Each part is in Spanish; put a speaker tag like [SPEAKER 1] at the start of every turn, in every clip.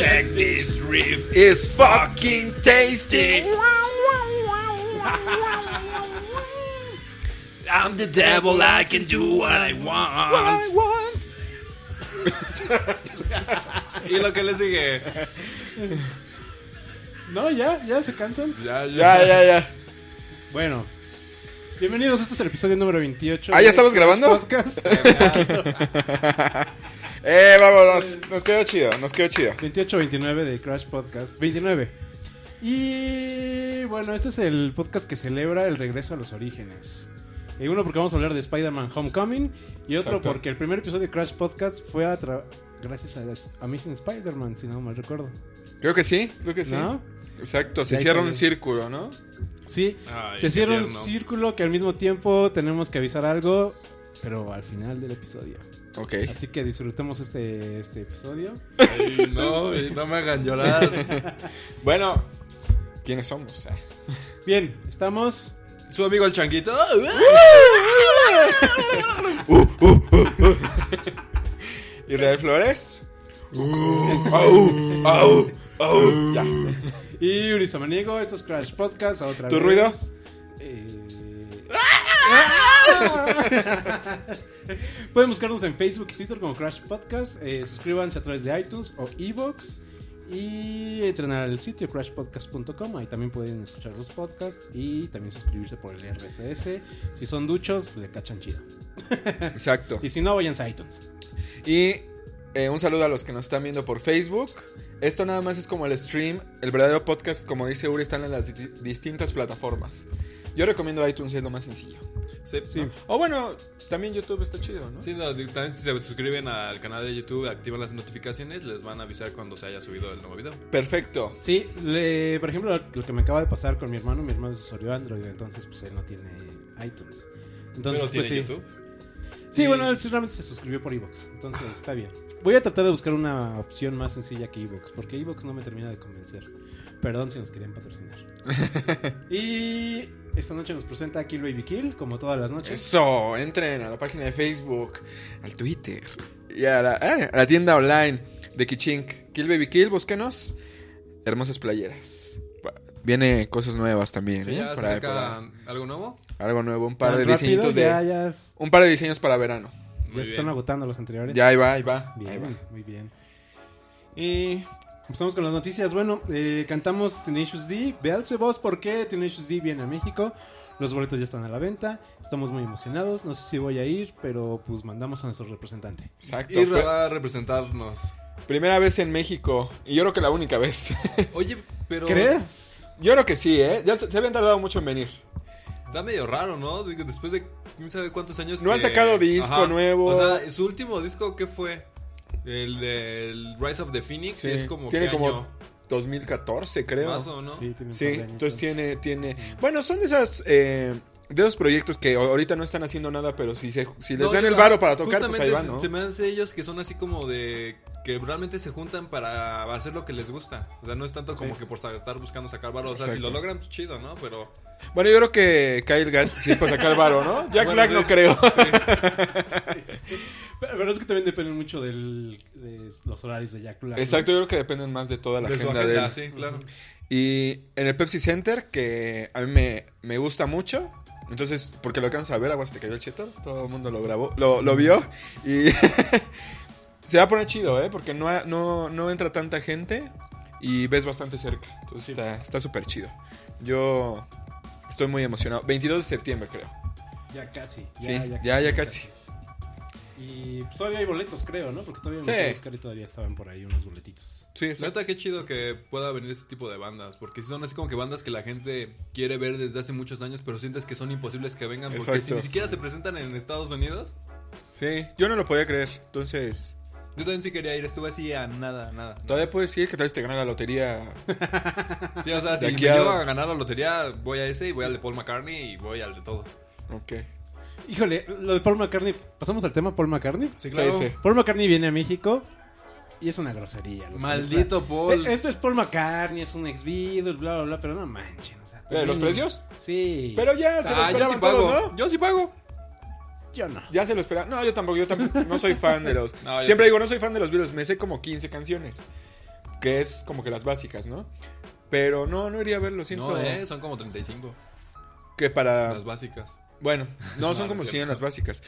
[SPEAKER 1] like this riff is fucking tasty. I'm the devil, I can do what I want.
[SPEAKER 2] ¿Y lo que le sigue?
[SPEAKER 3] No, ya, ya se cansan.
[SPEAKER 2] Ya, ya.
[SPEAKER 4] Ya, ya, ya.
[SPEAKER 3] Bueno, bienvenidos. Este es el episodio número 28.
[SPEAKER 4] Ah,
[SPEAKER 3] de
[SPEAKER 4] ¿ya estamos grabando?
[SPEAKER 3] Podcast.
[SPEAKER 4] Eh, vámonos. Nos quedó chido, nos quedó chido.
[SPEAKER 3] 28-29 de Crash Podcast. 29. Y bueno, este es el podcast que celebra el regreso a los orígenes. Eh, uno porque vamos a hablar de Spider-Man Homecoming y otro
[SPEAKER 4] Exacto.
[SPEAKER 3] porque el primer episodio de Crash Podcast fue a tra- gracias a Amazing Spider-Man, si no mal recuerdo.
[SPEAKER 4] Creo que sí, creo que sí.
[SPEAKER 3] ¿No?
[SPEAKER 4] Exacto, se
[SPEAKER 3] Ya
[SPEAKER 4] cierra
[SPEAKER 3] salió.
[SPEAKER 4] un círculo, ¿no?
[SPEAKER 3] Sí,
[SPEAKER 2] Ay,
[SPEAKER 3] se
[SPEAKER 2] qué
[SPEAKER 3] cierra un
[SPEAKER 2] tierno.
[SPEAKER 3] círculo que al mismo tiempo tenemos que avisar algo, pero al final del episodio.
[SPEAKER 4] Ok.
[SPEAKER 3] Así que disfrutemos este, este episodio.
[SPEAKER 2] Ay, no, y no me hagan llorar.
[SPEAKER 4] Bueno, ¿quiénes somos? Ah.
[SPEAKER 3] Bien, estamos.
[SPEAKER 2] Su amigo el changuito.
[SPEAKER 4] Uh, Israel Flores. Uh. Au, au, au. Ya.
[SPEAKER 3] Y Uriza Maniego, esto es Crash Podcast. a Otra
[SPEAKER 4] ¿Tu
[SPEAKER 3] vez.
[SPEAKER 4] ruido? ¡Ah!
[SPEAKER 3] Eh, Pueden buscarnos en Facebook y Twitter como Crash Podcast. Eh, suscríbanse a través de iTunes o Evox. Y entren al sitio crashpodcast.com. Ahí también pueden escuchar los podcasts. Y también suscribirse por el RSS. Si son duchos, le cachan chido.
[SPEAKER 4] Exacto.
[SPEAKER 3] Y si no, vayan a iTunes.
[SPEAKER 4] Y eh, un saludo a los que nos están viendo por Facebook. Esto nada más es como el stream. El verdadero podcast, como dice Uri, están en las di- distintas plataformas. Yo recomiendo iTunes, es lo más sencillo.
[SPEAKER 2] Sí,
[SPEAKER 3] Sí.
[SPEAKER 2] sí.
[SPEAKER 4] O bueno, también YouTube está chido, ¿no?
[SPEAKER 2] no, di- también si se suscriben al canal de YouTube, activan las notificaciones, les van a avisar cuando se haya subido el nuevo video.
[SPEAKER 4] Perfecto.
[SPEAKER 3] Sí, le- por ejemplo, lo, lo que me acaba de pasar con mi hermano. Mi hermano es usuario Android, entonces pues él no tiene iTunes. Entonces,
[SPEAKER 2] Pero
[SPEAKER 3] pues,
[SPEAKER 2] tiene
[SPEAKER 3] sí.
[SPEAKER 2] YouTube.
[SPEAKER 3] Sí, bueno, él realmente se suscribió por Evox, entonces
[SPEAKER 4] Ah.
[SPEAKER 3] está bien. Voy a tratar de buscar una opción más sencilla que Evox, porque Evox no me termina de convencer. Perdón si nos querían patrocinar. y esta noche nos presenta Kill Baby Kill, como todas las noches.
[SPEAKER 4] Eso, entren a la página de Facebook, al Twitter y a la, ah, a la tienda online de Kichink. Kill Baby Kill, búsquenos. Hermosas playeras. Pa- Viene cosas nuevas también,
[SPEAKER 2] Sí,
[SPEAKER 4] ¿eh?
[SPEAKER 2] ya se
[SPEAKER 4] Para-
[SPEAKER 2] saca
[SPEAKER 4] para-
[SPEAKER 2] algo nuevo.
[SPEAKER 4] algo nuevo, un
[SPEAKER 3] Tan
[SPEAKER 4] par de
[SPEAKER 3] rápido,
[SPEAKER 4] diseñitos de.
[SPEAKER 3] Ya, ya es-
[SPEAKER 4] Un par de diseños para verano.
[SPEAKER 3] ya
[SPEAKER 2] Muy
[SPEAKER 3] se están
[SPEAKER 2] bien.
[SPEAKER 3] agotando los anteriores.
[SPEAKER 4] Ya ahí va, ahí va. ahí
[SPEAKER 3] Bien,
[SPEAKER 4] va.
[SPEAKER 3] muy bien.
[SPEAKER 4] Y
[SPEAKER 3] Empezamos con las noticias. Bueno, eh, cantamos Tenacious D. Véanse vos por qué Tenacious D viene a México. Los boletos ya están a la venta. Estamos muy emocionados. No sé si voy a ir, pero pues mandamos a nuestro representante.
[SPEAKER 4] exacto. pues.
[SPEAKER 2] Y
[SPEAKER 4] fue
[SPEAKER 2] va a representarnos.
[SPEAKER 4] Primera vez en México. Y yo creo que la única vez.
[SPEAKER 2] Oye, pero.
[SPEAKER 3] ¿Crees?
[SPEAKER 4] yo creo que sí, ¿eh? Ya se, se habían tardado mucho en venir.
[SPEAKER 2] Está medio raro, ¿no? Digo, Después de quién sabe cuántos años.
[SPEAKER 4] No han sacado disco nuevo.
[SPEAKER 2] O sea, su último disco, ¿qué fue? El del Rise of the Phoenix.
[SPEAKER 4] Sí.
[SPEAKER 2] y es como.
[SPEAKER 4] Tiene
[SPEAKER 2] ¿qué
[SPEAKER 4] como
[SPEAKER 2] año?
[SPEAKER 4] 2014, creo.
[SPEAKER 2] Más o no.
[SPEAKER 3] tiene un
[SPEAKER 4] Sí,
[SPEAKER 3] par de añitos.
[SPEAKER 4] entonces tiene, tiene... Bueno, son de esas... eh, de esos proyectos que ahorita no están haciendo nada, pero si, se, si les
[SPEAKER 2] No,
[SPEAKER 4] dan
[SPEAKER 2] yo-
[SPEAKER 4] el varo para tocar, pues
[SPEAKER 2] justamente
[SPEAKER 4] ahí van,
[SPEAKER 2] se-
[SPEAKER 4] ¿no?
[SPEAKER 2] Se me hace ellos que son así como de. Que realmente se juntan para hacer lo que les gusta. O sea, no es tanto como
[SPEAKER 3] Sí.
[SPEAKER 2] que por sa- estar buscando sacar varo. O sea, si
[SPEAKER 4] Exacto.
[SPEAKER 2] lo logran, pues, chido, ¿no? Pero.
[SPEAKER 4] Bueno, yo creo que Kyle Gas sí es para sacar varo, ¿no? Jack
[SPEAKER 2] Bueno,
[SPEAKER 4] Black
[SPEAKER 2] sí.
[SPEAKER 4] no creo.
[SPEAKER 3] Pero, pero es que también dependen mucho del, de los horarios de Jack Black. ¿no?
[SPEAKER 4] Exacto, yo creo que dependen más de toda la
[SPEAKER 2] de su
[SPEAKER 4] agenda, de
[SPEAKER 2] agenda,
[SPEAKER 4] él.
[SPEAKER 2] sí, claro.
[SPEAKER 4] Y en el Pepsi Center, que a mí me, me gusta mucho. Entonces, porque lo alcanzas a ver, agua se te cayó el cheto. Todo el mundo lo grabó, lo, lo vio. Y se va a poner chido, ¿eh? Porque no, ha- no, no entra tanta gente y ves bastante cerca. Entonces
[SPEAKER 3] Sí.
[SPEAKER 4] está está súper chido. Yo estoy muy emocionado. 22 de septiembre, creo.
[SPEAKER 3] Ya casi. Ya,
[SPEAKER 4] sí, ya, ya, casi.
[SPEAKER 3] Y pues, todavía hay boletos, creo, ¿no? Porque todavía
[SPEAKER 4] Sí.
[SPEAKER 3] me fui a buscar y todavía estaban por ahí unos boletitos.
[SPEAKER 4] Sí, exacto.
[SPEAKER 2] Neta, qué chido que pueda venir este tipo de bandas. Porque sí son así como que bandas que la gente quiere ver desde hace muchos años, pero sientes que son imposibles que vengan. Porque si
[SPEAKER 4] Exacto.
[SPEAKER 2] ni siquiera se presentan en Estados Unidos.
[SPEAKER 4] Sí, yo no lo podía creer. Entonces,
[SPEAKER 2] Yo también sí quería ir, estuve así a nada, nada.
[SPEAKER 4] todavía puedo decir que tal vez te gana la lotería
[SPEAKER 2] Sí, o sea,
[SPEAKER 4] De
[SPEAKER 2] si me
[SPEAKER 4] aquí a-
[SPEAKER 2] llego a ganar la lotería, voy a ese y voy al de Paul McCartney y voy al de todos.
[SPEAKER 4] Ok.
[SPEAKER 3] Híjole, lo de Paul McCartney. ¿Pasamos al tema Paul McCartney?
[SPEAKER 2] Sí,
[SPEAKER 4] claro. Sí, sí.
[SPEAKER 3] Paul McCartney viene a México y es una grosería. los
[SPEAKER 2] Maldito
[SPEAKER 3] boletos.
[SPEAKER 2] Paul.
[SPEAKER 3] O sea, Esto es Paul McCartney, es un ex Beatles, bla, bla, bla, pero no manchen. O sea, también-
[SPEAKER 4] ¿Los precios?
[SPEAKER 3] Sí.
[SPEAKER 4] Pero ya se lo
[SPEAKER 2] Mm. Ah, yo sí
[SPEAKER 4] esperaban
[SPEAKER 2] pago.
[SPEAKER 4] todos, ¿no?
[SPEAKER 2] Yo sí pago.
[SPEAKER 3] yo no.
[SPEAKER 4] Ya se lo esperaba. No, yo tampoco, yo tampoco, no soy fan de los...
[SPEAKER 2] No, yo
[SPEAKER 4] Siempre
[SPEAKER 2] sí.
[SPEAKER 4] digo, no soy fan de los Beatles, me sé como 15 canciones. que es como que las básicas, ¿no? Pero no, no iría a verlo, siento
[SPEAKER 2] No, eh, son como 35.
[SPEAKER 4] que para...
[SPEAKER 2] Las básicas.
[SPEAKER 4] Bueno, no,
[SPEAKER 2] No,
[SPEAKER 4] son
[SPEAKER 2] no
[SPEAKER 4] como
[SPEAKER 2] es
[SPEAKER 4] 100
[SPEAKER 2] cierto.
[SPEAKER 4] las básicas.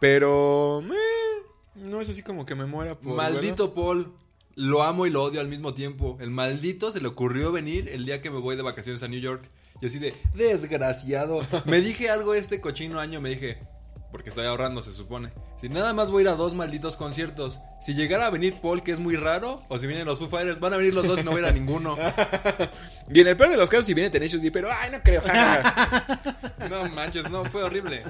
[SPEAKER 4] Pero... eh, no es así como que me muera por... verlo.
[SPEAKER 2] Maldito Paul. Lo amo y lo odio al mismo tiempo. El maldito se le ocurrió venir el día que me voy de vacaciones a New York. Y así de, desgraciado. Me dije algo este cochino año, me dije, porque estoy ahorrando, se supone. Si nada más voy a ir a dos malditos conciertos. Si llegara a venir Paul, que es muy raro, o si vienen los Foo Fighters, van a venir los dos y no voy a ir a ninguno.
[SPEAKER 4] Y en el peor de los casos, si viene Tenacious D, pero... Ay, no creo. ja, ja, ja.
[SPEAKER 2] No manches, no, fue horrible.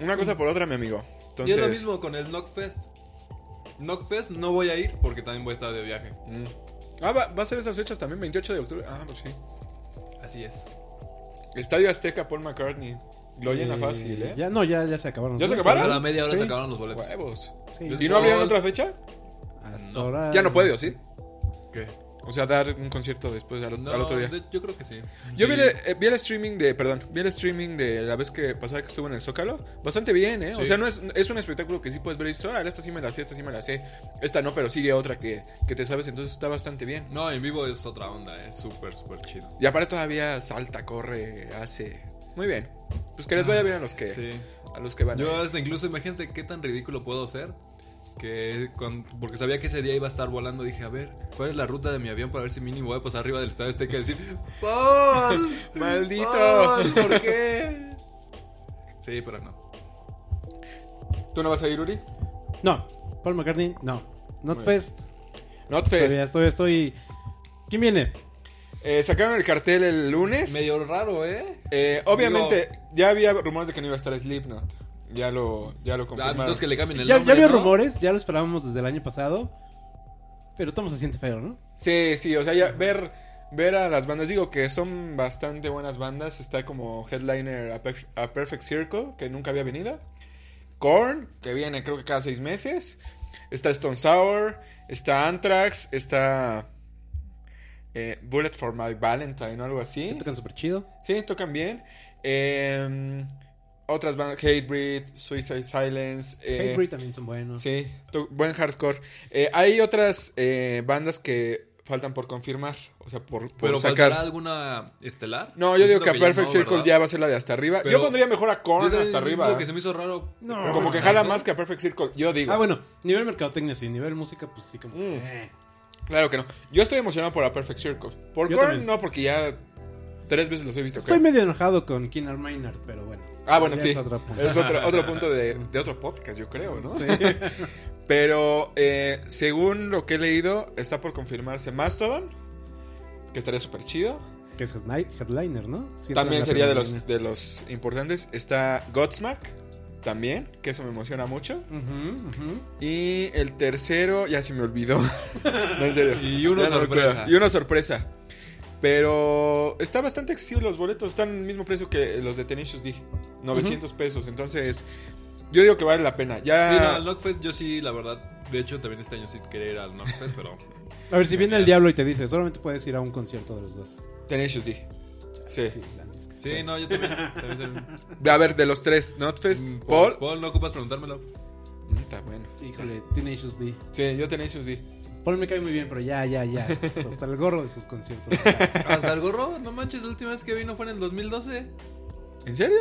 [SPEAKER 4] Una cosa por otra, mi amigo.
[SPEAKER 2] Y
[SPEAKER 4] Entonces...
[SPEAKER 2] es lo mismo con el Knockfest. Knockfest no voy a ir porque también voy a estar de viaje.
[SPEAKER 4] Mm. Ah, va, va a ser esas fechas también, 28 de octubre. Ah, pues sí.
[SPEAKER 2] Así es.
[SPEAKER 4] Estadio Azteca, Paul McCartney. Lo llena
[SPEAKER 3] Eh,
[SPEAKER 4] fácil, ¿eh?
[SPEAKER 3] Ya, no, ya, ya se acabaron.
[SPEAKER 4] ¿Ya se
[SPEAKER 2] A
[SPEAKER 3] ¿No?
[SPEAKER 4] acabaron?
[SPEAKER 2] la media hora
[SPEAKER 4] Sí.
[SPEAKER 2] se acabaron los boletos.
[SPEAKER 4] Huevos.
[SPEAKER 3] Sí.
[SPEAKER 2] Yo
[SPEAKER 4] ¿Y no habría
[SPEAKER 2] Paul.
[SPEAKER 4] otra fecha?
[SPEAKER 3] Hasta
[SPEAKER 2] No.
[SPEAKER 3] ahora-
[SPEAKER 4] Ya no puede, ¿o sí?
[SPEAKER 2] ¿Qué?
[SPEAKER 4] O sea, dar un concierto después al,
[SPEAKER 2] No,
[SPEAKER 4] al otro día.
[SPEAKER 2] de- yo creo que sí.
[SPEAKER 4] Yo
[SPEAKER 2] Sí.
[SPEAKER 4] vi, el, eh, vi el streaming de, perdón, vi el streaming de la vez que pasaba que estuvo en el Zócalo. Bastante bien, ¿eh? O
[SPEAKER 2] Sí.
[SPEAKER 4] sea, no es, es un espectáculo que sí puedes ver y dices, "Órale, esta sí me la sé, esta sí me la sé. Esta no, pero sigue otra que, que te sabes, entonces está bastante bien.
[SPEAKER 2] No, en vivo es otra onda, es súper, súper chido.
[SPEAKER 4] Y aparte todavía salta, corre, hace. Muy bien. Pues que les vaya bien a los que,
[SPEAKER 2] Sí.
[SPEAKER 4] a los que van.
[SPEAKER 2] Yo hasta incluso, imagínate qué tan ridículo puedo ser. Que con- porque sabía que ese día iba a estar volando, dije, a ver, ¿cuál es la ruta de mi avión para ver si mínimo voy a pasar arriba del estadio Azteca y decir, ¡Paul!
[SPEAKER 4] ¡Maldito!
[SPEAKER 2] ¡Paul! ¿Por qué? Sí, pero no.
[SPEAKER 4] ¿Tú no vas a ir, Uri?
[SPEAKER 3] No, Paul McCartney, no. Notfest. Todavía
[SPEAKER 4] Notfest.
[SPEAKER 3] estoy, estoy. ¿Quién viene?
[SPEAKER 4] Eh, sacaron el cartel el lunes.
[SPEAKER 2] Medio raro, ¿eh?
[SPEAKER 4] Eh, obviamente, ya había rumores de que no iba a estar Slipknot. Ya lo, ya lo
[SPEAKER 2] Ah,
[SPEAKER 4] confirmaron.
[SPEAKER 2] entonces que le cambien el
[SPEAKER 3] Ya,
[SPEAKER 2] nombre,
[SPEAKER 3] ya había
[SPEAKER 2] ¿no?
[SPEAKER 3] rumores, ya lo esperábamos desde el año pasado. Pero todo se siente feo, ¿no?
[SPEAKER 4] Sí, sí, o sea, ya ver, ver a las bandas, digo que son bastante buenas bandas. Está como headliner a, Perf- a Perfect Circle, que nunca había venido. Korn, que viene creo que cada seis meses. Está Stone Sour, está Anthrax, está eh, Bullet for My Valentine o algo así.
[SPEAKER 3] Tocan súper chido.
[SPEAKER 4] Sí, tocan bien. Eh, otras bandas, Hatebreed, Suicide Silence. eh,
[SPEAKER 3] Hatebreed también son buenos.
[SPEAKER 4] Sí, to- buen hardcore. Eh, hay otras eh, bandas que faltan por confirmar, o sea, por, por
[SPEAKER 2] Pero
[SPEAKER 4] sacar.
[SPEAKER 2] faltará alguna estelar.
[SPEAKER 4] No, yo digo
[SPEAKER 2] siento
[SPEAKER 4] que a
[SPEAKER 2] ya
[SPEAKER 4] Perfect
[SPEAKER 2] no,
[SPEAKER 4] Circle
[SPEAKER 2] ¿verdad?
[SPEAKER 4] ya va a ser la de hasta arriba.
[SPEAKER 2] Pero-
[SPEAKER 4] yo pondría mejor a
[SPEAKER 2] Yo
[SPEAKER 4] Korn
[SPEAKER 2] también
[SPEAKER 4] hasta
[SPEAKER 2] es
[SPEAKER 4] arriba.
[SPEAKER 2] Lo que se me hizo raro.
[SPEAKER 3] No.
[SPEAKER 4] Como que jala más que a Perfect Circle, yo digo.
[SPEAKER 3] Ah, bueno, nivel mercadotecnia sí, nivel música, pues sí, como.
[SPEAKER 4] Mm.
[SPEAKER 3] eh.
[SPEAKER 4] Claro que no. Yo estoy emocionado por a Perfect Circle. Por
[SPEAKER 3] Yo
[SPEAKER 4] Korn
[SPEAKER 3] también.
[SPEAKER 4] no, porque ya tres veces los he visto.
[SPEAKER 3] Estoy
[SPEAKER 4] creo.
[SPEAKER 3] medio enojado con Kinar Maynard, pero bueno.
[SPEAKER 4] Ah, bueno,
[SPEAKER 3] Ya
[SPEAKER 4] sí.
[SPEAKER 3] es otro punto.
[SPEAKER 4] Es otro, otro punto de, de otro podcast, yo creo, ¿no? Pero eh, según lo que he leído, está por confirmarse Mastodon, que estaría súper chido.
[SPEAKER 3] Que es headli- headliner, ¿no? Sí,
[SPEAKER 4] También
[SPEAKER 3] la
[SPEAKER 4] sería de los,
[SPEAKER 3] headliner.
[SPEAKER 4] de los importantes. Está Godsmack, también, que eso me emociona mucho.
[SPEAKER 3] Ujú, ujú.
[SPEAKER 4] Y el tercero, ya se me olvidó. no, en serio.
[SPEAKER 2] Y uno
[SPEAKER 4] Ya no
[SPEAKER 2] sorpresa.
[SPEAKER 4] recuerdo. y uno sorpresa. Pero está bastante accesible los boletos. Están al mismo precio que los de Tenacious D. 900 pesos. Entonces, yo digo que vale la pena.
[SPEAKER 2] Sí, no,
[SPEAKER 4] Ya...
[SPEAKER 2] al Knockfest yo sí, la verdad. De hecho, también este año sí quería ir al Knockfest, pero.
[SPEAKER 3] A ver, si viene el diablo y te dice, solamente puedes ir a un concierto de los dos.
[SPEAKER 4] Tenacious D. Sí.
[SPEAKER 3] la neta es que sí.
[SPEAKER 2] Sí, no, yo también. también soy-
[SPEAKER 4] A ver, de los tres, Notfest,
[SPEAKER 2] Mm,
[SPEAKER 4] Paul.
[SPEAKER 2] Paul, Paul, no ocupas preguntármelo.
[SPEAKER 4] Mm, Está bueno.
[SPEAKER 3] Híjole, Tenacious D.
[SPEAKER 4] Sí, yo Tenacious D.
[SPEAKER 3] Paul me cae muy bien, pero ya, ya, ya. Hasta el gorro de sus conciertos.
[SPEAKER 2] Hasta el gorro, no manches, la última vez que vino fue en el 2012.
[SPEAKER 4] ¿En serio?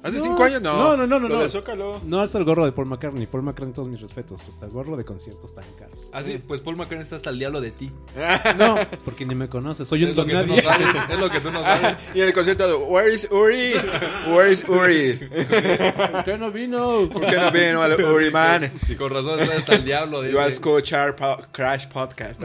[SPEAKER 4] ¿Hace
[SPEAKER 3] No,
[SPEAKER 4] cinco años? No.
[SPEAKER 3] no, no, no, no,
[SPEAKER 4] Lo
[SPEAKER 3] no.
[SPEAKER 4] del Zócalo.
[SPEAKER 3] No hasta el gorro de Paul McCartney. Paul McCartney, todos mis respetos. Hasta el gorro de conciertos tan caros.
[SPEAKER 4] Ah,
[SPEAKER 2] Así, pues Paul McCartney está hasta el diablo de ti.
[SPEAKER 3] No, porque ni me conoces. Soy un
[SPEAKER 2] Es lo
[SPEAKER 3] don
[SPEAKER 2] que tú no
[SPEAKER 3] nadie.
[SPEAKER 2] sabes. Es lo que tú no
[SPEAKER 4] Ah,
[SPEAKER 2] sabes.
[SPEAKER 4] y en el concierto de Where is Uri? Where is Uri?
[SPEAKER 3] ¿Por qué no vino?
[SPEAKER 4] ¿Por qué no vino al Uri Man?
[SPEAKER 2] Y con razón está hasta el diablo de
[SPEAKER 4] Yo al escuchar po- Crash Podcast.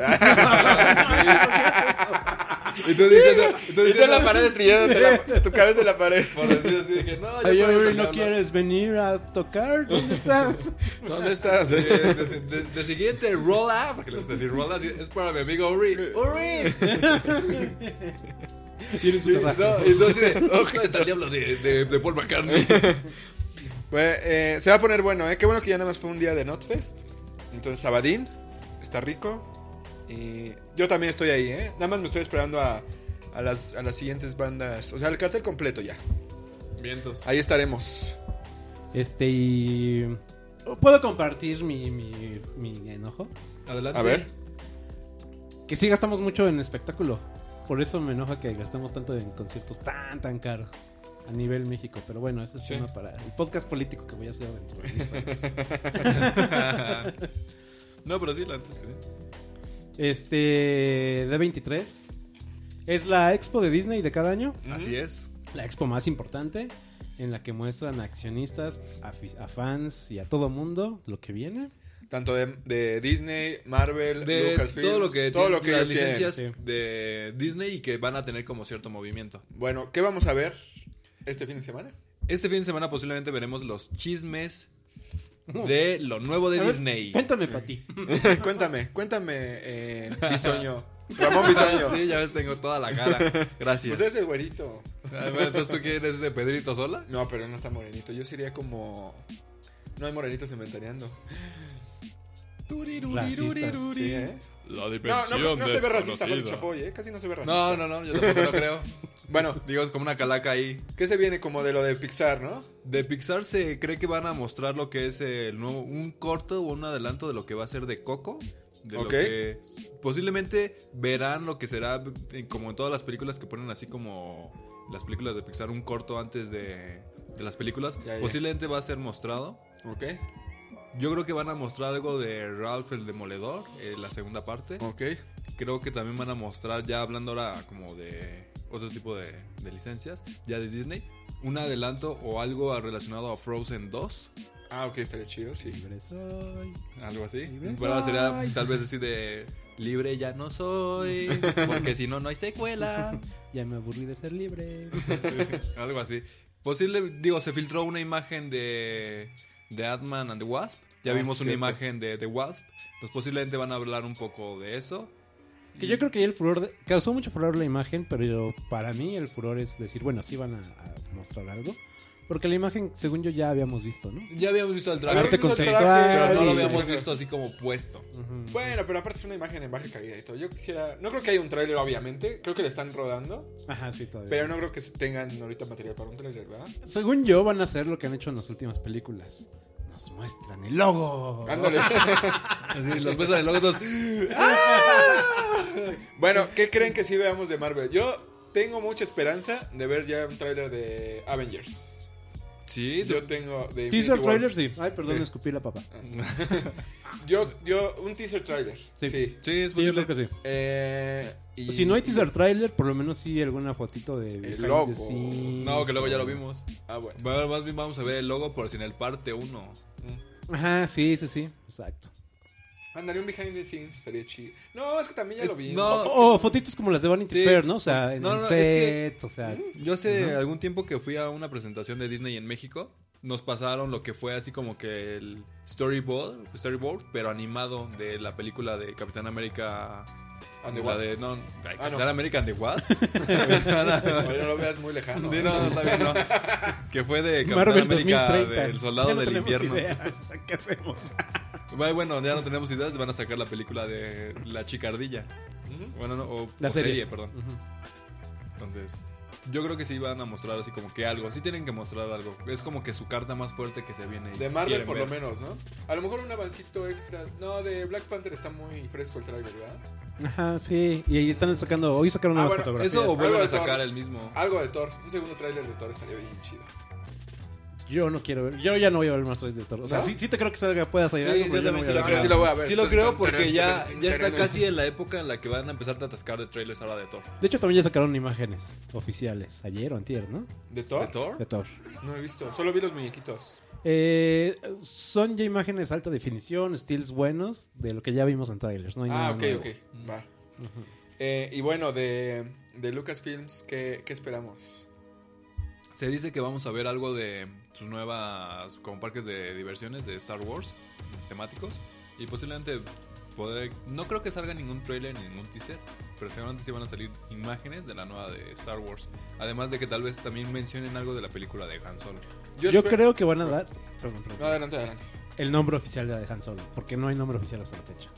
[SPEAKER 2] Y tú diciendo, y tú
[SPEAKER 4] Y tú en
[SPEAKER 2] diciendo
[SPEAKER 4] la pared estrellándote la- tu cabeza en la pared.
[SPEAKER 2] Por decir así de que no, yo
[SPEAKER 3] Oye,
[SPEAKER 2] estoy
[SPEAKER 3] Yuri,
[SPEAKER 2] hasta el
[SPEAKER 3] ¿no
[SPEAKER 2] diablo.
[SPEAKER 3] quieres venir a tocar? ¿Dónde estás?
[SPEAKER 4] ¿Dónde estás?
[SPEAKER 2] Eh, De, de- de siguiente, rola, porque le gusta decir rola, sí, es para mi amigo Uri. ¡Uri!
[SPEAKER 3] Y él en su
[SPEAKER 2] Y,
[SPEAKER 3] casa.
[SPEAKER 2] no, y entonces, no, está el diablo de, de, de Paul McCartney.
[SPEAKER 4] Bueno, eh, se va a poner bueno, ¿eh? Qué bueno que ya nada más fue un día de Notfest. Entonces, Sabadín, está rico. Y yo también estoy ahí, ¿eh? Nada más me estoy esperando a, a las, a las siguientes bandas. O sea, el cartel completo ya.
[SPEAKER 2] Vientos.
[SPEAKER 4] Ahí estaremos.
[SPEAKER 3] Este, y... ¿Puedo compartir mi, mi, mi enojo?
[SPEAKER 2] Adelante.
[SPEAKER 4] A ver.
[SPEAKER 3] Que sí gastamos mucho en espectáculo. Por eso me enoja que gastemos tanto en conciertos tan, tan caros. A nivel México, pero bueno, ese es
[SPEAKER 4] Sí.
[SPEAKER 3] tema para el podcast político que voy a hacer dentro de unos años.
[SPEAKER 2] No, pero sí, la neta es que sí.
[SPEAKER 3] Este. D23. Es la expo de Disney de cada año.
[SPEAKER 2] Así es.
[SPEAKER 3] La expo más importante. En la que muestran a accionistas, a, fi- a fans y a todo mundo lo que viene.
[SPEAKER 4] Tanto de, de Disney, Marvel,
[SPEAKER 2] De
[SPEAKER 4] Lucasfilms,
[SPEAKER 2] todo lo que
[SPEAKER 4] todo
[SPEAKER 2] tiene-
[SPEAKER 4] lo que
[SPEAKER 2] las
[SPEAKER 4] ellos tienen.
[SPEAKER 2] licencias
[SPEAKER 3] tienen, sí.
[SPEAKER 2] de Disney y que van a tener como cierto movimiento.
[SPEAKER 4] Bueno, ¿qué vamos a ver este fin de semana?
[SPEAKER 2] Este fin de semana posiblemente veremos los chismes de lo nuevo de
[SPEAKER 3] A ver,
[SPEAKER 2] Disney.
[SPEAKER 3] Cuéntame, Pati.
[SPEAKER 4] cuéntame, cuéntame, eh, Bisoño. Ramón Bisoño.
[SPEAKER 2] Sí, ya ves, tengo toda la cara. Gracias.
[SPEAKER 4] Pues es el güerito.
[SPEAKER 2] Ah, bueno, entonces tú quieres de Pedrito Sola.
[SPEAKER 4] No, pero no está morenito. Yo sería como. No hay morenitos inventariando.
[SPEAKER 3] Racistas.
[SPEAKER 4] Sí, ¿eh?
[SPEAKER 2] La
[SPEAKER 4] No, no, no se ve racista Pati Chapoy, ¿eh? Casi no se ve racista.
[SPEAKER 2] No, no, no, yo tampoco lo creo.
[SPEAKER 4] Bueno,
[SPEAKER 2] Digo, es como una calaca ahí.
[SPEAKER 4] ¿qué se viene como de lo de Pixar, no?
[SPEAKER 2] De Pixar se cree que van a mostrar lo que es el nuevo, un corto o un adelanto de lo que va a ser de Coco. De
[SPEAKER 4] Ok.
[SPEAKER 2] lo que posiblemente verán lo que será, eh, como en todas las películas que ponen así como las películas de Pixar, un corto antes de, de las películas.
[SPEAKER 4] Ya, ya.
[SPEAKER 2] Posiblemente va a ser mostrado.
[SPEAKER 4] Ok,
[SPEAKER 2] Yo creo que van a mostrar algo de Ralph el Demoledor, eh, la segunda parte.
[SPEAKER 4] ok.
[SPEAKER 2] Creo que también van a mostrar, ya hablando ahora como de otro tipo de, de licencias, ya de Disney, un adelanto o algo relacionado a Frozen 2,
[SPEAKER 4] Ah, ok, estaría chido, sí.
[SPEAKER 3] Libre soy.
[SPEAKER 2] algo así.
[SPEAKER 3] Libre
[SPEAKER 2] Pero sería
[SPEAKER 3] soy.
[SPEAKER 2] tal vez así de libre ya no soy, porque si no, no hay secuela.
[SPEAKER 3] Ya me aburrí de ser libre.
[SPEAKER 2] Sí, algo así. Posible, digo, se filtró una imagen de, de Ant-Man and the Wasp. Ya
[SPEAKER 4] Ah,
[SPEAKER 2] vimos una
[SPEAKER 4] cierto.
[SPEAKER 2] imagen de The Wasp. Entonces posiblemente van a hablar un poco de eso.
[SPEAKER 3] Que yo creo que ahí el furor de- causó mucho furor la imagen, pero yo- para mí el furor es decir, bueno, sí van a, a mostrar algo. Porque la imagen, según yo, ya habíamos visto, ¿no?
[SPEAKER 2] Ya habíamos visto el
[SPEAKER 4] Habíamos
[SPEAKER 2] trailer,
[SPEAKER 3] Arte
[SPEAKER 4] visto el
[SPEAKER 3] conceptual,
[SPEAKER 4] traje,
[SPEAKER 2] pero no lo
[SPEAKER 3] Sí, sí,
[SPEAKER 2] habíamos
[SPEAKER 4] sí.
[SPEAKER 2] visto así como puesto.
[SPEAKER 3] Ujú.
[SPEAKER 4] Bueno, pero aparte es una imagen en baja calidad y todo. Yo quisiera. No creo que haya un tráiler, obviamente. Creo que le están rodando.
[SPEAKER 3] Ajá, sí, todavía.
[SPEAKER 4] Pero no creo que se tengan ahorita material para un tráiler, ¿verdad?
[SPEAKER 3] Según yo, van a hacer lo que han hecho en las últimas películas. Nos muestran el logo.
[SPEAKER 4] Ándale.
[SPEAKER 2] Así, los besos de locos.
[SPEAKER 4] bueno, ¿qué creen que sí veamos de Marvel? Yo tengo mucha esperanza de ver ya un tráiler de Avengers.
[SPEAKER 2] Sí, tú-
[SPEAKER 4] Yo tengo
[SPEAKER 3] Teaser
[SPEAKER 4] de Infinity War.
[SPEAKER 3] trailer, sí. Ay, perdón,
[SPEAKER 4] Sí.
[SPEAKER 3] escupí la papa.
[SPEAKER 4] Yo, yo, un teaser trailer.
[SPEAKER 3] Sí.
[SPEAKER 4] Sí.
[SPEAKER 2] sí, es
[SPEAKER 3] Sí, yo
[SPEAKER 2] posible.
[SPEAKER 3] creo que sí.
[SPEAKER 4] Eh, y-
[SPEAKER 3] Si no hay teaser trailer, por lo menos sí alguna fotito de behind the
[SPEAKER 4] logo.
[SPEAKER 3] scenes.
[SPEAKER 2] No, que luego ya lo vimos.
[SPEAKER 4] Ah, bueno.
[SPEAKER 2] Bueno, más bien vamos a ver el logo por si en el parte 1.
[SPEAKER 4] Mm.
[SPEAKER 3] Ajá, sí, sí, sí. Exacto.
[SPEAKER 4] Ándale, un behind the scenes estaría chido. No, es que también ya
[SPEAKER 2] Es-
[SPEAKER 4] lo vi.
[SPEAKER 2] no,
[SPEAKER 4] O sea,
[SPEAKER 3] O fotitos como las de Vanity
[SPEAKER 2] Sí.
[SPEAKER 3] Fair, ¿no? O sea, en
[SPEAKER 2] No,
[SPEAKER 3] el
[SPEAKER 2] no, es
[SPEAKER 3] set, o sea...
[SPEAKER 2] Yo hace algún tiempo que fui a una presentación de Disney en México. Nos pasaron lo que fue así como que el storyboard, storyboard pero animado de la película de Capitán América.
[SPEAKER 4] And the
[SPEAKER 2] la
[SPEAKER 4] Wasp.
[SPEAKER 2] de- no, ay,
[SPEAKER 4] Ah, no.
[SPEAKER 2] Capitán América and the Wasp.
[SPEAKER 4] Oye, no lo veas muy lejano.
[SPEAKER 2] Sí, no, está bien, no. Que fue de Capitán
[SPEAKER 3] Marvel
[SPEAKER 2] América
[SPEAKER 3] 2030.
[SPEAKER 2] del Soldado
[SPEAKER 3] Ya no
[SPEAKER 2] del
[SPEAKER 3] tenemos
[SPEAKER 2] Invierno.
[SPEAKER 3] ideas. ¿Qué hacemos?
[SPEAKER 2] Bueno, Bueno, ya no tenemos ideas, van a sacar la película de La Chicardilla.
[SPEAKER 4] ¿eh? Ujú.
[SPEAKER 2] Bueno, no, o,
[SPEAKER 3] La
[SPEAKER 2] o
[SPEAKER 3] serie.
[SPEAKER 2] perdón. Entonces, yo creo que sí van a mostrar así como que algo. Sí tienen que mostrar algo. Es como que su carta más fuerte que se viene. y
[SPEAKER 4] De Marvel,
[SPEAKER 2] quieren
[SPEAKER 4] por lo
[SPEAKER 2] ver.
[SPEAKER 4] menos, ¿no? A lo mejor un avancito extra. No, de Black Panther está muy fresco el trailer, ¿verdad?
[SPEAKER 3] Ajá, sí. Y ahí están sacando... Hoy sacaron
[SPEAKER 4] Ah,
[SPEAKER 3] nuevas
[SPEAKER 4] bueno,
[SPEAKER 3] fotografías.
[SPEAKER 2] Eso o vuelven
[SPEAKER 4] Algo
[SPEAKER 2] a
[SPEAKER 4] de
[SPEAKER 2] sacar
[SPEAKER 4] todo.
[SPEAKER 2] el mismo.
[SPEAKER 4] Algo de Thor. Un segundo tráiler de Thor estaría bien chido.
[SPEAKER 3] Yo no quiero ver. Yo ya no voy a ver más Soy de Thor. O sea,
[SPEAKER 4] ¿No?
[SPEAKER 3] sí, sí te creo que salga, pueda salir
[SPEAKER 2] Sí,
[SPEAKER 3] algo,
[SPEAKER 2] yo
[SPEAKER 3] pero yo
[SPEAKER 2] también
[SPEAKER 3] no voy a
[SPEAKER 2] sí lo creo.
[SPEAKER 3] ver nada.
[SPEAKER 4] sí lo voy a ver.
[SPEAKER 2] Sí lo creo porque ya, ya está casi en la época en la que van a empezarte a atascar de trailers ahora de Thor.
[SPEAKER 3] De hecho, también ya sacaron imágenes oficiales. Ayer o antier, ¿no?
[SPEAKER 4] ¿De
[SPEAKER 2] ¿De
[SPEAKER 4] Thor?
[SPEAKER 3] De
[SPEAKER 2] Thor?
[SPEAKER 3] Thor.
[SPEAKER 4] No he visto. Solo vi los muñequitos.
[SPEAKER 3] Eh, son ya imágenes alta definición, steals buenos, de lo que ya vimos en trailers. No hay
[SPEAKER 4] Ah,
[SPEAKER 3] nada
[SPEAKER 4] ok,
[SPEAKER 3] nuevo.
[SPEAKER 4] ok. Va. Eh, y bueno, de, de Lucasfilms, ¿qué, ¿qué esperamos?
[SPEAKER 2] Se dice que vamos a ver algo de sus nuevas como parques de diversiones de Star Wars temáticos y posiblemente poder no creo que salga ningún trailer ni ningún teaser, pero seguramente sí van a salir imágenes de la nueva de Star Wars, además de que tal vez también mencionen algo de la película de Han Solo.
[SPEAKER 3] Yo,
[SPEAKER 4] espe-
[SPEAKER 3] creo que van a dar perdón, perdón,
[SPEAKER 4] No, adelante, adelante.
[SPEAKER 3] el nombre oficial de la de Han Solo, porque no hay nombre oficial hasta la fecha.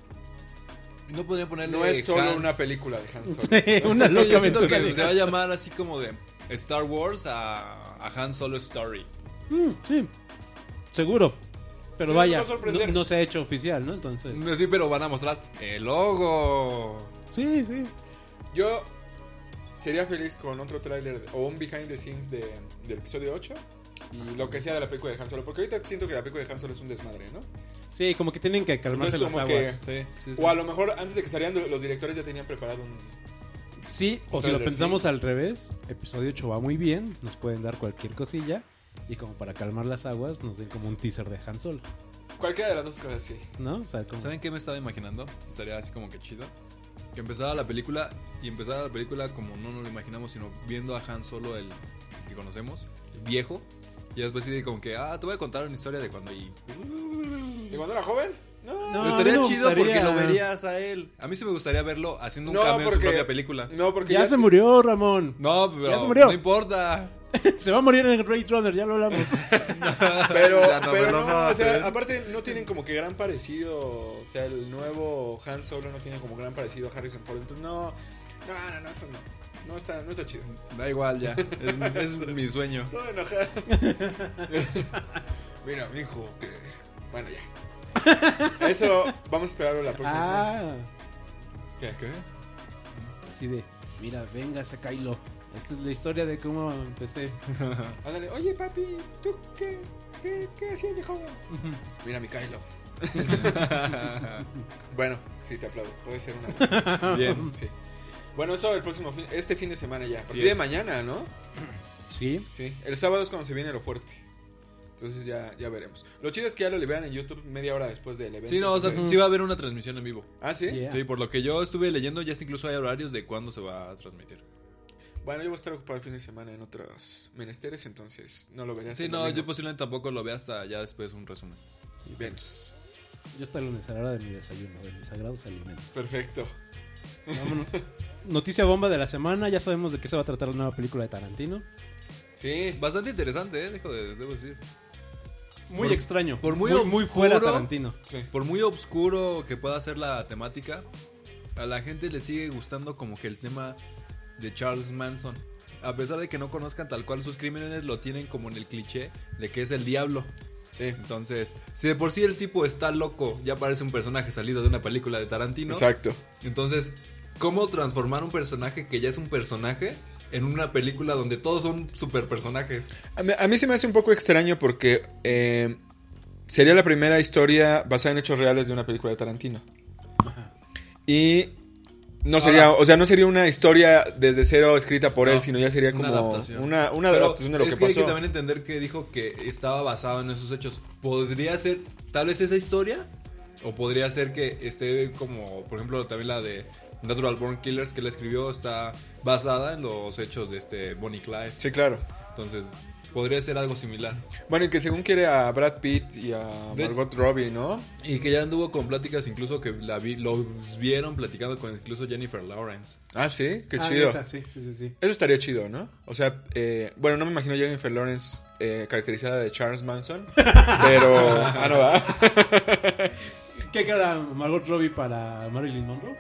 [SPEAKER 2] No podría ponerle
[SPEAKER 4] No es solo
[SPEAKER 2] Han-
[SPEAKER 4] una película de Han Solo.
[SPEAKER 3] Sí, Una
[SPEAKER 2] Sí,
[SPEAKER 3] loca
[SPEAKER 2] yo siento
[SPEAKER 3] aventura.
[SPEAKER 2] que se va a
[SPEAKER 3] de-
[SPEAKER 2] llamar así como de Star Wars a, a Han Solo Story.
[SPEAKER 3] Mm, sí, seguro. Pero
[SPEAKER 4] Sí,
[SPEAKER 3] vaya,
[SPEAKER 4] nos va a sorprender.
[SPEAKER 3] no, no se ha hecho oficial, ¿no? Entonces.
[SPEAKER 2] Sí, pero van a mostrar el logo.
[SPEAKER 3] Sí, sí.
[SPEAKER 4] Yo sería feliz con otro tráiler de- o un behind the scenes de, del episodio 8 y lo que sea de la película de Han Solo, porque ahorita siento que la película de Han Solo es un desmadre, ¿no?
[SPEAKER 3] Sí, como que tienen que calmarse
[SPEAKER 4] Entonces,
[SPEAKER 3] las
[SPEAKER 4] como que-
[SPEAKER 3] aguas.
[SPEAKER 2] Sí, sí, sí.
[SPEAKER 4] O a lo mejor antes de que salieran los directores ya tenían preparado un...
[SPEAKER 3] Sí, o
[SPEAKER 4] Un
[SPEAKER 3] si lo
[SPEAKER 4] tráiler,
[SPEAKER 3] pensamos
[SPEAKER 4] sí.
[SPEAKER 3] al revés, episodio 8 va muy bien, nos pueden dar cualquier cosilla y como para calmar las aguas nos den como un teaser de Han Solo,
[SPEAKER 4] Cualquiera de las dos cosas, sí.
[SPEAKER 3] ¿no? O sea, como...
[SPEAKER 2] ¿Saben qué me estaba imaginando? Estaría así como que chido. Que empezara la película y empezara la película como no nos lo imaginamos, sino viendo a Han Solo, el que conocemos, el viejo. Y después sí, como que, ah, te voy a contar una historia de cuando. Y...
[SPEAKER 4] ¿De cuando era joven? No,
[SPEAKER 3] No,
[SPEAKER 2] Pero
[SPEAKER 3] a mí
[SPEAKER 2] estaría
[SPEAKER 3] me
[SPEAKER 2] chido porque
[SPEAKER 3] gustaría-
[SPEAKER 2] lo verías a él. A mí sí me gustaría verlo haciendo un
[SPEAKER 4] No,
[SPEAKER 2] cameo en su
[SPEAKER 4] porque-
[SPEAKER 2] propia película.
[SPEAKER 4] No, porque
[SPEAKER 3] Ya se murió Ramón,
[SPEAKER 2] No, pero
[SPEAKER 3] se murió.
[SPEAKER 2] no importa.
[SPEAKER 3] se va a morir en Ray Runner, ya lo hablamos.
[SPEAKER 4] Pero,
[SPEAKER 2] Ya no,
[SPEAKER 4] pero
[SPEAKER 2] pero
[SPEAKER 4] no,
[SPEAKER 2] no,
[SPEAKER 4] o sea,
[SPEAKER 2] sí.
[SPEAKER 4] aparte no tienen como que gran parecido. O sea, el nuevo Han Solo no tiene como gran parecido a Harrison Ford. Entonces, no, no, no, no, eso no. No está, no está chido.
[SPEAKER 2] Da igual ya. Es, mi- es mi sueño.
[SPEAKER 4] Todo enojado. Mira, mi hijo, que. Bueno, ya. Eso vamos a esperarlo la próxima semana.
[SPEAKER 3] ah,
[SPEAKER 2] ¿Qué? ¿Qué?
[SPEAKER 3] así de, mira, véngase Kylo, esta es la historia de cómo empecé.
[SPEAKER 4] Ándale, oye, papi, ¿tú qué, qué, qué hacías de joven? Mira, mi Kylo. bueno, sí, te aplaudo. Puede ser una.
[SPEAKER 2] Bien.
[SPEAKER 4] Sí. Bueno, eso el próximo fin, este fin de semana ya. A partir
[SPEAKER 2] es.
[SPEAKER 4] de mañana, ¿no?
[SPEAKER 3] sí,
[SPEAKER 4] Sí. El sábado es cuando se viene lo fuerte. Entonces ya, ya veremos. Lo chido es que ya lo liberan en YouTube media hora después del evento.
[SPEAKER 2] Sí, no, o sea,
[SPEAKER 4] entonces-
[SPEAKER 2] sí va a haber una transmisión en vivo.
[SPEAKER 4] Ah, sí.
[SPEAKER 3] Yeah.
[SPEAKER 2] Sí, por lo que yo estuve leyendo, ya hasta incluso hay horarios de cuándo se va a transmitir.
[SPEAKER 4] Bueno, yo voy a estar ocupado el fin de semana en otros menesteres, entonces no lo veré. hasta
[SPEAKER 2] Sí,
[SPEAKER 4] el
[SPEAKER 2] no,
[SPEAKER 4] Ah, domingo.
[SPEAKER 2] yo pues, posiblemente tampoco lo vea hasta ya después un resumen.
[SPEAKER 4] Vientos.
[SPEAKER 3] yo hasta el lunes a la hora de mi desayuno, de mis sagrados alimentos.
[SPEAKER 4] Perfecto.
[SPEAKER 3] Vámonos. Noticia bomba de la semana, ya sabemos de qué se va a tratar la nueva película de Tarantino.
[SPEAKER 4] Sí.
[SPEAKER 2] Bastante interesante, ¿eh? Dejo de, debo decir.
[SPEAKER 3] Muy
[SPEAKER 2] Por-
[SPEAKER 3] extraño.
[SPEAKER 2] por muy
[SPEAKER 3] muy
[SPEAKER 2] oscuro.
[SPEAKER 3] fuera Tarantino.
[SPEAKER 4] Sí.
[SPEAKER 2] Por muy oscuro que pueda ser la temática, a la gente le sigue gustando como que el tema de Charles Manson. A pesar de que no conozcan tal cual sus crímenes, lo tienen como en el cliché de que es el diablo.
[SPEAKER 4] Sí.
[SPEAKER 2] Entonces, si de por sí el tipo está loco, ya parece un personaje salido de una película de Tarantino.
[SPEAKER 4] Exacto.
[SPEAKER 2] Entonces, ¿cómo transformar un personaje que ya es un personaje en una película donde todos son super personajes?
[SPEAKER 4] A mí, a mí se me hace un poco extraño porque eh, sería la primera historia basada en hechos reales de una película de Tarantino. Y no sería, o sea, no sería una historia desde cero escrita por él,
[SPEAKER 2] No,
[SPEAKER 4] sino ya sería
[SPEAKER 2] una
[SPEAKER 4] como
[SPEAKER 2] adaptación.
[SPEAKER 4] una, una
[SPEAKER 2] Pero
[SPEAKER 4] adaptación de lo
[SPEAKER 2] es
[SPEAKER 4] que
[SPEAKER 2] que, hay que
[SPEAKER 4] pasó.
[SPEAKER 2] también entender que dijo que estaba basado en esos hechos. Podría ser tal vez esa historia o podría ser que esté como, por ejemplo, también la de Natural Born Killers que la escribió está basada en los hechos de este Bonnie Clyde.
[SPEAKER 4] Sí, claro.
[SPEAKER 2] Entonces, podría ser algo similar.
[SPEAKER 4] Bueno, y que según quiere a Brad Pitt y a
[SPEAKER 2] De-
[SPEAKER 4] Margot Robbie, ¿no?
[SPEAKER 2] Y que ya anduvo con pláticas incluso que la vi- los vieron platicando con incluso Jennifer Lawrence.
[SPEAKER 4] Ah, sí, qué
[SPEAKER 3] Ah,
[SPEAKER 4] chido.
[SPEAKER 3] neta, sí, sí, sí, sí.
[SPEAKER 4] Eso estaría chido, ¿no? O sea, eh, bueno, no me imagino a Jennifer Lawrence eh, caracterizada de Charles Manson, pero... ah, no, ¿verdad?
[SPEAKER 3] ¿Qué cara Margot Robbie para Marilyn Monroe?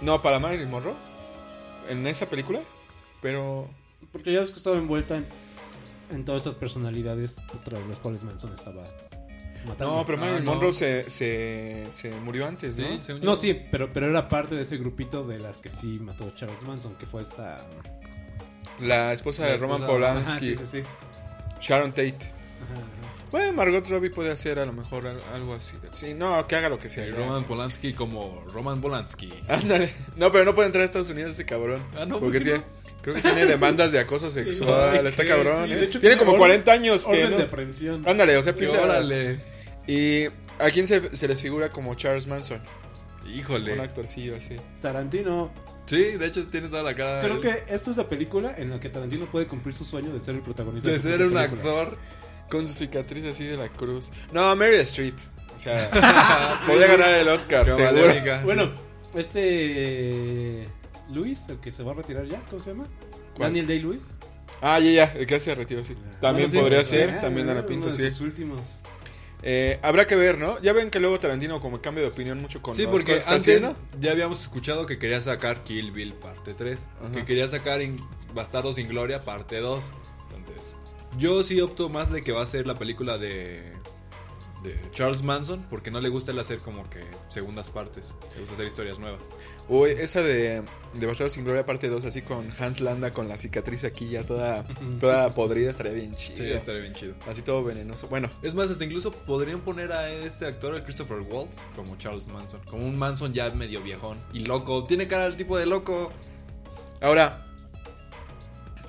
[SPEAKER 4] No, para Marilyn Monroe. En esa película. Pero.
[SPEAKER 3] Porque ya ves que estaba envuelta en, en todas estas personalidades contra las cuales Manson estaba matando.
[SPEAKER 4] No, pero Marilyn
[SPEAKER 2] Ah, no.
[SPEAKER 4] Monroe se, se, se murió antes, ¿no?
[SPEAKER 2] según yo.
[SPEAKER 3] No, sí, pero, pero era parte de ese grupito de las que sí mató Charles Manson, que fue esta...
[SPEAKER 4] La esposa
[SPEAKER 2] La
[SPEAKER 4] de
[SPEAKER 2] esposa-
[SPEAKER 4] Roman
[SPEAKER 3] Ajá,
[SPEAKER 4] Polanski,
[SPEAKER 3] sí, sí, sí.
[SPEAKER 4] Sharon Tate.
[SPEAKER 3] Ajá, ajá.
[SPEAKER 4] Bueno, Margot Robbie puede hacer a lo mejor al- algo así. Sí, no, que haga lo que sea.
[SPEAKER 2] Sí, Ah,
[SPEAKER 4] ya,
[SPEAKER 2] Roman
[SPEAKER 4] sí.
[SPEAKER 2] Polanski como Roman Polanski.
[SPEAKER 4] Ándale. No, pero no puede entrar a Estados Unidos ese cabrón.
[SPEAKER 2] Ah, no, ¿por
[SPEAKER 4] porque
[SPEAKER 2] qué
[SPEAKER 4] tiene. Creo que tiene demandas de acoso sexual.
[SPEAKER 2] Ay,
[SPEAKER 4] está
[SPEAKER 2] qué-
[SPEAKER 4] cabrón,
[SPEAKER 3] sí,
[SPEAKER 4] ¿eh?
[SPEAKER 3] de hecho, tiene
[SPEAKER 4] tiene como
[SPEAKER 3] orden-
[SPEAKER 4] 40 años que.
[SPEAKER 3] Orden de
[SPEAKER 4] No...
[SPEAKER 3] aprehensión.
[SPEAKER 4] Ándale, o sea,
[SPEAKER 2] Y
[SPEAKER 4] pisa.
[SPEAKER 2] órale.
[SPEAKER 4] ¿Y a quién se, se les figura como Charles Manson? Un
[SPEAKER 2] Híjole.
[SPEAKER 4] actorcillo así.
[SPEAKER 3] Tarantino.
[SPEAKER 2] Sí, de hecho tiene toda la cara de,
[SPEAKER 3] Creo que esta es la película en la que Tarantino puede cumplir su sueño de ser el protagonista.
[SPEAKER 2] de
[SPEAKER 3] su
[SPEAKER 2] ser
[SPEAKER 3] propia
[SPEAKER 2] un
[SPEAKER 3] película.
[SPEAKER 2] actor.
[SPEAKER 4] Con su cicatriz así de la cruz. No, Meryl Streep. O sea, podría ganar el Oscar, seguro.
[SPEAKER 2] Cabalérica.
[SPEAKER 3] Bueno, este eh, Luis, el que se va a retirar ya, ¿cómo se llama?
[SPEAKER 4] ¿Cuál?
[SPEAKER 3] Daniel Day Luis.
[SPEAKER 4] Ah, ya, ya, el que hace retiro, sí. También
[SPEAKER 3] eh,
[SPEAKER 4] podría ser,
[SPEAKER 2] ¿eh?
[SPEAKER 4] también a la pinta, sí.
[SPEAKER 3] Los últimos.
[SPEAKER 4] Eh, habrá que ver, ¿no? Ya ven que luego Tarantino como cambia de opinión mucho con
[SPEAKER 2] Sí,
[SPEAKER 4] las
[SPEAKER 2] porque
[SPEAKER 4] cosas que
[SPEAKER 2] antes
[SPEAKER 4] está haciendo.
[SPEAKER 2] ya habíamos escuchado que quería sacar Kill Bill parte 3,
[SPEAKER 4] Ajá.
[SPEAKER 2] que quería sacar en Bastardos sin Gloria parte 2. Entonces, yo sí opto más de que va a ser la película de de Charles Manson porque no le gusta el hacer como que segundas partes. Le gusta hacer historias nuevas.
[SPEAKER 4] Uy, esa de, de Bastardos sin Gloria parte 2, así con Hans Landa con la cicatriz aquí ya toda, toda podrida, estaría bien chido.
[SPEAKER 2] Sí, estaría bien chido.
[SPEAKER 4] Así todo venenoso. Bueno,
[SPEAKER 2] Es más, hasta incluso podrían poner a este actor, el Christopher Waltz, como Charles Manson. Como un Manson ya medio viejón y loco. Tiene cara del tipo de loco.
[SPEAKER 4] ahora,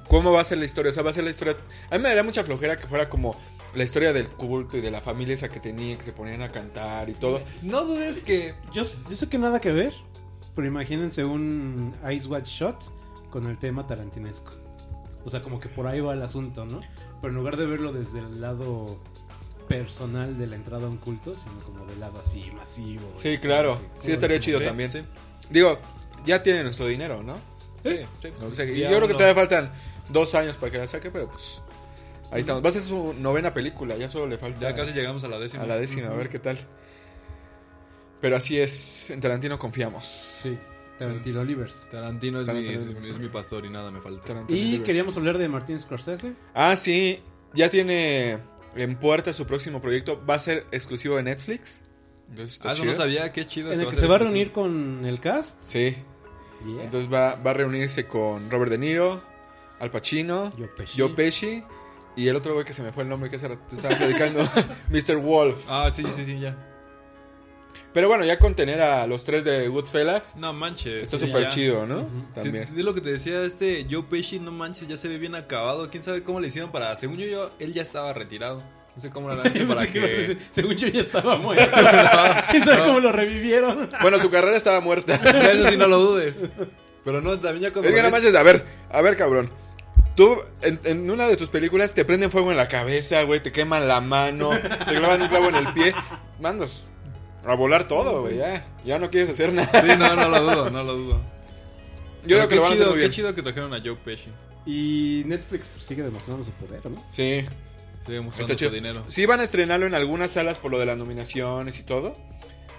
[SPEAKER 4] ¿cómo va a ser la historia? O sea, va a ser la historia... A mí me daría mucha flojera que fuera como la historia del culto y de la familia esa que tenía, que se ponían a cantar y todo.
[SPEAKER 2] No dudes que...
[SPEAKER 3] Yo, s- yo sé que nada que ver, pero imagínense un Ice Watch Shot con el tema tarantinesco. O sea, como que por ahí va el asunto, ¿no? Pero en lugar de verlo desde el lado personal de la entrada a un culto, sino como del lado así masivo.
[SPEAKER 4] Sí, claro. Sí, estaría chido también.
[SPEAKER 2] sí.
[SPEAKER 4] Digo, ya tiene nuestro dinero, ¿no?
[SPEAKER 2] Sí, sí.
[SPEAKER 4] O sea, y
[SPEAKER 2] Ya
[SPEAKER 4] yo creo que
[SPEAKER 2] uno-
[SPEAKER 4] todavía faltan dos años para que la saque, pero pues... Ahí estamos. Va a ser su novena película, ya solo le falta...
[SPEAKER 2] Ya casi llegamos a la décima.
[SPEAKER 4] A la décima, a ver qué tal. Pero así es, en Tarantino confiamos.
[SPEAKER 3] Sí, Tarantino Olivers.
[SPEAKER 2] Tarantino es,
[SPEAKER 4] Tarantino
[SPEAKER 2] mi,
[SPEAKER 4] es
[SPEAKER 2] es-
[SPEAKER 4] mi-
[SPEAKER 2] es mi pastor y nada me falta.
[SPEAKER 4] Tarantino
[SPEAKER 3] Y
[SPEAKER 4] Universe.
[SPEAKER 3] queríamos hablar de Martin Scorsese.
[SPEAKER 4] Ah, sí, ya tiene en puerta su próximo proyecto. Va a ser exclusivo de Netflix. Entonces está
[SPEAKER 2] Ah, eso
[SPEAKER 4] chido.
[SPEAKER 2] no sabía, qué chido.
[SPEAKER 3] En el
[SPEAKER 2] va
[SPEAKER 3] que
[SPEAKER 2] a
[SPEAKER 3] se
[SPEAKER 2] ser
[SPEAKER 3] va a
[SPEAKER 2] inclusive.
[SPEAKER 3] reunir con el cast.
[SPEAKER 4] Sí,
[SPEAKER 3] Yeah.
[SPEAKER 4] entonces va, va a reunirse con Robert De Niro, Al Pacino,
[SPEAKER 3] Joe Pesci.
[SPEAKER 4] Joe Pesci y el otro güey que se me fue el nombre que hace rato estaba predicando, Mr. Wolf.
[SPEAKER 2] Ah, sí, sí, sí, ya.
[SPEAKER 4] Pero bueno, ya con tener a los tres de Goodfellas
[SPEAKER 2] No manches.
[SPEAKER 4] está
[SPEAKER 2] sí,
[SPEAKER 4] súper
[SPEAKER 2] ya.
[SPEAKER 4] chido, ¿no?
[SPEAKER 2] Sí,
[SPEAKER 4] También.
[SPEAKER 2] es lo que te decía este Joe Pesci, no manches, ya se ve bien acabado. ¿Quién sabe cómo le hicieron para...? Según yo, yo él ya estaba retirado. No sé cómo le han
[SPEAKER 3] Yo
[SPEAKER 2] hecho para
[SPEAKER 3] pensé que ibas a
[SPEAKER 2] que...
[SPEAKER 3] decir, Según yo ya estaba muerto. ¿Quién sabe cómo lo revivieron?
[SPEAKER 4] Bueno, su carrera estaba muerta.
[SPEAKER 2] Eso sí, no lo dudes. Pero no, también ya cuando...
[SPEAKER 4] Es que no
[SPEAKER 2] ves-
[SPEAKER 4] manches, a ver, a ver, cabrón. Tú, en, en una de tus películas, te prenden fuego en la cabeza, güey, te queman la mano, te clavan un clavo en el pie. Mandas a volar todo, güey, ya. Ya no quieres hacer nada.
[SPEAKER 2] Sí, no, no lo dudo, no lo dudo.
[SPEAKER 4] Yo
[SPEAKER 2] Pero
[SPEAKER 4] creo que lo
[SPEAKER 2] qué
[SPEAKER 4] van a hacer
[SPEAKER 2] chido,
[SPEAKER 4] muy bien.
[SPEAKER 2] qué chido que trajeron a Joe Pesci.
[SPEAKER 3] Y Netflix pues, sigue demostrando su poder, ¿no?
[SPEAKER 4] Sí,
[SPEAKER 2] Sigue
[SPEAKER 4] está
[SPEAKER 2] mostrando su
[SPEAKER 4] chido.
[SPEAKER 2] dinero.
[SPEAKER 4] Sí, van a estrenarlo en algunas salas por lo de las nominaciones y todo.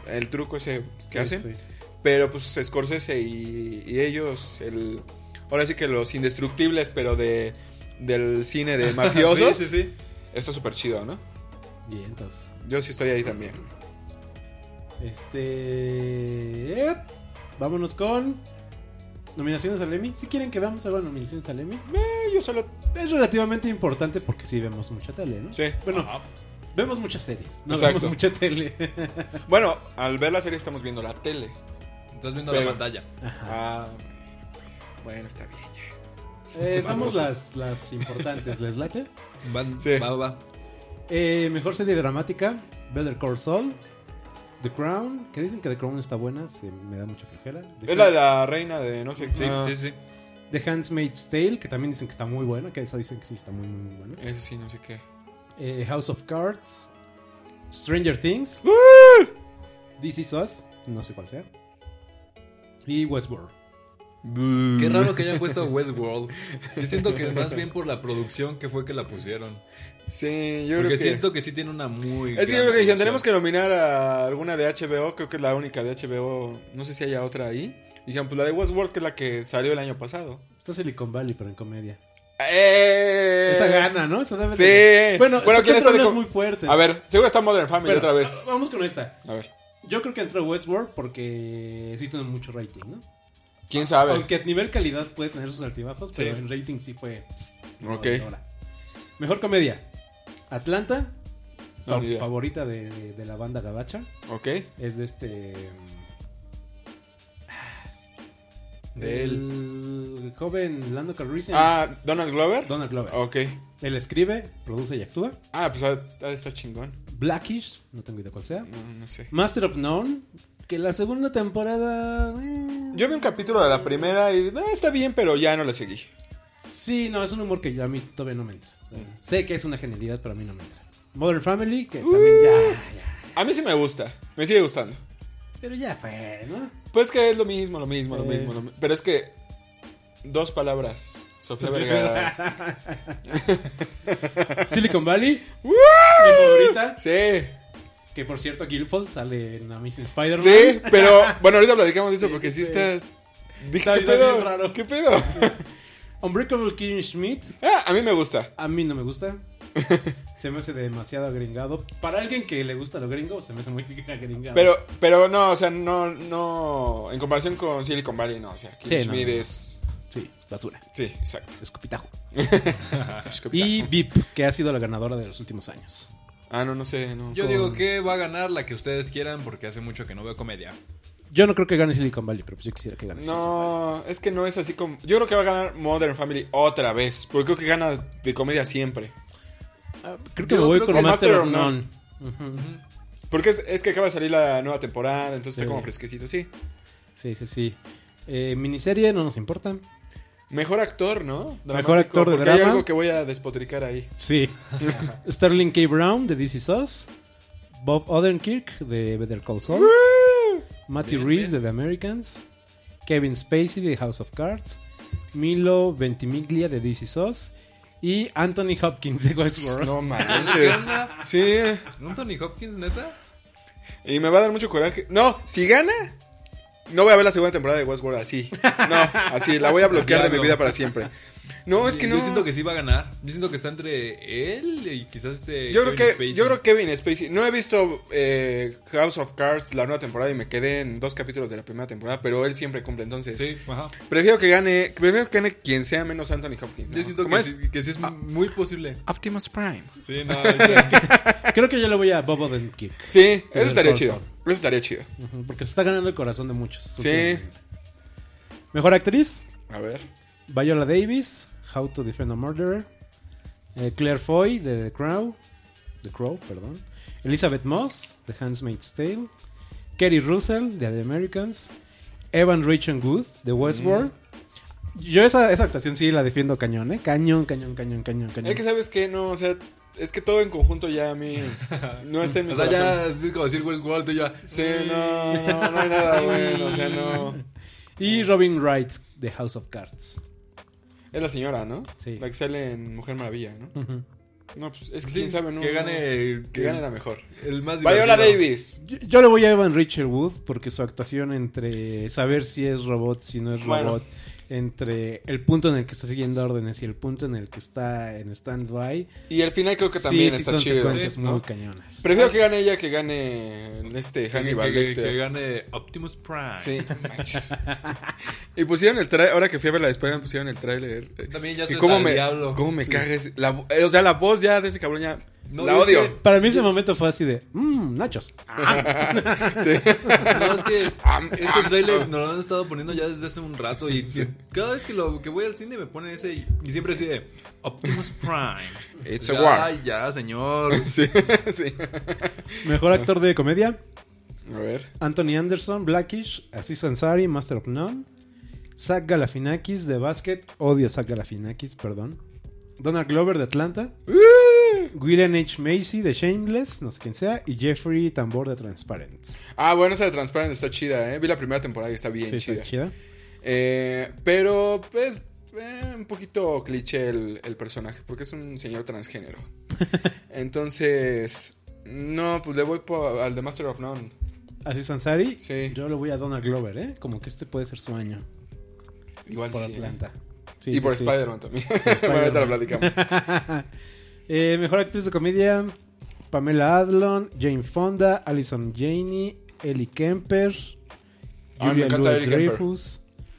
[SPEAKER 4] El truco ese que
[SPEAKER 3] Sí,
[SPEAKER 4] hacen.
[SPEAKER 3] sí.
[SPEAKER 4] Pero pues Scorsese y, y ellos, el, ahora sí que los indestructibles, pero de, del cine de mafiosos.
[SPEAKER 2] Sí, sí, sí.
[SPEAKER 4] Está súper chido, ¿no?
[SPEAKER 3] Y entonces,
[SPEAKER 4] Yo sí estoy ahí también.
[SPEAKER 3] este. yep, Vámonos con. Nominaciones al Emmy. Si quieren que veamos algo de nominaciones al Emmy,
[SPEAKER 4] Eh, yo solo.
[SPEAKER 3] es relativamente importante porque sí vemos mucha tele, ¿no?
[SPEAKER 4] Sí.
[SPEAKER 3] Bueno, vemos muchas series. No
[SPEAKER 4] Exacto.
[SPEAKER 3] vemos mucha tele.
[SPEAKER 4] Bueno, al ver la serie estamos viendo la tele.
[SPEAKER 2] Estás viendo
[SPEAKER 4] Pero-
[SPEAKER 2] la pantalla.
[SPEAKER 3] Ajá.
[SPEAKER 4] Ah. Bueno, está bien. ya.
[SPEAKER 3] Eh, vamos las, las importantes. ¿Les late?
[SPEAKER 2] Van,
[SPEAKER 4] Sí.
[SPEAKER 2] Va, va.
[SPEAKER 3] Eh, mejor serie dramática, Better Call Saul, The Crown, que dicen que The Crown está buena, se me da mucha flojera. The,
[SPEAKER 4] Es la de la reina de no sé
[SPEAKER 2] Sí,
[SPEAKER 4] ah,
[SPEAKER 2] sí, sí.
[SPEAKER 3] The Handmaid's Tale, que también dicen que está muy buena, que esa dicen que sí está muy, muy, muy buena.
[SPEAKER 4] Eso sí, no sé qué.
[SPEAKER 3] Eh, House of Cards, Stranger Things, This Is Us, no sé cuál sea, y Westworld.
[SPEAKER 2] Qué raro que hayan puesto Westworld. Yo siento que más bien por la producción que fue que la pusieron.
[SPEAKER 4] Sí, yo creo
[SPEAKER 2] Porque
[SPEAKER 4] que.
[SPEAKER 2] siento que sí tiene una muy. gran
[SPEAKER 4] Es que yo creo que dijeron,
[SPEAKER 2] producción.
[SPEAKER 4] tenemos que nominar a alguna de HBO. Creo que es la única de HBO. No sé si haya otra ahí. Dijeron, pues la de Westworld, que es la que salió el año pasado.
[SPEAKER 3] Esto es Silicon Valley, pero en comedia.
[SPEAKER 4] ¡Eh!
[SPEAKER 3] Esa gana, ¿no? Esa debe
[SPEAKER 4] sí.
[SPEAKER 3] de- Bueno,
[SPEAKER 4] Bueno,
[SPEAKER 3] es que
[SPEAKER 4] ¿quién está de
[SPEAKER 3] otras
[SPEAKER 4] co-
[SPEAKER 3] muy fuertes.
[SPEAKER 4] A ver, seguro está Modern Family
[SPEAKER 3] Bueno,
[SPEAKER 4] otra vez.
[SPEAKER 3] Vamos con esta.
[SPEAKER 4] A ver.
[SPEAKER 3] Yo creo que entró Westworld porque sí tiene mucho rating, ¿no?
[SPEAKER 4] ¿Quién sabe?
[SPEAKER 3] Aunque a nivel calidad puede tener sus altibajos, pero
[SPEAKER 2] Sí.
[SPEAKER 3] en rating sí fue.
[SPEAKER 4] Ok.
[SPEAKER 3] jodedora. Mejor comedia. Atlanta,
[SPEAKER 4] No,
[SPEAKER 3] fa-
[SPEAKER 4] ni idea.
[SPEAKER 3] favorita de, de- de la banda Gabacha.
[SPEAKER 4] Ok.
[SPEAKER 3] Es de este.
[SPEAKER 2] De él.
[SPEAKER 3] El mm, joven Lando Calrissian.
[SPEAKER 4] Ah, Oh. Donald Glover.
[SPEAKER 3] Donald Glover.
[SPEAKER 4] Ok.
[SPEAKER 3] Él escribe, produce y actúa.
[SPEAKER 4] Ah, pues ha ha de estar chingón.
[SPEAKER 3] Blackish, no tengo idea cuál sea.
[SPEAKER 4] No, Mm, no sé.
[SPEAKER 3] Master of None, que la segunda temporada. eh,
[SPEAKER 4] Yo vi un capítulo de la primera y ah, está bien, pero ya no la seguí.
[SPEAKER 3] Sí, no, es un humor que yo- a mí todavía no me entra. O sea, sé que es una genialidad, pero a mí no me entra. Modern Family, que también ya, ya.
[SPEAKER 4] A mí sí me gusta. Me sigue gustando.
[SPEAKER 3] Pero ya fue, ¿no?
[SPEAKER 4] Pues que es lo mismo, lo mismo, lo
[SPEAKER 3] Sí.
[SPEAKER 4] mismo. lo mi- Pero es que. Dos palabras. Sofía Vergara.
[SPEAKER 3] Silicon Valley, mi favorita.
[SPEAKER 4] Sí.
[SPEAKER 3] Que por cierto, Guilfoyle sale en Amazing Spider-Man.
[SPEAKER 4] Sí, pero. Bueno, ahorita platicamos de eso porque sí,
[SPEAKER 3] sí.
[SPEAKER 4] está. Dije,
[SPEAKER 3] Está
[SPEAKER 4] ¿qué
[SPEAKER 3] bien
[SPEAKER 4] pedo?
[SPEAKER 3] raro.
[SPEAKER 4] ¿Qué pedo?
[SPEAKER 3] Unbreakable Kimmy Schmidt,
[SPEAKER 4] Ah, a mí me gusta.
[SPEAKER 3] a mí no me gusta.
[SPEAKER 2] se me hace demasiado agringado. Para alguien que le gusta lo gringo, se me hace muy agringado.
[SPEAKER 4] Pero, pero no, o sea, no, no. En comparación con Silicon Valley, no. O sea, Kim
[SPEAKER 2] Sí, no.
[SPEAKER 4] Schmidt es.
[SPEAKER 2] Sí, basura.
[SPEAKER 4] Sí, exacto.
[SPEAKER 2] Escupitajo.
[SPEAKER 4] Es capitán.
[SPEAKER 2] Y VIP, que ha sido la ganadora de los últimos años.
[SPEAKER 4] Ah, no, no sé. No,
[SPEAKER 3] Yo
[SPEAKER 4] con-
[SPEAKER 3] digo que va a ganar la que ustedes quieran porque hace mucho que no veo comedia.
[SPEAKER 2] Yo no creo que gane Silicon Valley, pero pues yo quisiera que gane.
[SPEAKER 4] No, es que no es así como. Yo creo que va a ganar Modern Family otra vez. Porque creo que gana de comedia siempre.
[SPEAKER 2] Ah, Creo que
[SPEAKER 3] Yo
[SPEAKER 2] me voy
[SPEAKER 3] creo
[SPEAKER 2] con
[SPEAKER 4] que
[SPEAKER 2] Master of
[SPEAKER 4] Master of
[SPEAKER 2] None. Ujú.
[SPEAKER 4] Porque es, es que acaba de salir la nueva temporada, entonces
[SPEAKER 2] Sí.
[SPEAKER 4] está como fresquecito, sí.
[SPEAKER 2] Sí, sí, sí. Eh, miniserie, no nos importa.
[SPEAKER 4] Mejor actor, ¿no?
[SPEAKER 2] Mejor actor de
[SPEAKER 4] Porque hay
[SPEAKER 2] drama.
[SPEAKER 4] algo que voy a despotricar ahí.
[SPEAKER 2] Sí. Sterling K. Brown de DC Us. Bob Odenkirk de Better Call Saul. Matthew
[SPEAKER 3] Bien,
[SPEAKER 2] Reese
[SPEAKER 3] bien.
[SPEAKER 2] de The Americans. Kevin Spacey de House of Cards. Milo Ventimiglia de DC Us. Y Anthony Hopkins de Westworld.
[SPEAKER 4] No
[SPEAKER 3] ¿Qué
[SPEAKER 4] manches.
[SPEAKER 3] onda?
[SPEAKER 4] Sí.
[SPEAKER 3] ¿Un Tony Hopkins, neta?
[SPEAKER 4] Y me va a dar mucho coraje. No, si gana, no voy a ver la segunda temporada de Westworld así. No, así, la voy a bloquear de mi
[SPEAKER 3] Diablo.
[SPEAKER 4] vida para siempre. No, es que no.
[SPEAKER 3] Yo siento que sí va a ganar. Yo siento que está entre él y quizás este.
[SPEAKER 4] Yo creo
[SPEAKER 3] Kevin
[SPEAKER 4] que,
[SPEAKER 3] Spacey.
[SPEAKER 4] yo creo que Kevin Spacey. No he visto eh, House of Cards la nueva temporada y me quedé en dos capítulos de la primera temporada, pero él siempre cumple. Entonces,
[SPEAKER 3] Sí, ajá.
[SPEAKER 4] Ah.
[SPEAKER 3] eh, ¿eh?
[SPEAKER 4] pues, este, eh,
[SPEAKER 3] "Mm, ¿eh? este Eh, Pues pues, no,
[SPEAKER 4] Ah, ¿eh? pues, eh, pues, ¿eh? Ah, Pues Es que-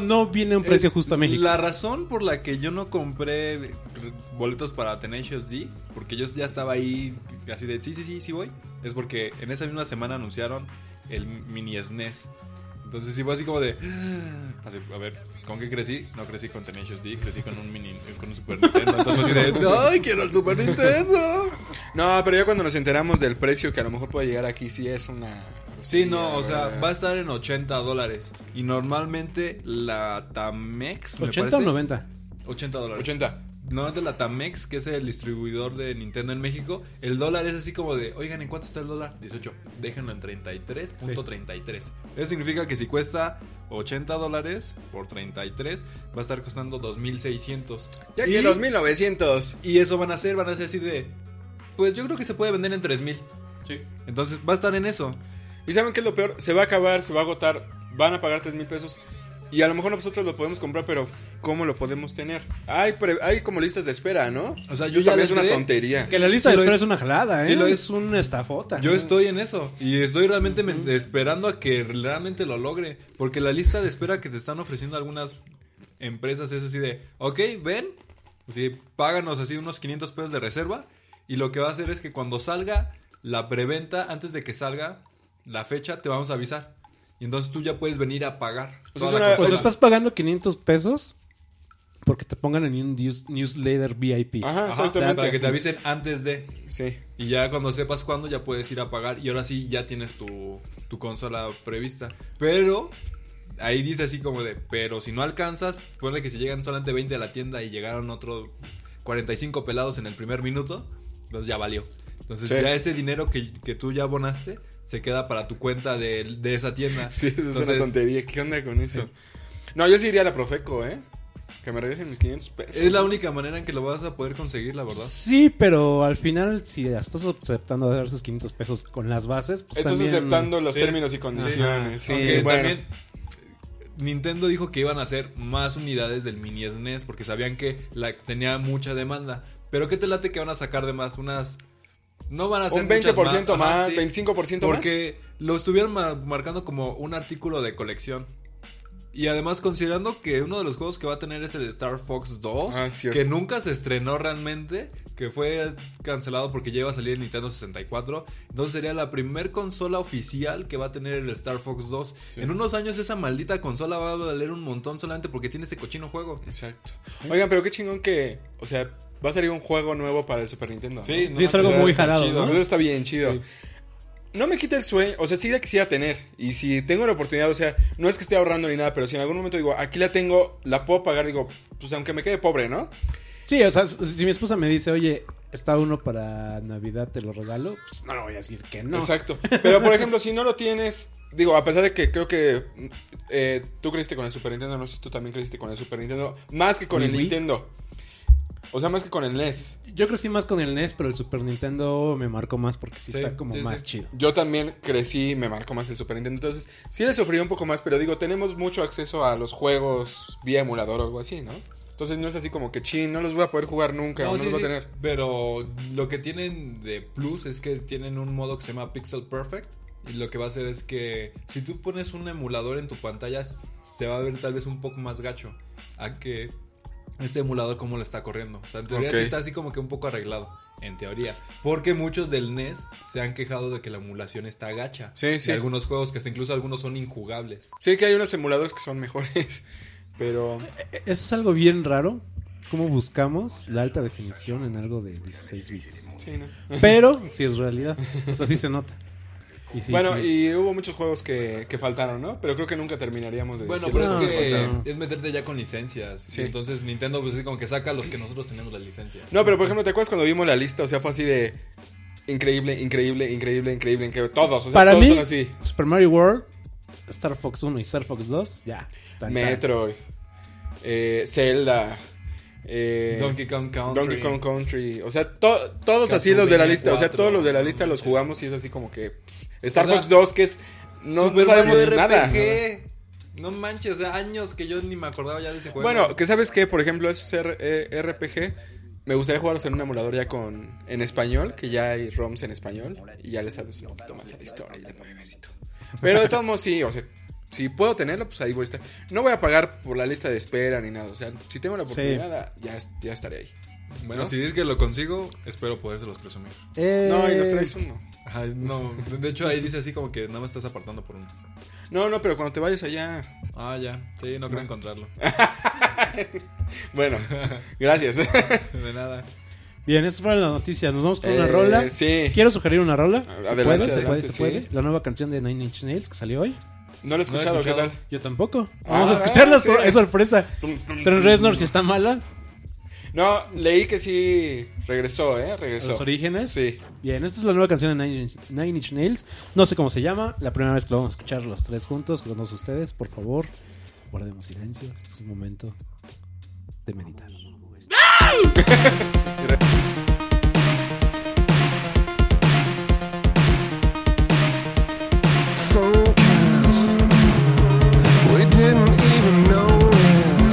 [SPEAKER 3] no viene a un precio
[SPEAKER 2] Eh,
[SPEAKER 3] justo a México.
[SPEAKER 2] La razón por la que yo no compré re- boletos para Tenacious D, porque yo ya estaba ahí así de sí, sí, sí, sí voy, es porque en esa misma semana anunciaron el mini SNES. Entonces sí fue así como de. "Ah", así, a ver, ¿con qué crecí? No crecí con Tenacious D, crecí con un mini, con un Super Nintendo. Entonces fue así de. ¡Ay, quiero el Super Nintendo!
[SPEAKER 4] No, pero ya cuando nos enteramos del precio que a lo mejor puede llegar aquí, sí es una.
[SPEAKER 2] Sí, no, o sea,
[SPEAKER 4] ¿verdad?
[SPEAKER 2] va a estar en 80 dólares. Y normalmente la Tamex. me
[SPEAKER 3] 80
[SPEAKER 2] parece,
[SPEAKER 3] o 90.
[SPEAKER 2] 80 dólares.
[SPEAKER 4] 80.
[SPEAKER 2] No es de la Tamex, que es el distribuidor de Nintendo en México. El dólar es así como de, oigan, ¿en cuánto está el dólar? 18. Déjenlo en 33.33. Eso significa que si cuesta 80 dólares por 33, va a estar costando 2.600.
[SPEAKER 4] Ya
[SPEAKER 2] y,
[SPEAKER 4] que los 1900.
[SPEAKER 2] y eso van a hacer, van a hacer así de, pues yo creo que se puede vender en 3.000.
[SPEAKER 3] Sí.
[SPEAKER 2] Entonces va a estar en eso.
[SPEAKER 4] ¿Y saben qué es lo peor? Se va a acabar, se va a agotar, van a pagar 3 mil pesos. Y a lo mejor nosotros lo podemos comprar, pero ¿cómo lo podemos tener? Hay, pre- hay como listas de espera, ¿no?
[SPEAKER 2] O sea, yo
[SPEAKER 4] Eso
[SPEAKER 2] ya
[SPEAKER 4] también
[SPEAKER 2] le
[SPEAKER 4] es una
[SPEAKER 2] entré.
[SPEAKER 4] tontería.
[SPEAKER 3] Que la lista
[SPEAKER 2] Sí
[SPEAKER 3] de
[SPEAKER 2] lo
[SPEAKER 3] espera
[SPEAKER 2] es.
[SPEAKER 3] es. una jalada, ¿eh?
[SPEAKER 2] Sí lo es.
[SPEAKER 3] es. una estafota.
[SPEAKER 2] Yo estoy en eso y estoy realmente me- esperando a que realmente lo logre, porque la lista de espera que te están ofreciendo algunas empresas es así de, ok, ven, sí, páganos así unos 500 pesos de reserva y lo que va a hacer es que cuando salga la preventa, antes de que salga la fecha, te vamos a avisar. Y entonces tú ya puedes venir a pagar.
[SPEAKER 4] Pues
[SPEAKER 2] toda
[SPEAKER 4] es
[SPEAKER 2] la
[SPEAKER 4] una-
[SPEAKER 3] Pues
[SPEAKER 2] consola.
[SPEAKER 3] estás pagando 500 pesos porque te pongan en un news- newsletter VIP.
[SPEAKER 4] Ajá,
[SPEAKER 2] Ajá,
[SPEAKER 4] exactamente.
[SPEAKER 2] para que te avisen antes de.
[SPEAKER 4] Sí.
[SPEAKER 2] Y ya cuando sepas cuándo ya puedes ir a pagar y ahora sí ya tienes tu, tu consola prevista. Pero ahí dice así como de, pero si no alcanzas, ponle que si llegan solamente 20 a la tienda y llegaron otros 45 pelados en el primer minuto, entonces ya valió. Entonces
[SPEAKER 4] Sí.
[SPEAKER 2] ya ese dinero que, que tú ya abonaste se queda para tu cuenta de, de esa tienda.
[SPEAKER 4] Sí, eso es una
[SPEAKER 2] Entonces,
[SPEAKER 4] tontería. ¿Qué onda con eso? No, yo sí iría a la Profeco, ¿eh? Que me regresen mis 500 pesos.
[SPEAKER 2] Es la única manera en que lo vas a poder conseguir, la verdad.
[SPEAKER 3] Sí, pero al final, si ya estás aceptando dar esos 500 pesos con las bases, pues
[SPEAKER 4] Estás
[SPEAKER 3] también-
[SPEAKER 4] aceptando los
[SPEAKER 2] Sí.
[SPEAKER 4] términos y condiciones. Sí,
[SPEAKER 2] Aunque
[SPEAKER 4] bueno.
[SPEAKER 2] también eh, Nintendo dijo que iban a hacer más unidades del mini SNES porque sabían que la, tenía mucha demanda. Pero ¿qué te late que van a sacar de más? Unas... No van a ser
[SPEAKER 4] Un
[SPEAKER 2] muchas
[SPEAKER 4] 20% más,
[SPEAKER 2] Ajá, sí.
[SPEAKER 4] 25% más.
[SPEAKER 2] Porque lo estuvieron mar- marcando como un artículo de colección. Y además considerando que uno de los juegos que va a tener es el de Star Fox 2,
[SPEAKER 4] Ah, cierto.
[SPEAKER 2] que nunca se estrenó realmente, que fue cancelado porque ya iba a salir el Nintendo 64, entonces sería la primer consola oficial que va a tener el Star Fox 2.
[SPEAKER 4] Sí.
[SPEAKER 2] En unos años esa maldita consola va a valer un montón solamente porque tiene ese cochino juego.
[SPEAKER 4] Exacto. Oigan, pero qué chingón que. O sea, va a salir un juego nuevo para el Super Nintendo. ¿no?
[SPEAKER 3] Sí, es algo
[SPEAKER 2] está
[SPEAKER 3] muy
[SPEAKER 2] súper
[SPEAKER 3] jalado,
[SPEAKER 2] chido.
[SPEAKER 3] ¿no?
[SPEAKER 4] La verdad está bien chido.
[SPEAKER 3] Sí.
[SPEAKER 4] No me quita el sueño, o sea, sí la quisiera tener. Y si tengo la oportunidad, o sea, no es que esté ahorrando ni nada, pero si en algún momento digo, aquí la tengo, la puedo pagar, digo, pues aunque me quede pobre, ¿no?
[SPEAKER 3] Sí, o sea, si mi esposa me dice, oye, está uno para Navidad, te lo regalo, pues no le voy a decir que no.
[SPEAKER 4] Exacto. Pero por ejemplo, si no lo tienes, digo, a pesar de que creo que eh, tú creíste con el Super Nintendo, no sé si tú también creíste con el Super Nintendo, más que con
[SPEAKER 3] ¿Y
[SPEAKER 4] el
[SPEAKER 3] Wii?
[SPEAKER 4] Nintendo. O sea, más que con el E NES.
[SPEAKER 3] Yo crecí más con el NES, pero el Super Nintendo me marcó más porque sí,
[SPEAKER 2] Sí,
[SPEAKER 3] está como
[SPEAKER 2] sí,
[SPEAKER 3] más
[SPEAKER 2] sí.
[SPEAKER 3] chido.
[SPEAKER 4] Yo también crecí, me marcó más el Super Nintendo. Entonces, sí le sufrí un poco más, pero digo, tenemos mucho acceso a los juegos vía emulador o algo así, ¿no? Entonces no es así como que, chin, no los voy a poder jugar nunca,
[SPEAKER 2] No,
[SPEAKER 4] o no
[SPEAKER 2] sí,
[SPEAKER 4] los voy
[SPEAKER 2] sí,
[SPEAKER 4] a tener.
[SPEAKER 2] Pero lo que tienen de plus es que tienen un modo que se llama Pixel Perfect. Y lo que va a hacer es que si tú pones un emulador en tu pantalla, s- se va a ver tal vez un poco más gacho a que este emulador cómo lo está corriendo. O sea, en teoría sí
[SPEAKER 4] Ok.
[SPEAKER 2] está así como que un poco arreglado. En teoría. Porque muchos del NES se han quejado de que la emulación está gacha.
[SPEAKER 4] Sí,
[SPEAKER 2] De
[SPEAKER 4] sí.
[SPEAKER 2] algunos juegos que hasta incluso algunos son injugables.
[SPEAKER 4] Sí que hay unos emuladores que son mejores, pero...
[SPEAKER 3] E- Eso es algo bien raro, cómo buscamos la alta definición en algo de 16 bits.
[SPEAKER 4] Sí, ¿no?
[SPEAKER 3] Pero sí es realidad, o sea, sí se nota. Y sí,
[SPEAKER 4] bueno,
[SPEAKER 3] sí.
[SPEAKER 4] y hubo muchos juegos que, que faltaron, ¿no? Pero creo que nunca terminaríamos de
[SPEAKER 2] Bueno,
[SPEAKER 4] decirlo.
[SPEAKER 2] pero
[SPEAKER 3] no,
[SPEAKER 2] es que
[SPEAKER 3] no.
[SPEAKER 2] es meterte ya con licencias.
[SPEAKER 4] Sí.
[SPEAKER 2] Y entonces Nintendo pues es como que saca los que nosotros tenemos la licencia.
[SPEAKER 4] No, pero por ejemplo, ¿te acuerdas cuando vimos la lista? O sea, fue así de... Increíble, increíble, increíble, increíble, increíble. Todos, o sea,
[SPEAKER 3] Para
[SPEAKER 4] pues, todos
[SPEAKER 3] mí,
[SPEAKER 4] son así.
[SPEAKER 3] Super Mario World, Star Fox 1 y Star Fox 2, ya. Tan, tan.
[SPEAKER 4] Metroid, eh, Zelda, eh,
[SPEAKER 2] Donkey Kong Country.
[SPEAKER 4] Donkey Kong Country. O sea, to- todos así
[SPEAKER 2] Castlevania
[SPEAKER 4] los de la lista. O sea,
[SPEAKER 2] 4,
[SPEAKER 4] todos los de la
[SPEAKER 2] no
[SPEAKER 4] lista los
[SPEAKER 2] manches.
[SPEAKER 4] jugamos y es así como que. Star
[SPEAKER 2] O sea,
[SPEAKER 4] Fox 2, que es. No, no
[SPEAKER 2] Super
[SPEAKER 4] sabemos
[SPEAKER 2] Mario
[SPEAKER 4] nada.
[SPEAKER 2] RPG. No manches, o sea, años que yo ni me acordaba ya de ese juego.
[SPEAKER 4] Bueno, que sabes que, por ejemplo, esos R- eh, RPG. Me gustaría jugarlos en un emulador ya con en español, que ya hay ROMs en español, y ya le sabes un poquito más a la historia y le mueves y todo. Pero de todos modos, sí, o sea, si puedo tenerlo, pues ahí voy a estar. No voy a pagar por la lista de espera ni nada. O sea, si tengo la
[SPEAKER 3] Sí.
[SPEAKER 4] oportunidad, ah, ya, es- ya estaré ahí.
[SPEAKER 2] Bueno,
[SPEAKER 4] ¿No?
[SPEAKER 2] si es que lo consigo, espero podérselos presumir.
[SPEAKER 4] No, y nos
[SPEAKER 3] Eh,
[SPEAKER 4] traes uno.
[SPEAKER 2] Ajá, es- no. De hecho, ahí dice así como que nada más estás apartando por uno.
[SPEAKER 4] No, no, pero cuando te vayas allá.
[SPEAKER 2] Ah, ya. Sí, no creo encontrarlo.
[SPEAKER 4] Bueno, gracias.
[SPEAKER 2] De nada.
[SPEAKER 3] Bien, eso fue la noticia. Nos vamos con una
[SPEAKER 4] Eh,
[SPEAKER 3] rola.
[SPEAKER 4] Sí.
[SPEAKER 3] Quiero sugerir una rola.
[SPEAKER 4] A-
[SPEAKER 3] ¿Se
[SPEAKER 4] adelante,
[SPEAKER 3] puede? ¿Se puede?
[SPEAKER 4] adelante,
[SPEAKER 3] ¿Se
[SPEAKER 4] sí.
[SPEAKER 3] puede? La nueva canción de Nine Inch Nails que salió hoy.
[SPEAKER 4] No lo he escuchado,
[SPEAKER 2] No lo he
[SPEAKER 4] ¿qué
[SPEAKER 2] escuchado.
[SPEAKER 4] tal?
[SPEAKER 3] Yo tampoco.
[SPEAKER 4] Ah,
[SPEAKER 3] Vamos a escucharla,
[SPEAKER 4] sí.
[SPEAKER 3] sor- es sorpresa. Trent Reznor, si está mala,
[SPEAKER 4] No, leí que sí regresó, ¿eh?
[SPEAKER 3] a
[SPEAKER 4] Regresó.
[SPEAKER 3] los orígenes.
[SPEAKER 4] Sí.
[SPEAKER 3] Bien, esta es la nueva canción de Nine Inch, Nine Inch Nails. No sé cómo se llama. La primera vez que lo vamos a escuchar los tres juntos, con todos ustedes, por favor. Guardemos silencio. Este es un momento de meditar.
[SPEAKER 5] focus. We didn't even know it.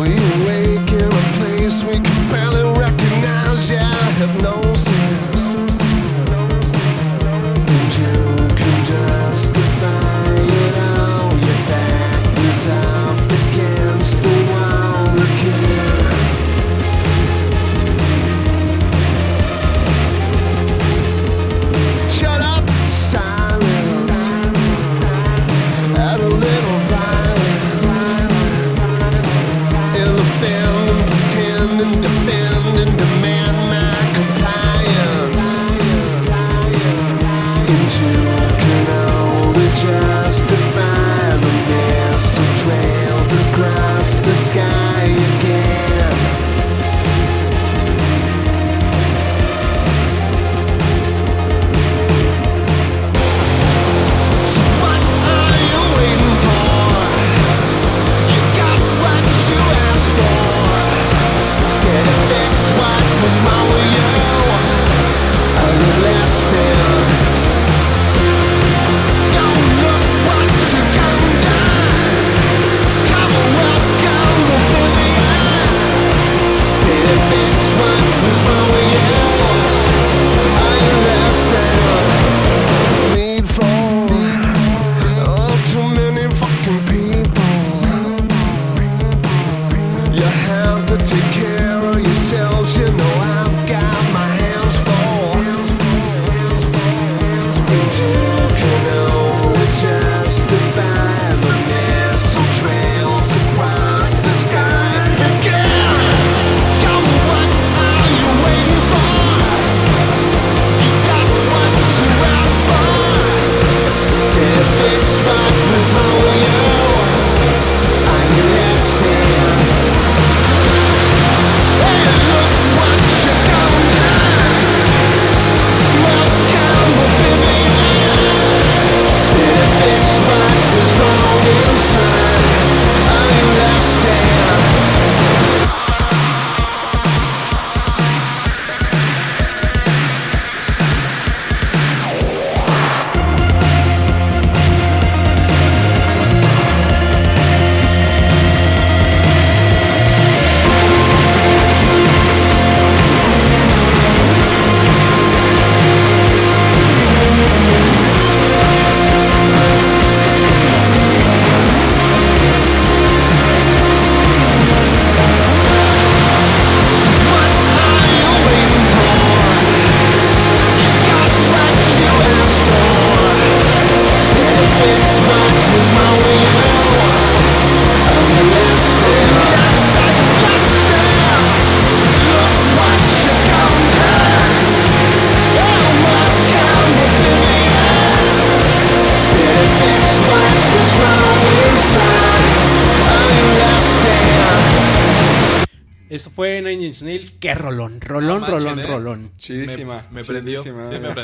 [SPEAKER 5] We awake in a place we can barely recognize. Yeah, hypnosis. And you can justify it all. Your back is up against the wall again. Shut up, silence. Add a little violence. It'll offend and pretend and defend and demand my compliance. And you can always justify the mess that trails across the sky again. What are you waiting for? You got what you asked for. Did it fix what was wrong with you? Are you lasting? Don't look what you can Come and welcome oblivion. Did it fix what was wrong with you? Are you lasting? need for Oh, too many fucking people You have to take care of yourselves You know I've got my hands full And you can always justify The mess and trails across the sky Again, come what are you waiting for? Stand.
[SPEAKER 3] Eso fue Nine Inch Nails. ¡Qué rolón! Rolón,
[SPEAKER 2] No manchen,
[SPEAKER 3] rolón,
[SPEAKER 2] eh.
[SPEAKER 3] rolón.
[SPEAKER 4] Chidísima.
[SPEAKER 2] Me, me prendió. Sí,
[SPEAKER 4] chidísima.
[SPEAKER 2] me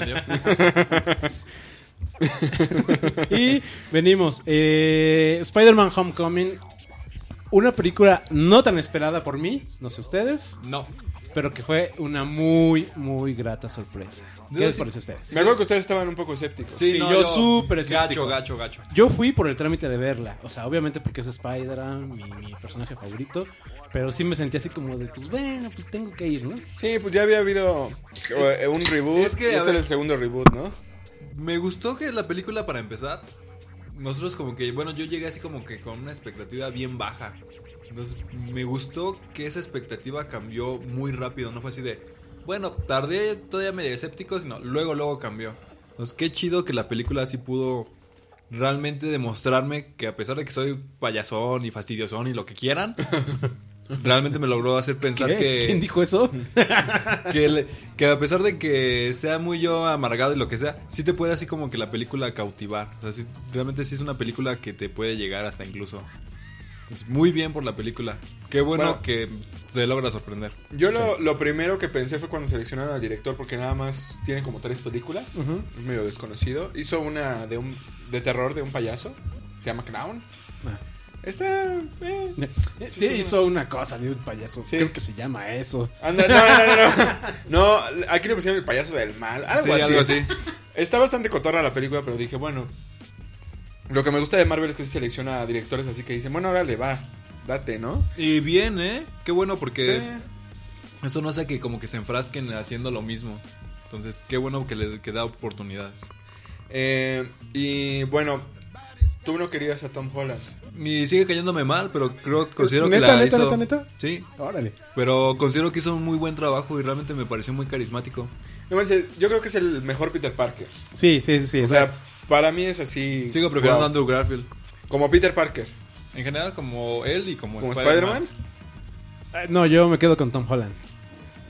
[SPEAKER 2] prendió.
[SPEAKER 3] Y venimos. Eh, Spider-Man Homecoming. Una película no tan esperada por mí, no sé ustedes,
[SPEAKER 2] No.
[SPEAKER 3] pero que fue una muy, muy grata sorpresa. ¿Qué les parece a ustedes?
[SPEAKER 4] Me acuerdo que ustedes estaban un poco escépticos.
[SPEAKER 3] Sí, yo súper escéptico.
[SPEAKER 2] Gacho, gacho, gacho.
[SPEAKER 3] Yo fui por el trámite de verla. O sea, obviamente porque es Spider-Man, mi, mi personaje favorito. Pero sí me sentí así como de, pues bueno, pues tengo que ir, ¿no?
[SPEAKER 4] Sí, pues ya había habido eh, un reboot.
[SPEAKER 2] es que,
[SPEAKER 4] y
[SPEAKER 2] a
[SPEAKER 4] este
[SPEAKER 2] ver-
[SPEAKER 4] era el segundo reboot, ¿no?
[SPEAKER 2] Me gustó que la película, para empezar, nosotros como que, bueno, yo llegué así como que con una expectativa bien baja. Entonces me gustó que esa expectativa cambió muy rápido, no fue así de, bueno, tardé todavía medio escéptico, sino luego, luego cambió. Entonces qué chido que la película así pudo realmente demostrarme que a pesar de que soy payasón y fastidiosón y lo que quieran, realmente me logró hacer pensar
[SPEAKER 3] ¿Qué?
[SPEAKER 2] que
[SPEAKER 3] ¿Quién dijo eso?
[SPEAKER 2] que, le- que a pesar de que sea muy yo amargado y lo que sea, sí te puede así como que la película cautivar. O sea, sí- realmente sí es una película que te puede llegar hasta incluso. Pues, muy bien por la película. Qué bueno,
[SPEAKER 4] Bueno.
[SPEAKER 2] que te logra sorprender.
[SPEAKER 4] Yo lo, lo primero que pensé fue cuando seleccionaron al director, porque nada más tiene como tres películas.
[SPEAKER 3] Ujú.
[SPEAKER 4] Es medio desconocido. Hizo una de, un, de terror de un payaso. Se llama Clown.
[SPEAKER 3] Ah.
[SPEAKER 4] Está. eh.
[SPEAKER 3] Sí, hizo una cosa de un payaso.
[SPEAKER 4] Sí.
[SPEAKER 3] Creo que se llama eso.
[SPEAKER 4] Anda, no, no, no, no. No, aquí le pusieron el payaso del mal. Algo
[SPEAKER 2] Sí,
[SPEAKER 4] así.
[SPEAKER 2] algo así.
[SPEAKER 4] Está bastante cotorra la película, pero dije, bueno. Lo que me gusta de Marvel es que se selecciona a directores así que dicen, bueno, ahora le va, date, ¿no?
[SPEAKER 2] Y bien, ¿eh? Qué bueno porque
[SPEAKER 4] Sí.
[SPEAKER 2] eso no hace que como que se enfrasquen haciendo lo mismo. Entonces, qué bueno que le que da oportunidades.
[SPEAKER 4] Eh, y bueno, tú no querías a Tom Holland.
[SPEAKER 2] Y sigue cayéndome mal, pero creo considero
[SPEAKER 3] ¿Neta,
[SPEAKER 2] que la
[SPEAKER 3] neta,
[SPEAKER 2] hizo-
[SPEAKER 3] neta, neta?
[SPEAKER 2] Sí,
[SPEAKER 3] Órale.
[SPEAKER 2] pero considero que hizo un muy buen trabajo y realmente me pareció muy carismático.
[SPEAKER 4] No manches, yo creo que es el mejor Peter Parker.
[SPEAKER 3] Sí, sí, sí, sí.
[SPEAKER 4] O sea, para mí es así.
[SPEAKER 2] Sigo prefiriendo
[SPEAKER 4] wow.
[SPEAKER 2] a Andrew Garfield.
[SPEAKER 4] Como Peter Parker,
[SPEAKER 2] En general, como él y como,
[SPEAKER 4] como Spider-Man.
[SPEAKER 3] Ah, No, yo me quedo con Tom Holland.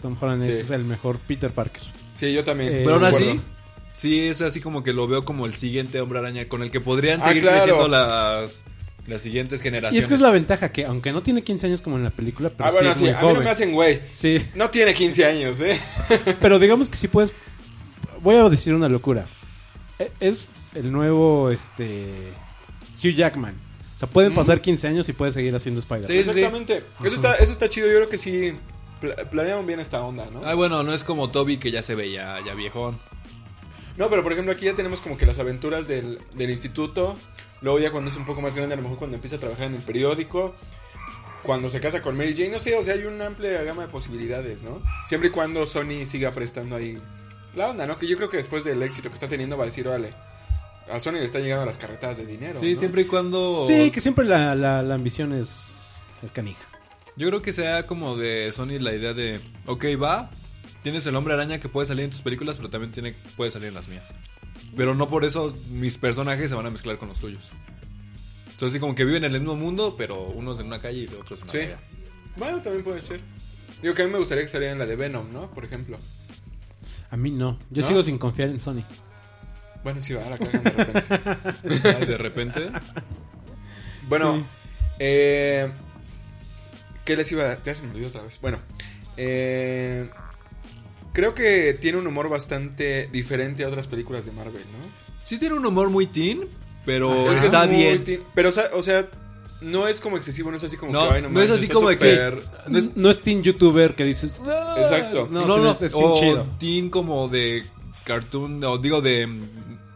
[SPEAKER 3] Tom Holland
[SPEAKER 4] Sí.
[SPEAKER 3] es, es el mejor Peter Parker.
[SPEAKER 4] sí, yo también. Ah,
[SPEAKER 3] Eh,
[SPEAKER 2] Pero aún
[SPEAKER 3] De
[SPEAKER 2] así,
[SPEAKER 4] Concuerdo.
[SPEAKER 2] sí es así como que lo veo como el siguiente hombre araña con el que podrían
[SPEAKER 4] Ah,
[SPEAKER 2] seguir
[SPEAKER 4] claro.
[SPEAKER 2] creciendo las, las siguientes generaciones.
[SPEAKER 3] Y es que es la ventaja que, aunque no tiene 15 años como en la película, pero
[SPEAKER 4] Ah,
[SPEAKER 3] sí
[SPEAKER 4] bueno,
[SPEAKER 3] es
[SPEAKER 4] sí,
[SPEAKER 3] muy
[SPEAKER 4] a mí no
[SPEAKER 3] joven.
[SPEAKER 4] me hacen güey.
[SPEAKER 3] Sí,
[SPEAKER 4] No tiene 15 años, ¿eh?
[SPEAKER 3] pero digamos que sí puedes... Voy a decir una locura. E- Es el nuevo, este... Hugh Jackman. O sea, pueden pasar 15 años y puede seguir haciendo Spider-Man.
[SPEAKER 2] Sí, sí, sí.
[SPEAKER 4] Exactamente. Eso, está, eso está chido. Yo creo que sí pla- planearon bien esta onda, ¿no?
[SPEAKER 2] Ay, Ah, bueno, no es como Toby que ya se ve ya, ya viejón.
[SPEAKER 4] No, pero por ejemplo, aquí ya tenemos como que las aventuras del, del instituto. Luego, ya cuando es un poco más grande, a lo mejor cuando empieza a trabajar en el periódico. Cuando se casa con Mary Jane, no sé, o sea, hay una amplia gama de posibilidades, ¿no? Siempre y cuando Sony siga prestando ahí la onda, ¿no? Que yo creo que después del éxito que está teniendo va a decir, vale, a Sony le están llegando las carretadas de dinero.
[SPEAKER 2] Sí,
[SPEAKER 4] ¿no?
[SPEAKER 2] siempre y cuando...
[SPEAKER 3] Sí, que siempre la, la- la ambición es, es canija.
[SPEAKER 2] Yo creo que sea como de Sony la idea de, ok, va, tienes el hombre araña que puede salir en tus películas, pero también tiene, puede salir en las mías. Pero no por eso mis personajes se van a mezclar con los tuyos. Entonces, así como que viven en el mismo mundo, pero unos en una calle y otros en otra
[SPEAKER 4] Sí.
[SPEAKER 2] calle.
[SPEAKER 4] Bueno, también puede ser. Digo que a mí me gustaría que saliera en la de Venom, ¿no? Por ejemplo.
[SPEAKER 3] A mí no. Yo
[SPEAKER 4] ¿No?
[SPEAKER 3] sigo sin confiar en Sony.
[SPEAKER 4] Bueno, sí, va, la cagan de repente.
[SPEAKER 2] Ay, de repente.
[SPEAKER 4] Bueno,
[SPEAKER 3] Sí.
[SPEAKER 4] eh, ¿qué les iba a.? Ya se me olvidó otra vez. Bueno, eh, creo que tiene un humor bastante diferente a otras películas de Marvel, ¿no?
[SPEAKER 2] Sí tiene un humor muy teen, pero
[SPEAKER 4] Es que
[SPEAKER 2] está
[SPEAKER 4] es muy
[SPEAKER 2] bien.
[SPEAKER 4] ti- Pero, o sea, o sea, no es como excesivo, no es así como
[SPEAKER 2] No,
[SPEAKER 4] que. "Ay,
[SPEAKER 2] no
[SPEAKER 4] manches,
[SPEAKER 2] es así
[SPEAKER 4] está
[SPEAKER 2] como de que-
[SPEAKER 4] súper-".
[SPEAKER 3] No es, no es teen youtuber que dices... "Ah".
[SPEAKER 4] Exacto.
[SPEAKER 3] No,
[SPEAKER 2] No, no,
[SPEAKER 3] sino es, es teen
[SPEAKER 2] o
[SPEAKER 3] chido.
[SPEAKER 2] teen como de cartoon, o digo de mm,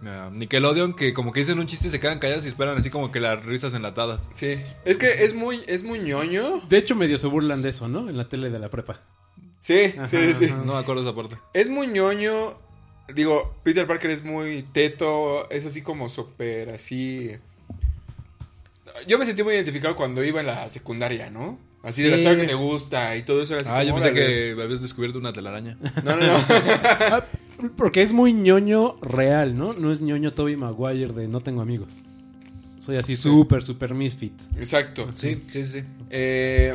[SPEAKER 2] ah, Nickelodeon, que como que dicen un chiste y se quedan callados y esperan así como que las risas enlatadas.
[SPEAKER 4] Sí. Es que es muy, es muy ñoño.
[SPEAKER 3] De hecho, medio se burlan de eso, ¿no? En la tele de la prepa.
[SPEAKER 4] Sí,
[SPEAKER 3] Ajá,
[SPEAKER 4] sí, sí.
[SPEAKER 3] ajá.
[SPEAKER 2] Ah, No me acuerdo esa parte.
[SPEAKER 4] Es muy ñoño. Digo, Peter Parker es muy teto, es así como súper así. Yo me sentí muy identificado cuando iba en la secundaria, ¿no? Así de la
[SPEAKER 3] Sí.
[SPEAKER 4] chava que te gusta y todo eso era así.
[SPEAKER 2] Ah, yo
[SPEAKER 4] como,
[SPEAKER 2] pensé
[SPEAKER 4] "Órale".
[SPEAKER 2] que habías descubierto una telaraña.
[SPEAKER 4] No, no, no.
[SPEAKER 3] Ah, Porque es muy ñoño real, ¿no? No es ñoño Toby Maguire de no tengo amigos. Soy así súper, súper misfit.
[SPEAKER 4] Exacto.
[SPEAKER 2] Sí, sí, sí.
[SPEAKER 4] Eh,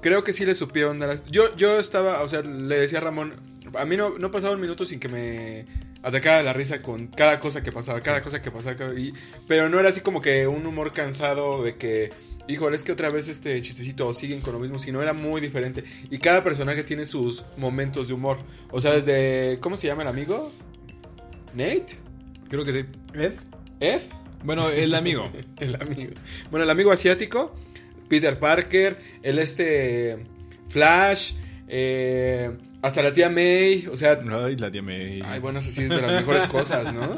[SPEAKER 4] creo que sí le supieron dar. las- Yo, yo estaba, o sea, le decía a Ramón, a mí no, no pasaba un minuto sin que me atacara la risa con cada cosa que pasaba, cada cosa que pasaba. cada- y- pero no era así como que un humor cansado de que, híjole, es que otra vez este chistecito o siguen con lo mismo, sino era muy diferente. Y cada personaje tiene sus momentos de humor. O sea, desde, ¿cómo se llama el amigo? ¿Nate?
[SPEAKER 2] Creo que sí.
[SPEAKER 3] ¿Ed?
[SPEAKER 4] ¿Ed?
[SPEAKER 2] Bueno, el amigo.
[SPEAKER 4] El amigo. Bueno, el amigo asiático, Peter Parker, el este Flash, eh, hasta la tía May, o sea,
[SPEAKER 2] Ay, la tía May.
[SPEAKER 4] ay, bueno, eso sí es de las mejores cosas, ¿no?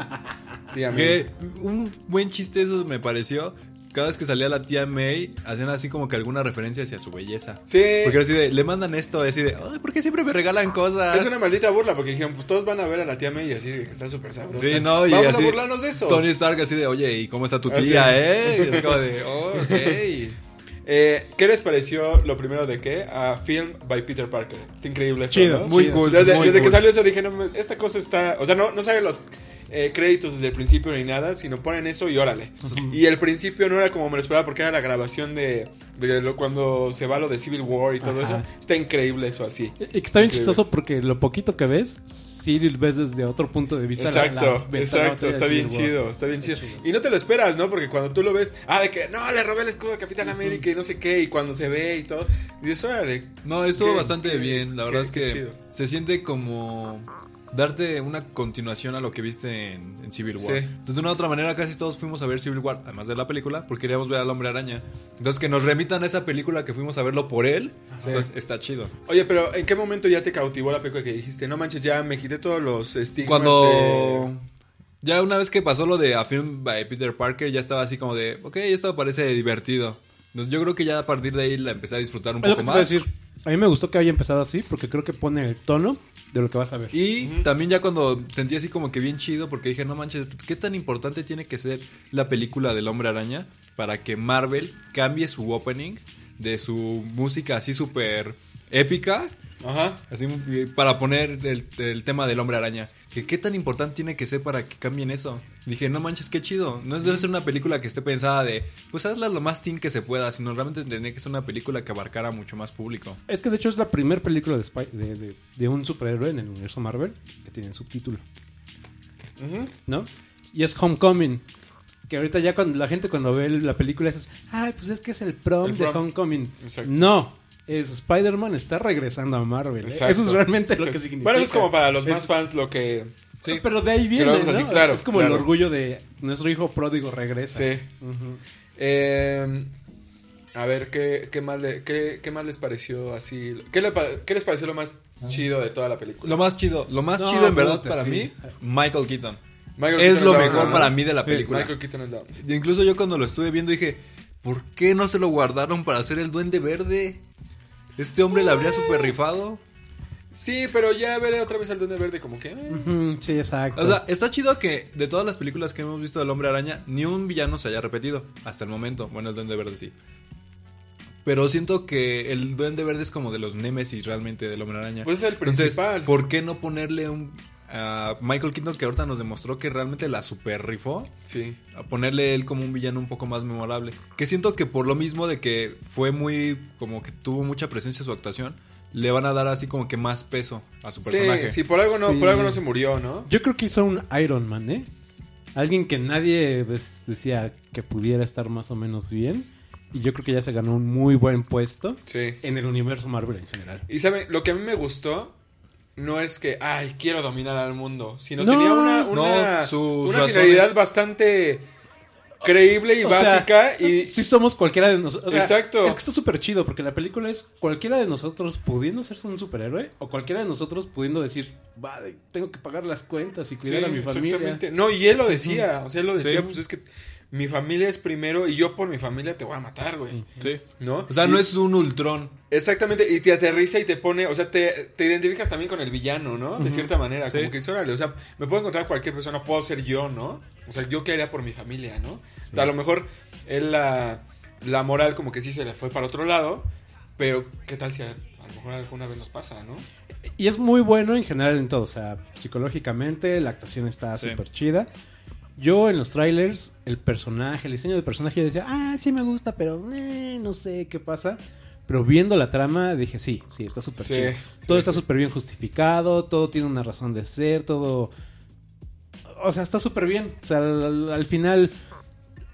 [SPEAKER 4] Tía May.
[SPEAKER 2] Que un buen chiste eso me pareció cada vez que salía la tía May, hacían así como que alguna referencia hacia su belleza.
[SPEAKER 4] Sí.
[SPEAKER 2] Porque era así de, le mandan esto, así de, "Ay, ¿por qué siempre me regalan cosas?
[SPEAKER 4] Es una maldita burla porque dijeron, pues todos van a ver a la tía May así de que está súper sabrosa.
[SPEAKER 2] Sí, no, y
[SPEAKER 4] Vamos
[SPEAKER 2] así,
[SPEAKER 4] a burlarnos de eso.
[SPEAKER 2] Tony Stark así de, oye, ¿y cómo está tu
[SPEAKER 4] Así.
[SPEAKER 2] tía, eh? Y es como de, oh, ok.
[SPEAKER 4] Eh, ¿Qué les pareció lo primero de qué? A Film by Peter Parker. Está increíble eso,
[SPEAKER 3] Chido,
[SPEAKER 4] ¿no?
[SPEAKER 3] muy cool,
[SPEAKER 4] Desde,
[SPEAKER 2] muy
[SPEAKER 4] desde que
[SPEAKER 2] cool.
[SPEAKER 4] salió eso dije, no, mames, esta cosa está... O sea, no, no salen los eh, créditos desde el principio ni nada, sino ponen eso y órale. Y el principio no era como me lo esperaba porque era la grabación de, de lo- cuando se va lo de Civil War y todo
[SPEAKER 3] Ajá.
[SPEAKER 4] eso. Está increíble eso así.
[SPEAKER 3] Y que está bien
[SPEAKER 4] Increíble.
[SPEAKER 3] chistoso porque lo poquito que ves, sí ves desde otro punto de vista. la- la
[SPEAKER 4] Exacto,
[SPEAKER 3] ventana
[SPEAKER 4] exacto,
[SPEAKER 3] otra
[SPEAKER 4] está
[SPEAKER 3] de
[SPEAKER 4] bien
[SPEAKER 3] decir, wow.
[SPEAKER 4] chido, está bien
[SPEAKER 3] Está
[SPEAKER 4] chido.
[SPEAKER 3] chido.
[SPEAKER 4] Y no te lo esperas, ¿no? Porque cuando tú lo ves, ah, de que no, le robé el escudo a Capitán América y no sé qué, y cuando se ve y todo, dices, órale,
[SPEAKER 2] No, estuvo
[SPEAKER 4] Qué-
[SPEAKER 2] bastante
[SPEAKER 4] qué-
[SPEAKER 2] bien. La
[SPEAKER 4] qué-
[SPEAKER 2] verdad es
[SPEAKER 4] qué
[SPEAKER 2] que
[SPEAKER 4] chido.
[SPEAKER 2] se siente como darte una continuación a lo que viste en, en Civil War.
[SPEAKER 4] Sí.
[SPEAKER 2] Entonces, de una u otra manera, casi todos fuimos a ver Civil War, además de la película, porque queríamos ver al Hombre Araña. Entonces, que nos remitan a esa película que fuimos a verlo por él, entonces está chido.
[SPEAKER 4] Oye, pero ¿en qué momento ya te cautivó la película que dijiste? No manches, ya me quité todos los estigmas.
[SPEAKER 2] Cuando...
[SPEAKER 4] de-
[SPEAKER 2] pues, eh, Ya una vez que pasó lo de A Film by Peter Parker, ya estaba así como de, ok, esto parece divertido. Entonces, yo creo que ya a partir de ahí la empecé a disfrutar un
[SPEAKER 3] Es
[SPEAKER 2] poco
[SPEAKER 3] lo que te
[SPEAKER 2] más.
[SPEAKER 3] voy a decir. A mí me gustó que haya empezado así porque creo que pone el tono de lo que vas a ver.
[SPEAKER 2] Y también ya cuando sentí así como que bien chido, porque dije, no manches, ¿qué tan importante tiene que ser la película del hombre araña para que Marvel cambie su opening de su música así súper épica?
[SPEAKER 4] Ajá.
[SPEAKER 2] Así eh, para poner el, el tema del hombre araña. Que qué tan importante tiene que ser para que cambien eso. Dije, no manches, qué chido. No es debe ser una película que esté pensada de, pues hazla lo más teen que se pueda, sino realmente tendría que ser una película que abarcara mucho más público.
[SPEAKER 3] Es que de hecho es la primera película de, Spy- de, de- de un superhéroe en el universo Marvel que tiene subtítulo. ¿No? Y es Homecoming. Que ahorita ya cuando la gente cuando ve la película es, ay, pues es que es el prom,
[SPEAKER 4] El
[SPEAKER 3] de
[SPEAKER 4] prom.
[SPEAKER 3] Homecoming.
[SPEAKER 4] Exacto.
[SPEAKER 3] No, es Spider-Man está regresando a Marvel. ¿eh?
[SPEAKER 4] Exacto.
[SPEAKER 3] Eso es realmente lo que
[SPEAKER 4] Exacto.
[SPEAKER 3] significa.
[SPEAKER 4] Bueno, eso es como para los
[SPEAKER 3] Es- Ah,
[SPEAKER 4] más fans lo que.
[SPEAKER 2] Sí.
[SPEAKER 3] Pero de ahí viene,
[SPEAKER 4] lo vemos
[SPEAKER 3] ¿no?
[SPEAKER 4] así, claro,
[SPEAKER 3] Es como el
[SPEAKER 4] claro.
[SPEAKER 3] orgullo de nuestro hijo pródigo regresa.
[SPEAKER 4] Sí.
[SPEAKER 3] Ujú.
[SPEAKER 4] Eh, a ver, ¿qué, qué, más le- qué, qué más les pareció así? ¿Qué, le pa- qué les pareció lo más
[SPEAKER 2] Ah.
[SPEAKER 4] chido de toda la película?
[SPEAKER 2] Lo más chido, lo más
[SPEAKER 3] No,
[SPEAKER 2] chido en verdad
[SPEAKER 3] puta,
[SPEAKER 2] para
[SPEAKER 3] sí.
[SPEAKER 2] mí, Michael Keaton.
[SPEAKER 4] Michael
[SPEAKER 2] es
[SPEAKER 4] Keaton
[SPEAKER 2] lo
[SPEAKER 4] es la
[SPEAKER 2] mejor
[SPEAKER 4] verga,
[SPEAKER 2] para
[SPEAKER 4] ¿no?
[SPEAKER 2] mí de la
[SPEAKER 3] Sí,
[SPEAKER 2] película. E
[SPEAKER 4] Michael Keaton es la-
[SPEAKER 2] Incluso yo cuando lo estuve viendo dije, ¿por qué no se lo guardaron para hacer el duende verde? Este hombre la habría super rifado.
[SPEAKER 4] Sí, pero ya veré otra vez al Duende Verde, como que. eh,
[SPEAKER 3] Ujú, sí, exacto.
[SPEAKER 2] O sea, está chido que de todas las películas que hemos visto del hombre araña, ni un villano se haya repetido hasta el momento. Bueno, el duende verde sí. Pero siento que el duende verde es como de los némesis realmente del hombre araña.
[SPEAKER 4] Pues es el
[SPEAKER 2] Entonces,
[SPEAKER 4] principal.
[SPEAKER 2] ¿Por qué no ponerle un... A Michael Keaton que ahorita nos demostró que realmente la super rifó.
[SPEAKER 4] Sí.
[SPEAKER 2] a ponerle él como un villano un poco más memorable. Que siento que por lo mismo de que fue muy, como que tuvo mucha presencia su actuación, le van a dar así como que más peso a su personaje.
[SPEAKER 4] Sí, sí, por algo no,
[SPEAKER 3] Sí.
[SPEAKER 4] por algo no se murió, ¿no?
[SPEAKER 3] Yo creo que hizo un Iron Man, ¿eh? Alguien que nadie pues, decía que pudiera estar más o menos bien. Y yo creo que ya se ganó un muy buen puesto
[SPEAKER 4] Sí.
[SPEAKER 3] en el universo Marvel en general.
[SPEAKER 4] Y saben, lo que a mí me gustó no es que, ay, quiero dominar al mundo, sino
[SPEAKER 3] No.
[SPEAKER 4] tenía una, una,
[SPEAKER 2] No, sus
[SPEAKER 4] una
[SPEAKER 2] razones.
[SPEAKER 4] finalidad bastante creíble y
[SPEAKER 3] O sea,
[SPEAKER 4] básica. y
[SPEAKER 3] Si somos cualquiera de nosotros.
[SPEAKER 4] Exacto.
[SPEAKER 3] Es que está súper chido porque la película es cualquiera de nosotros pudiendo hacerse un superhéroe o cualquiera de nosotros pudiendo decir, va, de- tengo que pagar las cuentas y cuidar
[SPEAKER 4] Sí,
[SPEAKER 3] a mi familia.
[SPEAKER 4] exactamente. No, y él lo decía, o sea, él lo decía,
[SPEAKER 2] Sí.
[SPEAKER 4] pues es que mi familia es primero y yo por mi familia te voy a matar, güey.
[SPEAKER 2] Sí.
[SPEAKER 4] ¿No?
[SPEAKER 2] O sea, no
[SPEAKER 4] Y-
[SPEAKER 2] es un ultrón.
[SPEAKER 4] Exactamente, y te aterriza y te pone, o sea, te, te identificas también con el villano, ¿no? De cierta manera,
[SPEAKER 2] Sí.
[SPEAKER 4] como que dices, órale, o sea, me puedo encontrar cualquier persona, puedo ser yo, ¿no? O sea, yo qué haría por mi familia, ¿no? O sea, a lo mejor él la, la moral como que sí se le fue para otro lado, pero ¿qué tal si a, a lo mejor alguna vez nos pasa, ¿no?
[SPEAKER 3] Y es muy bueno en general en todo. O sea, psicológicamente, la actuación está
[SPEAKER 2] Sí.
[SPEAKER 3] súper chida. Yo en los trailers, el personaje, el diseño del personaje, yo decía, ah, sí me gusta, pero eh, no sé qué pasa. Pero viendo la trama, dije, sí, sí, está súper
[SPEAKER 4] Sí,
[SPEAKER 3] chido.
[SPEAKER 4] sí,
[SPEAKER 3] Todo está
[SPEAKER 4] sí.
[SPEAKER 3] súper bien justificado, todo tiene una razón de ser, todo... O sea, está súper bien. O sea, al, al- al final,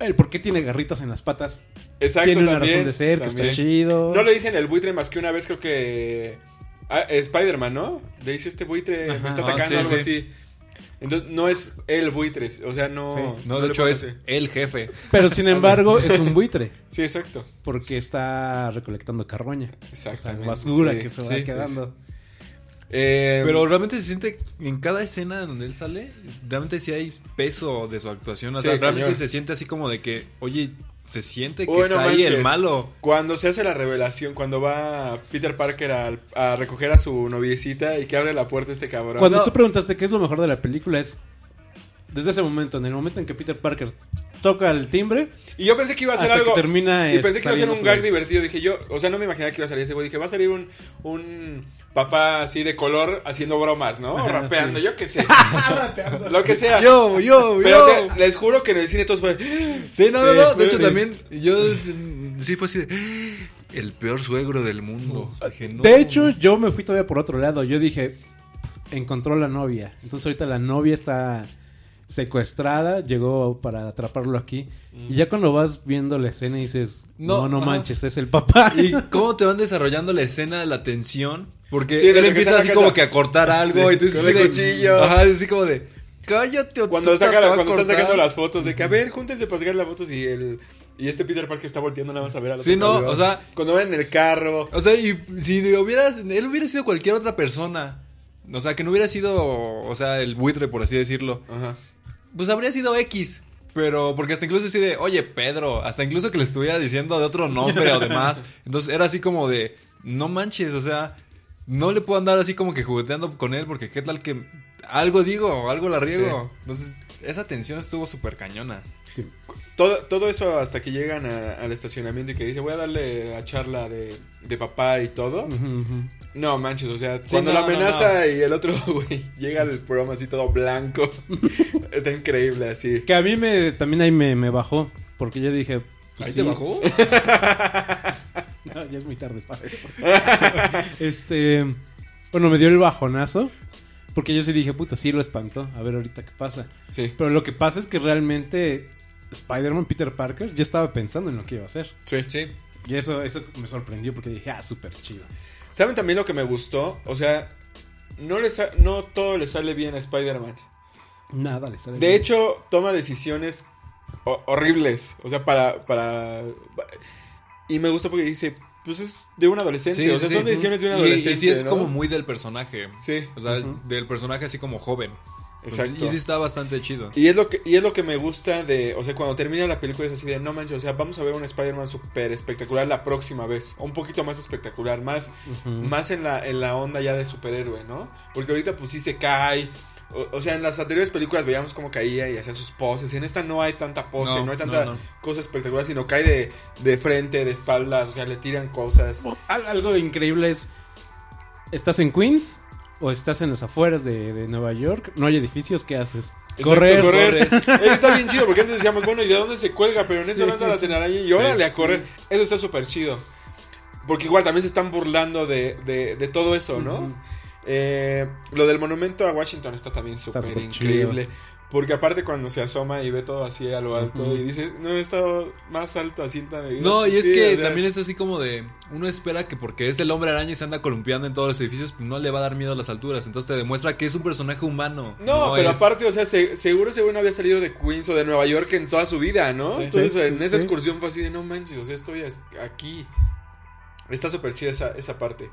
[SPEAKER 3] el por qué tiene garritas en las patas
[SPEAKER 4] Exacto,
[SPEAKER 3] tiene una
[SPEAKER 4] también,
[SPEAKER 3] razón de ser, que
[SPEAKER 4] también.
[SPEAKER 3] está chido.
[SPEAKER 4] No le dicen el buitre más que una vez, creo que. ah, Spider-Man, ¿no? Le dice este buitre,
[SPEAKER 3] Ajá.
[SPEAKER 4] me está
[SPEAKER 2] Ah,
[SPEAKER 4] atacando,
[SPEAKER 2] sí,
[SPEAKER 4] algo
[SPEAKER 2] sí.
[SPEAKER 4] así. Entonces, no es el buitre, o sea, no.
[SPEAKER 3] Sí.
[SPEAKER 2] No,
[SPEAKER 4] le
[SPEAKER 2] de hecho es
[SPEAKER 4] conoce.
[SPEAKER 2] el jefe.
[SPEAKER 3] Pero sin embargo, es un buitre.
[SPEAKER 4] Sí, exacto.
[SPEAKER 3] Porque está recolectando carroña.
[SPEAKER 4] Exactamente,
[SPEAKER 3] O sea, basura
[SPEAKER 4] sí,
[SPEAKER 3] que se
[SPEAKER 4] sí,
[SPEAKER 3] va
[SPEAKER 4] sí,
[SPEAKER 3] quedando.
[SPEAKER 4] Eh,
[SPEAKER 2] Pero realmente se siente en cada escena donde él sale, realmente sí hay peso de su actuación. O
[SPEAKER 4] Sí,
[SPEAKER 2] sea, realmente
[SPEAKER 4] cañón.
[SPEAKER 2] se siente así como de que, oye, se siente que
[SPEAKER 4] Uy,
[SPEAKER 2] está
[SPEAKER 4] no
[SPEAKER 2] ahí el
[SPEAKER 4] manches.
[SPEAKER 2] malo.
[SPEAKER 4] Cuando se hace la revelación, cuando va Peter Parker al- a, recoger a su noviecita y que abre la puerta este cabrón.
[SPEAKER 3] Cuando
[SPEAKER 2] No.
[SPEAKER 3] tú preguntaste qué es lo mejor de la película es desde ese momento, en el momento en que Peter Parker toca el timbre,
[SPEAKER 4] Y yo pensé que iba a ser
[SPEAKER 3] Hasta
[SPEAKER 4] algo.
[SPEAKER 3] que termina,
[SPEAKER 4] y
[SPEAKER 3] eh,
[SPEAKER 4] pensé que iba a ser un
[SPEAKER 3] saliéndose
[SPEAKER 4] gag
[SPEAKER 3] de-
[SPEAKER 4] divertido. Dije yo, o sea, no me imaginaba que iba a salir ese güey. Dije, va a salir un, un papá así de color haciendo bromas, ¿no? O
[SPEAKER 3] Ajá,
[SPEAKER 4] rapeando, yo qué sé. Lo que sea.
[SPEAKER 2] Yo, yo,
[SPEAKER 4] Pero
[SPEAKER 2] yo.
[SPEAKER 4] te- les juro que en el cine todos fue.
[SPEAKER 2] Sí, no, no,
[SPEAKER 3] Sí,
[SPEAKER 2] no. De
[SPEAKER 3] fue
[SPEAKER 2] hecho,
[SPEAKER 3] de-
[SPEAKER 2] también yo mm, sí fue así de el peor suegro del mundo. Dije, no.
[SPEAKER 3] de hecho yo me fui todavía por otro lado, yo dije, encontró la novia. Entonces ahorita la novia está secuestrada, llegó para atraparlo aquí.
[SPEAKER 4] Mm.
[SPEAKER 3] Y ya cuando vas viendo la escena y dices,
[SPEAKER 2] No,
[SPEAKER 3] no, no,
[SPEAKER 2] ajá.
[SPEAKER 3] manches, es el papá.
[SPEAKER 2] ¿Y cómo te van desarrollando la escena, la tensión? Porque
[SPEAKER 4] Sí, desde
[SPEAKER 2] él
[SPEAKER 4] que
[SPEAKER 2] empieza
[SPEAKER 4] está en
[SPEAKER 2] así
[SPEAKER 4] la
[SPEAKER 2] como
[SPEAKER 4] casa.
[SPEAKER 2] que a cortar algo
[SPEAKER 4] Sí,
[SPEAKER 2] y tú dices
[SPEAKER 4] con el
[SPEAKER 2] así de-
[SPEAKER 4] cuchillo.
[SPEAKER 2] Ajá, así como de cállate. o
[SPEAKER 4] Cuando,
[SPEAKER 2] tú te
[SPEAKER 4] saca la-
[SPEAKER 2] vas a
[SPEAKER 4] cuando están
[SPEAKER 2] cortar".
[SPEAKER 4] sacando las fotos, de que a ver, júntense para sacar las fotos y el. Y este Peter Parker está volteando nada más a ver a los
[SPEAKER 2] Sí, no, o sea-
[SPEAKER 4] Cuando van en el carro.
[SPEAKER 2] O sea, y si hubieras, él hubiera sido cualquier otra persona. O sea, que no hubiera sido, o sea, el buitre, por así decirlo.
[SPEAKER 4] Ajá.
[SPEAKER 2] Pues habría sido X. Pero, porque hasta incluso así de, oye, Pedro, hasta incluso que le estuviera diciendo de otro nombre o demás. Entonces era así como de, no manches, o sea, no le puedo andar así como que jugueteando con él porque qué tal que algo digo, algo la riego. Entonces, esa tensión estuvo súper cañona.
[SPEAKER 3] Sí.
[SPEAKER 4] Todo, todo eso hasta que llegan a- al estacionamiento y que dice, voy a darle la charla de, de papá y todo.
[SPEAKER 3] Ujú, ujú.
[SPEAKER 4] No manches, o sea,
[SPEAKER 2] Mm. Sí,
[SPEAKER 4] cuando
[SPEAKER 2] no,
[SPEAKER 4] la
[SPEAKER 2] no,
[SPEAKER 4] amenaza y el otro güey llega al programa así todo blanco. está increíble así.
[SPEAKER 3] Que a mí me, también ahí me, me bajó, porque yo dije... pues,
[SPEAKER 2] Ahí te
[SPEAKER 3] sí.
[SPEAKER 2] bajó.
[SPEAKER 3] No, ya es muy tarde para eso. este. Bueno, me dio el bajonazo. Porque yo sí dije, puta, sí lo espantó. A ver ahorita qué pasa.
[SPEAKER 4] Sí,
[SPEAKER 3] Pero lo que pasa es que realmente Spider-Man Peter Parker ya estaba pensando en lo que iba a hacer.
[SPEAKER 4] sí.
[SPEAKER 2] Sí.
[SPEAKER 3] Y eso, eso me sorprendió porque dije, ah, súper chido.
[SPEAKER 4] ¿Saben también lo que me gustó? O sea, no, les sa- no todo le sale bien a Spider-Man.
[SPEAKER 3] Nada le sale
[SPEAKER 4] De
[SPEAKER 3] bien.
[SPEAKER 4] hecho, toma decisiones ho- horribles. O sea, para, para... Y me gusta porque dice, pues es de un adolescente.
[SPEAKER 2] Sí,
[SPEAKER 4] o
[SPEAKER 2] sí,
[SPEAKER 4] sea,
[SPEAKER 2] sí.
[SPEAKER 4] son decisiones de un
[SPEAKER 2] Y-
[SPEAKER 4] adolescente.
[SPEAKER 2] Y, sí es
[SPEAKER 4] ¿no?
[SPEAKER 2] como muy del personaje.
[SPEAKER 4] Sí,
[SPEAKER 2] O sea,
[SPEAKER 3] Ujú.
[SPEAKER 2] del personaje así como joven. Entonces,
[SPEAKER 4] exacto.
[SPEAKER 2] y Pues sí está bastante chido.
[SPEAKER 4] Y es lo que, y es lo que me gusta de, o sea, cuando termina la película es así de, no manches, o sea, vamos a ver un Spider-Man súper espectacular la próxima vez, o un poquito más espectacular, más,
[SPEAKER 3] Ujú.
[SPEAKER 4] más en la, en la onda ya de superhéroe, ¿no? Porque ahorita pues sí se cae, o, o sea, en las anteriores películas veíamos cómo caía y hacía sus poses, en esta no hay tanta pose,
[SPEAKER 2] No,
[SPEAKER 4] no, hay tanta
[SPEAKER 2] no, no.
[SPEAKER 4] cosa espectacular, sino cae de, de frente, de espaldas, o sea, le tiran cosas.
[SPEAKER 3] Al- algo increíble es. ¿Estás en Queens? ¿O estás en las afueras de, de Nueva York? No hay edificios, ¿qué haces?
[SPEAKER 4] Exacto,
[SPEAKER 3] Correr.
[SPEAKER 4] Eso Eh, Está bien chido, porque antes decíamos, bueno, ¿y de dónde se cuelga? Pero en eso
[SPEAKER 3] Sí.
[SPEAKER 4] lanza la telaraña y órale a correr. Eso está súper chido. Porque igual también se están burlando de, de- de todo eso, ¿no?
[SPEAKER 3] Ujú.
[SPEAKER 4] Eh, lo del monumento a Washington está también
[SPEAKER 3] Está
[SPEAKER 4] súper
[SPEAKER 3] súper
[SPEAKER 4] increíble. Porque aparte cuando se asoma y ve todo así a lo alto
[SPEAKER 3] Ujú.
[SPEAKER 4] y dices, no he estado más alto así en toda mi vida".
[SPEAKER 2] No, y es
[SPEAKER 4] Sí,
[SPEAKER 2] que
[SPEAKER 4] o sea,
[SPEAKER 2] también es así como de. Uno espera que porque es el hombre araña y se anda columpiando en todos los edificios, pues, no le va a dar miedo a las alturas. Entonces te demuestra que es un personaje humano.
[SPEAKER 4] No, pero
[SPEAKER 2] es-
[SPEAKER 4] aparte, o sea, se- seguro seguro no había salido de Queens o de Nueva York en toda su vida, ¿no?
[SPEAKER 3] Sí.
[SPEAKER 4] Entonces,
[SPEAKER 3] Sí,
[SPEAKER 4] en
[SPEAKER 3] sí,
[SPEAKER 4] esa
[SPEAKER 3] sí.
[SPEAKER 4] excursión fue así de, no manches, o sea, estoy as- aquí. Está súper chida esa, esa parte.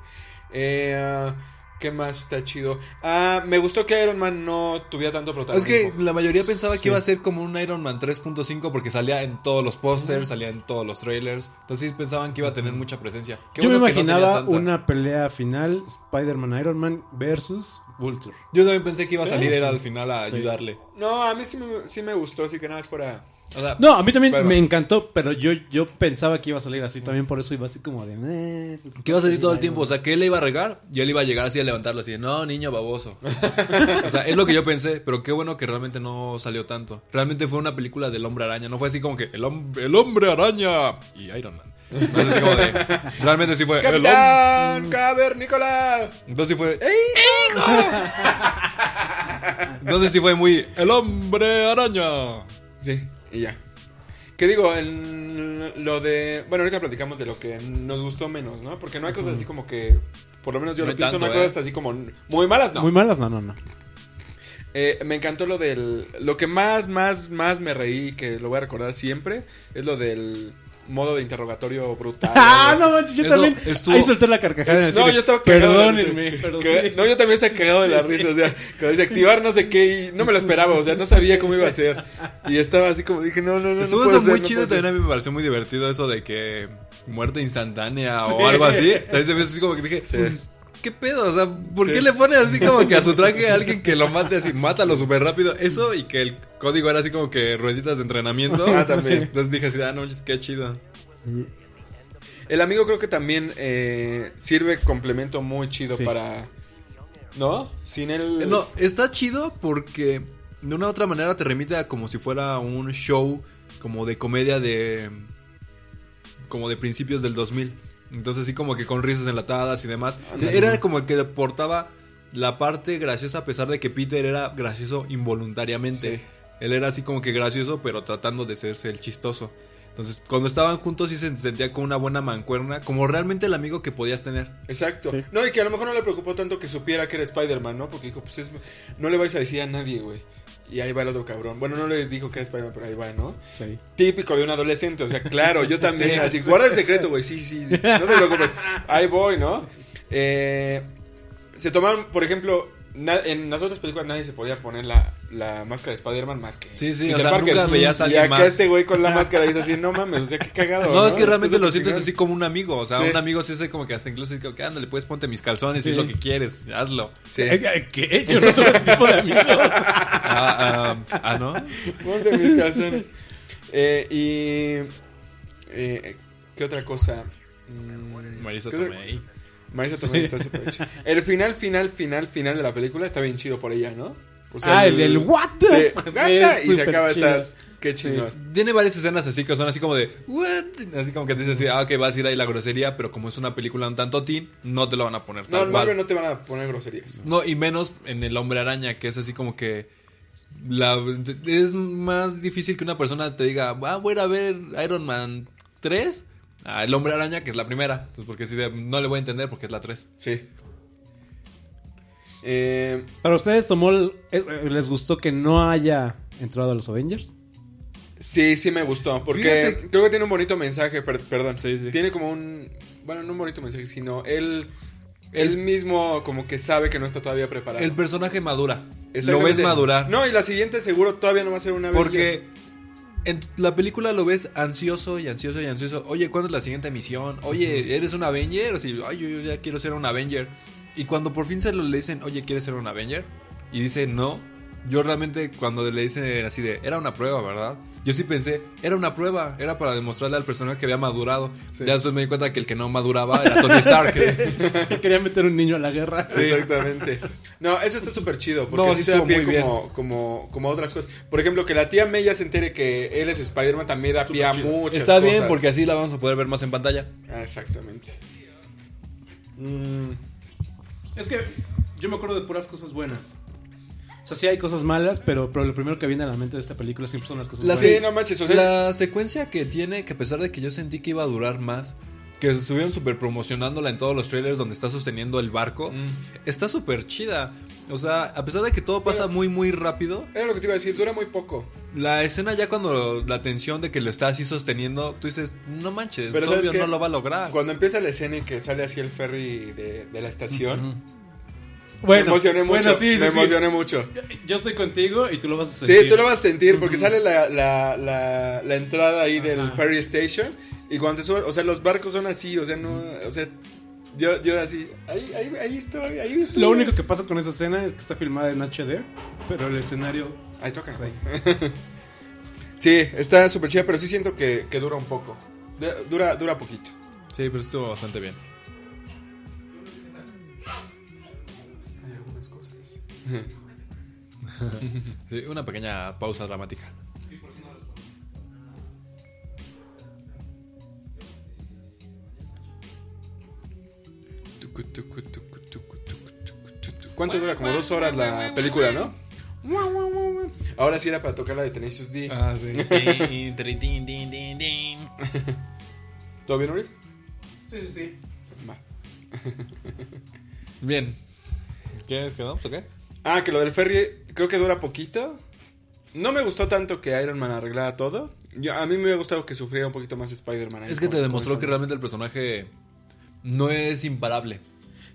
[SPEAKER 4] Eh, ¿Qué más está chido? Ah, me gustó que Iron Man no tuviera tanto
[SPEAKER 2] Es
[SPEAKER 4] protagonismo.
[SPEAKER 2] que la mayoría pensaba
[SPEAKER 3] Sí.
[SPEAKER 2] que iba a ser como un Iron Man 3.5 porque salía en todos los pósters, salía en todos los trailers. Entonces sí pensaban que iba a tener mucha presencia. Qué
[SPEAKER 3] Yo me
[SPEAKER 2] bueno que no
[SPEAKER 3] imaginaba
[SPEAKER 2] tenía tanta.
[SPEAKER 3] una pelea final Spider-Man Iron Man versus Vulture.
[SPEAKER 2] Yo también pensé que iba a
[SPEAKER 4] ¿Sí?
[SPEAKER 2] salir él al final a
[SPEAKER 3] Sí.
[SPEAKER 2] ayudarle.
[SPEAKER 4] No, a mí sí me, sí me gustó, así que nada más fuera...
[SPEAKER 2] O sea,
[SPEAKER 3] No, a mí también
[SPEAKER 2] Spider-Man.
[SPEAKER 3] me encantó, pero yo, yo pensaba que iba a salir así también, por eso iba así como de... "Eh, pues,
[SPEAKER 2] Que iba a salir todo el
[SPEAKER 3] Iron
[SPEAKER 2] tiempo, o
[SPEAKER 3] Man".
[SPEAKER 2] sea, que él le iba a regar y él iba a llegar así a levantarlo así, de, no, niño baboso. o sea, es lo que yo pensé, pero qué bueno que realmente no salió tanto. Realmente fue una película del hombre araña, no fue así como que el, hom- el hombre araña y Iron Man. No es así como de, realmente sí fue el hom-
[SPEAKER 4] ¡Capitán Cavernícola!
[SPEAKER 2] Entonces sí fue... Entonces sí fue muy... El hombre araña.
[SPEAKER 4] Sí, y ya. Que digo, en lo de. Bueno, ahorita platicamos de lo que nos gustó menos, ¿no? Porque no hay cosas así como que. Por lo menos yo
[SPEAKER 2] No
[SPEAKER 4] lo
[SPEAKER 2] hay
[SPEAKER 4] pienso,
[SPEAKER 2] tanto,
[SPEAKER 4] no hay
[SPEAKER 2] ¿eh?
[SPEAKER 4] cosas así como muy malas, no.
[SPEAKER 3] Muy malas, no, no, no.
[SPEAKER 4] Eh, me encantó lo del. Lo que más, más, más me reí, que lo voy a recordar siempre, es lo del. modo de interrogatorio brutal.
[SPEAKER 3] Ah,
[SPEAKER 4] algo
[SPEAKER 3] no
[SPEAKER 4] así.
[SPEAKER 3] manches, yo
[SPEAKER 2] Eso
[SPEAKER 3] también.
[SPEAKER 2] estuvo-
[SPEAKER 3] Ahí solté la carcajada en el
[SPEAKER 4] No,
[SPEAKER 3] cine.
[SPEAKER 4] yo estaba cagado. de la risa.
[SPEAKER 3] Perdónenme, pero
[SPEAKER 4] Que-
[SPEAKER 3] sí.
[SPEAKER 4] No, yo también estaba cagado de la risa. O sea, cuando dice activar no sé qué y no me lo esperaba. O sea, no sabía cómo iba a ser. Y estaba así como dije, no, no, no.
[SPEAKER 2] Estuvo
[SPEAKER 4] no puede
[SPEAKER 2] eso muy
[SPEAKER 4] ser, no
[SPEAKER 2] chido,
[SPEAKER 4] puede ser.
[SPEAKER 2] también a mí me pareció muy divertido eso de que muerte instantánea
[SPEAKER 3] Sí.
[SPEAKER 2] o algo así. También se me hizo así como que dije, "Mm,
[SPEAKER 4] Sí.
[SPEAKER 2] ¿qué pedo? O sea, ¿por
[SPEAKER 4] Sí.
[SPEAKER 2] qué le pones así como que a su traje a alguien que lo mate así, mátalo súper rápido? Eso y que el código era así como que rueditas de entrenamiento.
[SPEAKER 4] Ah, también.
[SPEAKER 2] Entonces dije así, ah, no, manches, qué chido.
[SPEAKER 4] El amigo creo que también eh, sirve complemento muy chido
[SPEAKER 3] Sí.
[SPEAKER 4] para. ¿No? Sin
[SPEAKER 2] Eh,
[SPEAKER 4] el.
[SPEAKER 2] No, está chido porque de una u otra manera te remite a como si fuera un show como de comedia de... como de principios del 2000. Entonces sí como que con risas enlatadas y demás.
[SPEAKER 4] Ándale.
[SPEAKER 2] Era como el que aportaba la parte graciosa a pesar de que Peter era gracioso involuntariamente.
[SPEAKER 4] Sí.
[SPEAKER 2] Él era así como que gracioso pero tratando de serse el chistoso. Entonces cuando estaban juntos sí se sentía como una buena mancuerna, como realmente el amigo que podías tener.
[SPEAKER 4] Exacto.
[SPEAKER 3] Sí.
[SPEAKER 4] No, y que a lo mejor no le preocupó tanto que supiera que era Spider-Man, ¿no? Porque dijo, pues es, no le vais a decir a nadie, güey. Y ahí va el otro cabrón. Bueno, no les dijo que era Spider-Man, pero ahí va, ¿no?
[SPEAKER 3] Sí.
[SPEAKER 4] Típico de un adolescente, o sea, claro, yo también. así, guarda el secreto, güey, sí, sí, sí, no te preocupes. Ahí voy, ¿no? Eh, se tomaron, por ejemplo, na- en las otras películas nadie se podía poner la, la máscara de Spider-Man más que.
[SPEAKER 2] Sí, sí,
[SPEAKER 4] Peter
[SPEAKER 2] o sea,
[SPEAKER 4] Parker.
[SPEAKER 2] nunca veías a
[SPEAKER 4] Y
[SPEAKER 2] alguien
[SPEAKER 4] acá
[SPEAKER 2] más.
[SPEAKER 4] este güey con la máscara dice así, no mames, o sea, qué cagado.
[SPEAKER 2] No, es que realmente lo sientes así
[SPEAKER 4] Entonces, pues,
[SPEAKER 2] como un amigo. O sea,
[SPEAKER 4] Sí.
[SPEAKER 2] un amigo sí es como que hasta incluso es como que ándale, puedes ponte mis calzones
[SPEAKER 3] Sí.
[SPEAKER 2] y lo que quieres, hazlo.
[SPEAKER 4] Sí.
[SPEAKER 3] Eh, ¿Qué? Yo no tuve ese tipo de amigos.
[SPEAKER 2] Ah, ah, ah, ¿no?
[SPEAKER 4] Ponte mis calzones. Eh, y. eh, ¿Qué otra cosa? Mm,
[SPEAKER 2] Marisa
[SPEAKER 4] ¿qué otra-
[SPEAKER 2] Tomei.
[SPEAKER 4] Marisa Tomei está súper chido. El final, final, final, final de la película está bien chido por ella, ¿no? O
[SPEAKER 3] Ah, el- el what the-
[SPEAKER 4] Sí,
[SPEAKER 3] Sí,
[SPEAKER 4] gata, y se
[SPEAKER 3] súper
[SPEAKER 4] acaba de
[SPEAKER 3] chido.
[SPEAKER 4] estar. Qué chingón.
[SPEAKER 2] Tiene varias escenas así que son así como de, ¿what? Así como que te dices así, ah, ok, vas a ir ahí la grosería, pero como es una película un tanto teen, no te lo van a poner
[SPEAKER 4] No,
[SPEAKER 2] tal
[SPEAKER 4] en
[SPEAKER 2] cual.
[SPEAKER 4] Marvel no te van a poner groserías.
[SPEAKER 2] No, y menos en el hombre araña, que es así como que la, es más difícil que una persona te diga, ah, voy a ir a ver Iron Man 3, ah, el hombre araña, que es la primera. Entonces, porque si de- no le voy a entender porque es la 3.
[SPEAKER 4] Sí. Eh,
[SPEAKER 3] Para ustedes tomó el- es- eh, les gustó que no haya entrado a los Avengers.
[SPEAKER 4] sí, sí me gustó. Porque
[SPEAKER 2] Fíjate que-
[SPEAKER 4] creo que tiene un bonito mensaje. per- perdón.
[SPEAKER 2] Sí, sí.
[SPEAKER 4] Tiene como un. Bueno, no un bonito mensaje, sino él. Él mismo como que sabe que no está todavía preparado.
[SPEAKER 2] El personaje madura. Lo
[SPEAKER 4] Exactamente.
[SPEAKER 2] ves madurar.
[SPEAKER 4] No, y la siguiente seguro todavía no va a ser una
[SPEAKER 2] porque en la película lo ves ansioso y ansioso y ansioso. Oye, ¿cuándo es la siguiente misión? Oye, ¿eres un Avenger? O sea, Ay, yo, yo ya quiero ser un Avenger. Y cuando por fin se lo le dicen, oye, ¿quieres ser un Avenger? Y dice, no. Yo realmente cuando le dicen así de, era una prueba, ¿verdad? Yo sí pensé, era una prueba, era para demostrarle al personaje que había madurado.
[SPEAKER 4] Sí.
[SPEAKER 2] Ya después me di cuenta que el que no maduraba era Tony Stark.
[SPEAKER 3] Que quería meter un niño a la guerra.
[SPEAKER 4] Exactamente. No, eso está súper chido. Porque
[SPEAKER 2] No,
[SPEAKER 4] sí
[SPEAKER 2] sí
[SPEAKER 4] se da
[SPEAKER 2] estuvo
[SPEAKER 4] pie
[SPEAKER 2] muy bien.
[SPEAKER 4] como, como, como otras cosas. Por ejemplo, que la tía May ya se entere que él es Spider-Man también da pie a muchas
[SPEAKER 2] Está bien
[SPEAKER 4] cosas.
[SPEAKER 2] porque así la vamos a poder ver más en pantalla.
[SPEAKER 4] Ah, exactamente.
[SPEAKER 3] Mm. Es que yo me acuerdo de puras cosas buenas. O sea, sí hay cosas malas, pero, pero lo primero que viene a la mente de esta película siempre son las cosas
[SPEAKER 2] La,
[SPEAKER 3] buenas.
[SPEAKER 4] Sí,
[SPEAKER 2] se-
[SPEAKER 4] no manches, o sea-
[SPEAKER 2] la secuencia que tiene, que a pesar de que yo sentí que iba a durar más, que estuvieron súper promocionándola en todos los trailers donde está sosteniendo el barco,
[SPEAKER 4] Mm.
[SPEAKER 3] Mm.
[SPEAKER 2] está súper chida. O sea, a pesar de que todo pasa
[SPEAKER 4] Pero-
[SPEAKER 2] muy, muy rápido,
[SPEAKER 4] Era lo que te iba a decir, dura muy poco.
[SPEAKER 2] la escena ya cuando la tensión de que lo está así sosteniendo, tú dices, no manches,
[SPEAKER 4] Pero
[SPEAKER 2] es
[SPEAKER 4] ¿sabes
[SPEAKER 2] obvio,
[SPEAKER 4] qué?
[SPEAKER 2] no lo va a lograr.
[SPEAKER 4] Cuando empieza la escena en que sale así el ferry de, de la estación,
[SPEAKER 3] Bueno,
[SPEAKER 4] me emocioné mucho.
[SPEAKER 3] Bueno, sí, sí,
[SPEAKER 4] me
[SPEAKER 3] sí.
[SPEAKER 4] emocioné mucho.
[SPEAKER 3] Yo estoy contigo y tú lo vas a
[SPEAKER 4] Sí,
[SPEAKER 3] sentir.
[SPEAKER 4] tú lo vas a sentir porque sale la, la, la, la entrada ahí del
[SPEAKER 3] Ajá.
[SPEAKER 4] ferry station y cuando te subes, o sea, los barcos son así, o sea, no, o sea, yo, yo así, ahí, ahí, ahí estoy, ahí estoy.
[SPEAKER 3] Lo único que pasa con esa escena es que está filmada en HD, pero el escenario...
[SPEAKER 4] Ahí toca.
[SPEAKER 3] está ahí.
[SPEAKER 4] Sí, está súper chida, pero sí siento que, que dura un poco. Du- Dura, dura poquito.
[SPEAKER 2] Sí, pero estuvo bastante bien. Sí, una pequeña pausa dramática.
[SPEAKER 4] Tucu, tucu, tucu, tucu, tucu, tucu, tucu. ¿Cuánto dura? Como dos horas la película, ¿no? Ahora sí era para tocar la de Tenacious D.
[SPEAKER 2] Ah, sí.
[SPEAKER 4] ¿Todo bien, Uri?
[SPEAKER 3] Sí, sí, sí.
[SPEAKER 4] Va.
[SPEAKER 2] Bien. ¿Qué quedamos o qué?
[SPEAKER 4] ¿Pues Ah, que lo del ferry creo que dura poquito. No me gustó tanto que Iron Man arreglara todo. Yo, a mí me hubiera gustado que sufriera un poquito más Spider-Man. ahí
[SPEAKER 2] Es que
[SPEAKER 4] con-
[SPEAKER 2] te
[SPEAKER 4] con
[SPEAKER 2] demostró
[SPEAKER 4] esa-
[SPEAKER 2] que realmente el personaje no es imparable.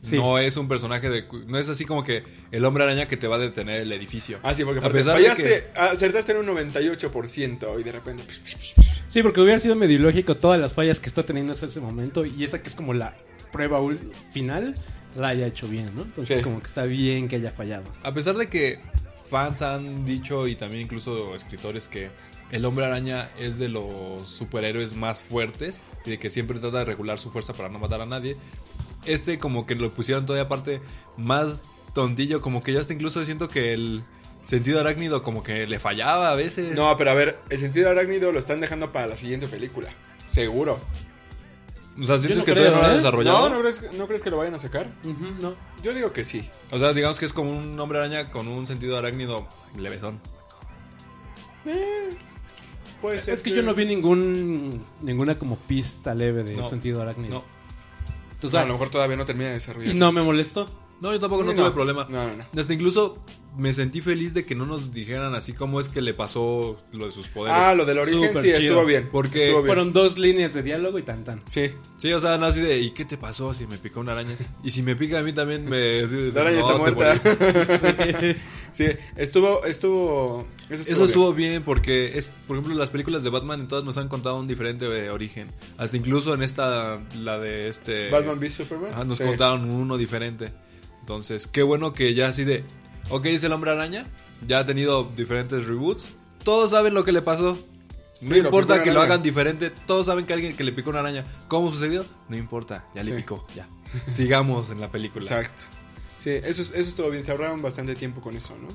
[SPEAKER 3] Sí.
[SPEAKER 2] No es un personaje de... cu- No es así como que el hombre araña que te va a detener el edificio.
[SPEAKER 4] Ah, sí,
[SPEAKER 2] a
[SPEAKER 4] porque aparte
[SPEAKER 2] pesar de
[SPEAKER 4] fallaste,
[SPEAKER 2] que...
[SPEAKER 4] acertaste en un 98% y de repente... pues,
[SPEAKER 3] Sí, porque hubiera sido medio ilógico todas las fallas que está teniendo hasta ese momento y esa que es como la prueba ul- final la haya hecho bien, ¿no? Entonces
[SPEAKER 4] Sí.
[SPEAKER 3] como que está bien que haya fallado.
[SPEAKER 2] A pesar de que fans han dicho y también incluso escritores que el hombre araña es de los superhéroes más fuertes y de que siempre trata de regular su fuerza para no matar a nadie, este como que lo pusieron todavía aparte más tontillo, como que yo hasta incluso siento que el sentido arácnido como que le fallaba a veces.
[SPEAKER 4] No, pero a ver, el sentido arácnido lo están dejando para la siguiente película. Seguro.
[SPEAKER 2] O sea, sientes
[SPEAKER 3] no
[SPEAKER 2] que
[SPEAKER 3] creo,
[SPEAKER 2] todavía no lo
[SPEAKER 3] ¿eh?
[SPEAKER 2] han
[SPEAKER 4] No,
[SPEAKER 2] desarrollado.
[SPEAKER 4] ¿no crees, ¿no crees que lo vayan a sacar?
[SPEAKER 3] no.
[SPEAKER 4] Yo digo que sí.
[SPEAKER 2] O sea, digamos que es como un hombre araña con un sentido arácnido levesón.
[SPEAKER 4] Puede ser
[SPEAKER 3] Es que yo no vi ningún ninguna como pista leve de
[SPEAKER 2] No.
[SPEAKER 3] sentido arácnido.
[SPEAKER 2] No.
[SPEAKER 3] Tú
[SPEAKER 4] No, a
[SPEAKER 3] sabes.
[SPEAKER 4] lo mejor todavía no termina de desarrollar.
[SPEAKER 3] y no me molestó.
[SPEAKER 2] No, yo tampoco no,
[SPEAKER 4] No.
[SPEAKER 2] tuve problema.
[SPEAKER 4] No, no, no.
[SPEAKER 2] Hasta incluso me sentí feliz de que no nos dijeran así cómo es que le pasó lo de sus poderes.
[SPEAKER 4] Ah, lo del origen
[SPEAKER 3] Súper
[SPEAKER 4] sí,
[SPEAKER 3] chido.
[SPEAKER 4] estuvo bien.
[SPEAKER 2] Porque
[SPEAKER 4] estuvo bien.
[SPEAKER 3] Fueron dos líneas de diálogo y tan tan.
[SPEAKER 4] Sí.
[SPEAKER 2] Sí, o sea, no así de, ¿y qué te pasó si me picó una araña? Y si me pica a mí también me... así de,
[SPEAKER 4] La araña
[SPEAKER 2] Pues "No,
[SPEAKER 4] está
[SPEAKER 2] te morí".
[SPEAKER 4] muerta.
[SPEAKER 3] Sí.
[SPEAKER 4] sí, estuvo, estuvo. Eso estuvo.
[SPEAKER 2] Eso
[SPEAKER 4] bien.
[SPEAKER 2] estuvo bien porque es, por ejemplo, las películas de Batman en todas nos han contado un diferente eh, origen. Hasta incluso en esta, la de este...
[SPEAKER 4] Batman v Superman.
[SPEAKER 2] Ajá, nos
[SPEAKER 4] Sí.
[SPEAKER 2] contaron uno diferente. Entonces, qué bueno que ya así de. Ok, es el hombre araña. Ya ha tenido diferentes reboots. Todos saben lo que le pasó. No
[SPEAKER 4] Sí, lo picó
[SPEAKER 2] importa
[SPEAKER 4] una
[SPEAKER 2] que lo
[SPEAKER 4] araña.
[SPEAKER 2] hagan diferente. Todos saben que alguien que le picó una araña. ¿Cómo sucedió? No importa. Ya le
[SPEAKER 4] Sí.
[SPEAKER 2] picó. Ya. Sigamos en la película.
[SPEAKER 4] Exacto. Sí, eso, es- eso estuvo bien. Se ahorraron bastante tiempo con eso, ¿no?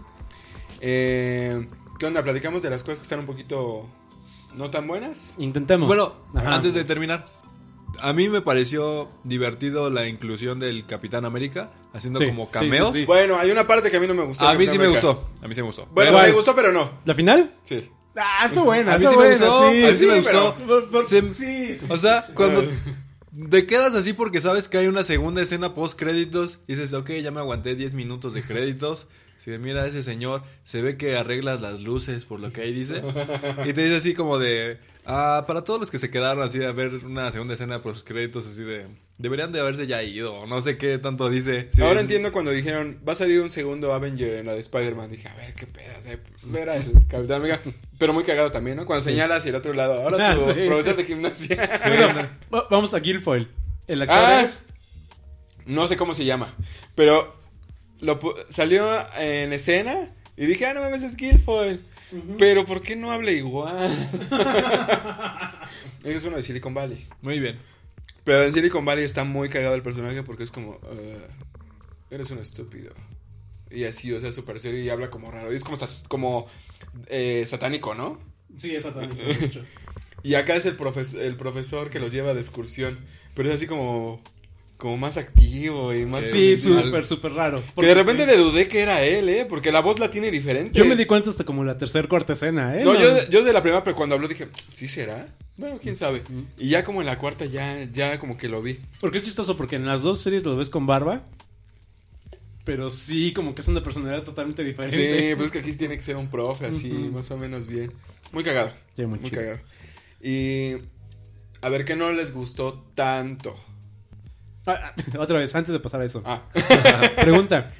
[SPEAKER 4] Eh, ¿Qué onda? ¿Platicamos de las cosas que están un poquito. no tan buenas?
[SPEAKER 3] Intentemos.
[SPEAKER 2] Bueno,
[SPEAKER 3] Ajá.
[SPEAKER 2] antes de terminar. A mí me pareció divertido la inclusión del Capitán América haciendo
[SPEAKER 3] Sí,
[SPEAKER 2] como
[SPEAKER 3] sí,
[SPEAKER 2] cameos.
[SPEAKER 3] sí, sí.
[SPEAKER 4] Bueno, hay una parte que a mí no me gustó.
[SPEAKER 2] A mí
[SPEAKER 4] Capitán
[SPEAKER 2] sí me
[SPEAKER 4] América.
[SPEAKER 2] gustó. A mí sí me gustó.
[SPEAKER 4] Bueno,
[SPEAKER 2] Pero-
[SPEAKER 4] me gustó, pero no.
[SPEAKER 3] ¿La final?
[SPEAKER 4] Sí.
[SPEAKER 3] Ah, está buena.
[SPEAKER 2] A mí
[SPEAKER 3] está
[SPEAKER 2] sí me
[SPEAKER 3] buena,
[SPEAKER 2] gustó.
[SPEAKER 3] sí.
[SPEAKER 2] A mí pues sí me
[SPEAKER 4] Sí, pero-
[SPEAKER 2] gustó. Se-
[SPEAKER 3] Sí, sí.
[SPEAKER 2] O sea, cuando te quedas así porque sabes que hay una segunda escena post créditos y dices, ok, ya me aguanté 10 minutos de créditos. Si de, mira ese señor, se ve que arreglas las luces por lo que ahí dice. Y te dice así como de, ah, para todos los que se quedaron así de ver una segunda escena post créditos así de, deberían de haberse ya ido. o No sé qué tanto dice. Sí,
[SPEAKER 4] Ahora
[SPEAKER 2] en-
[SPEAKER 4] entiendo cuando dijeron, va a salir un segundo Avenger en la de Spider-man. Dije, a ver, qué pedazo. eh, Era el Capitán América. Pero muy cagado también, ¿no? Cuando señala hacia el otro lado. Ahora
[SPEAKER 3] Ah,
[SPEAKER 4] su
[SPEAKER 3] sí.
[SPEAKER 4] profesor de gimnasia.
[SPEAKER 3] Bueno, va- vamos a Guilfoyle. El actor
[SPEAKER 4] Ah,
[SPEAKER 3] es-
[SPEAKER 4] No sé cómo se llama. Pero lo pu- salió en escena y dije, ah, no mames, es Guilfoyle. Pero ¿por qué no habla igual? es uno de Silicon Valley.
[SPEAKER 2] Muy bien.
[SPEAKER 4] Pero en Silicon Valley está muy cagado el personaje porque es como, "Ah, eres un estúpido. Y así, o sea, súper serio y habla como raro. Y es como, sat- como eh, satánico, ¿no?
[SPEAKER 3] Sí, es satánico, de hecho.
[SPEAKER 4] Y acá es el, profes- el profesor que los lleva de excursión. Pero es así como, como más activo y más...
[SPEAKER 3] Sí,
[SPEAKER 2] sí.
[SPEAKER 3] súper, súper raro.
[SPEAKER 4] Eh, Que de repente le dudé que era él, ¿eh? Porque la voz la tiene diferente.
[SPEAKER 3] Yo me di cuenta hasta como la tercer cuarta escena, ¿eh?
[SPEAKER 4] No, yo, yo de la primera, pero cuando habló dije, ¿sí será? Bueno, quién sabe. Y ya como en la cuarta, ya, ya como que lo vi.
[SPEAKER 3] Porque es chistoso, porque en las dos series lo ves con barba. Pero sí, como que es una personalidad totalmente
[SPEAKER 4] Sí,
[SPEAKER 3] diferente.
[SPEAKER 4] pues es que aquí tiene que ser un profe, así,
[SPEAKER 3] Ujú.
[SPEAKER 4] más o menos bien. Muy cagado.
[SPEAKER 3] Sí, muy
[SPEAKER 4] muy
[SPEAKER 3] chido.
[SPEAKER 4] cagado. Y a ver qué no les gustó tanto.
[SPEAKER 3] Ah, ah, otra vez, antes de pasar a eso.
[SPEAKER 4] Ah,
[SPEAKER 3] Pregunta.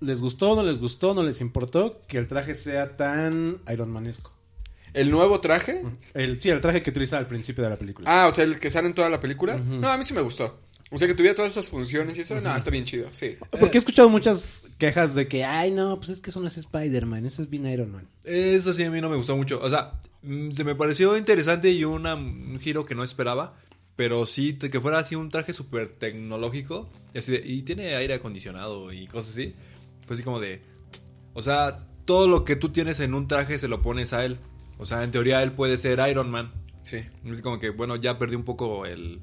[SPEAKER 3] ¿Les gustó, no les gustó, no les importó que el traje sea tan Iron Manesco?
[SPEAKER 4] el nuevo traje.
[SPEAKER 3] El, sí, el traje que utiliza al principio de la película.
[SPEAKER 4] Ah, o sea, el que sale en toda la película. No, a mí sí me gustó. O sea, que tuviera todas esas funciones y eso. No, está bien chido, sí.
[SPEAKER 3] Porque he escuchado muchas quejas de que, ay, no, pues es que eso no es Spider-Man, eso es bien Iron Man.
[SPEAKER 2] Eso sí, a mí no me gustó mucho. O sea, mm, se me pareció interesante y una, un giro que no esperaba. Pero sí, te- que fuera así un traje súper tecnológico. Y, así de- y tiene aire acondicionado y cosas así. Fue así como de... O sea, todo lo que tú tienes en un traje se lo pones a él. O sea, en teoría él puede ser Iron Man.
[SPEAKER 4] Sí.
[SPEAKER 2] Es como que, bueno, ya perdí un poco el,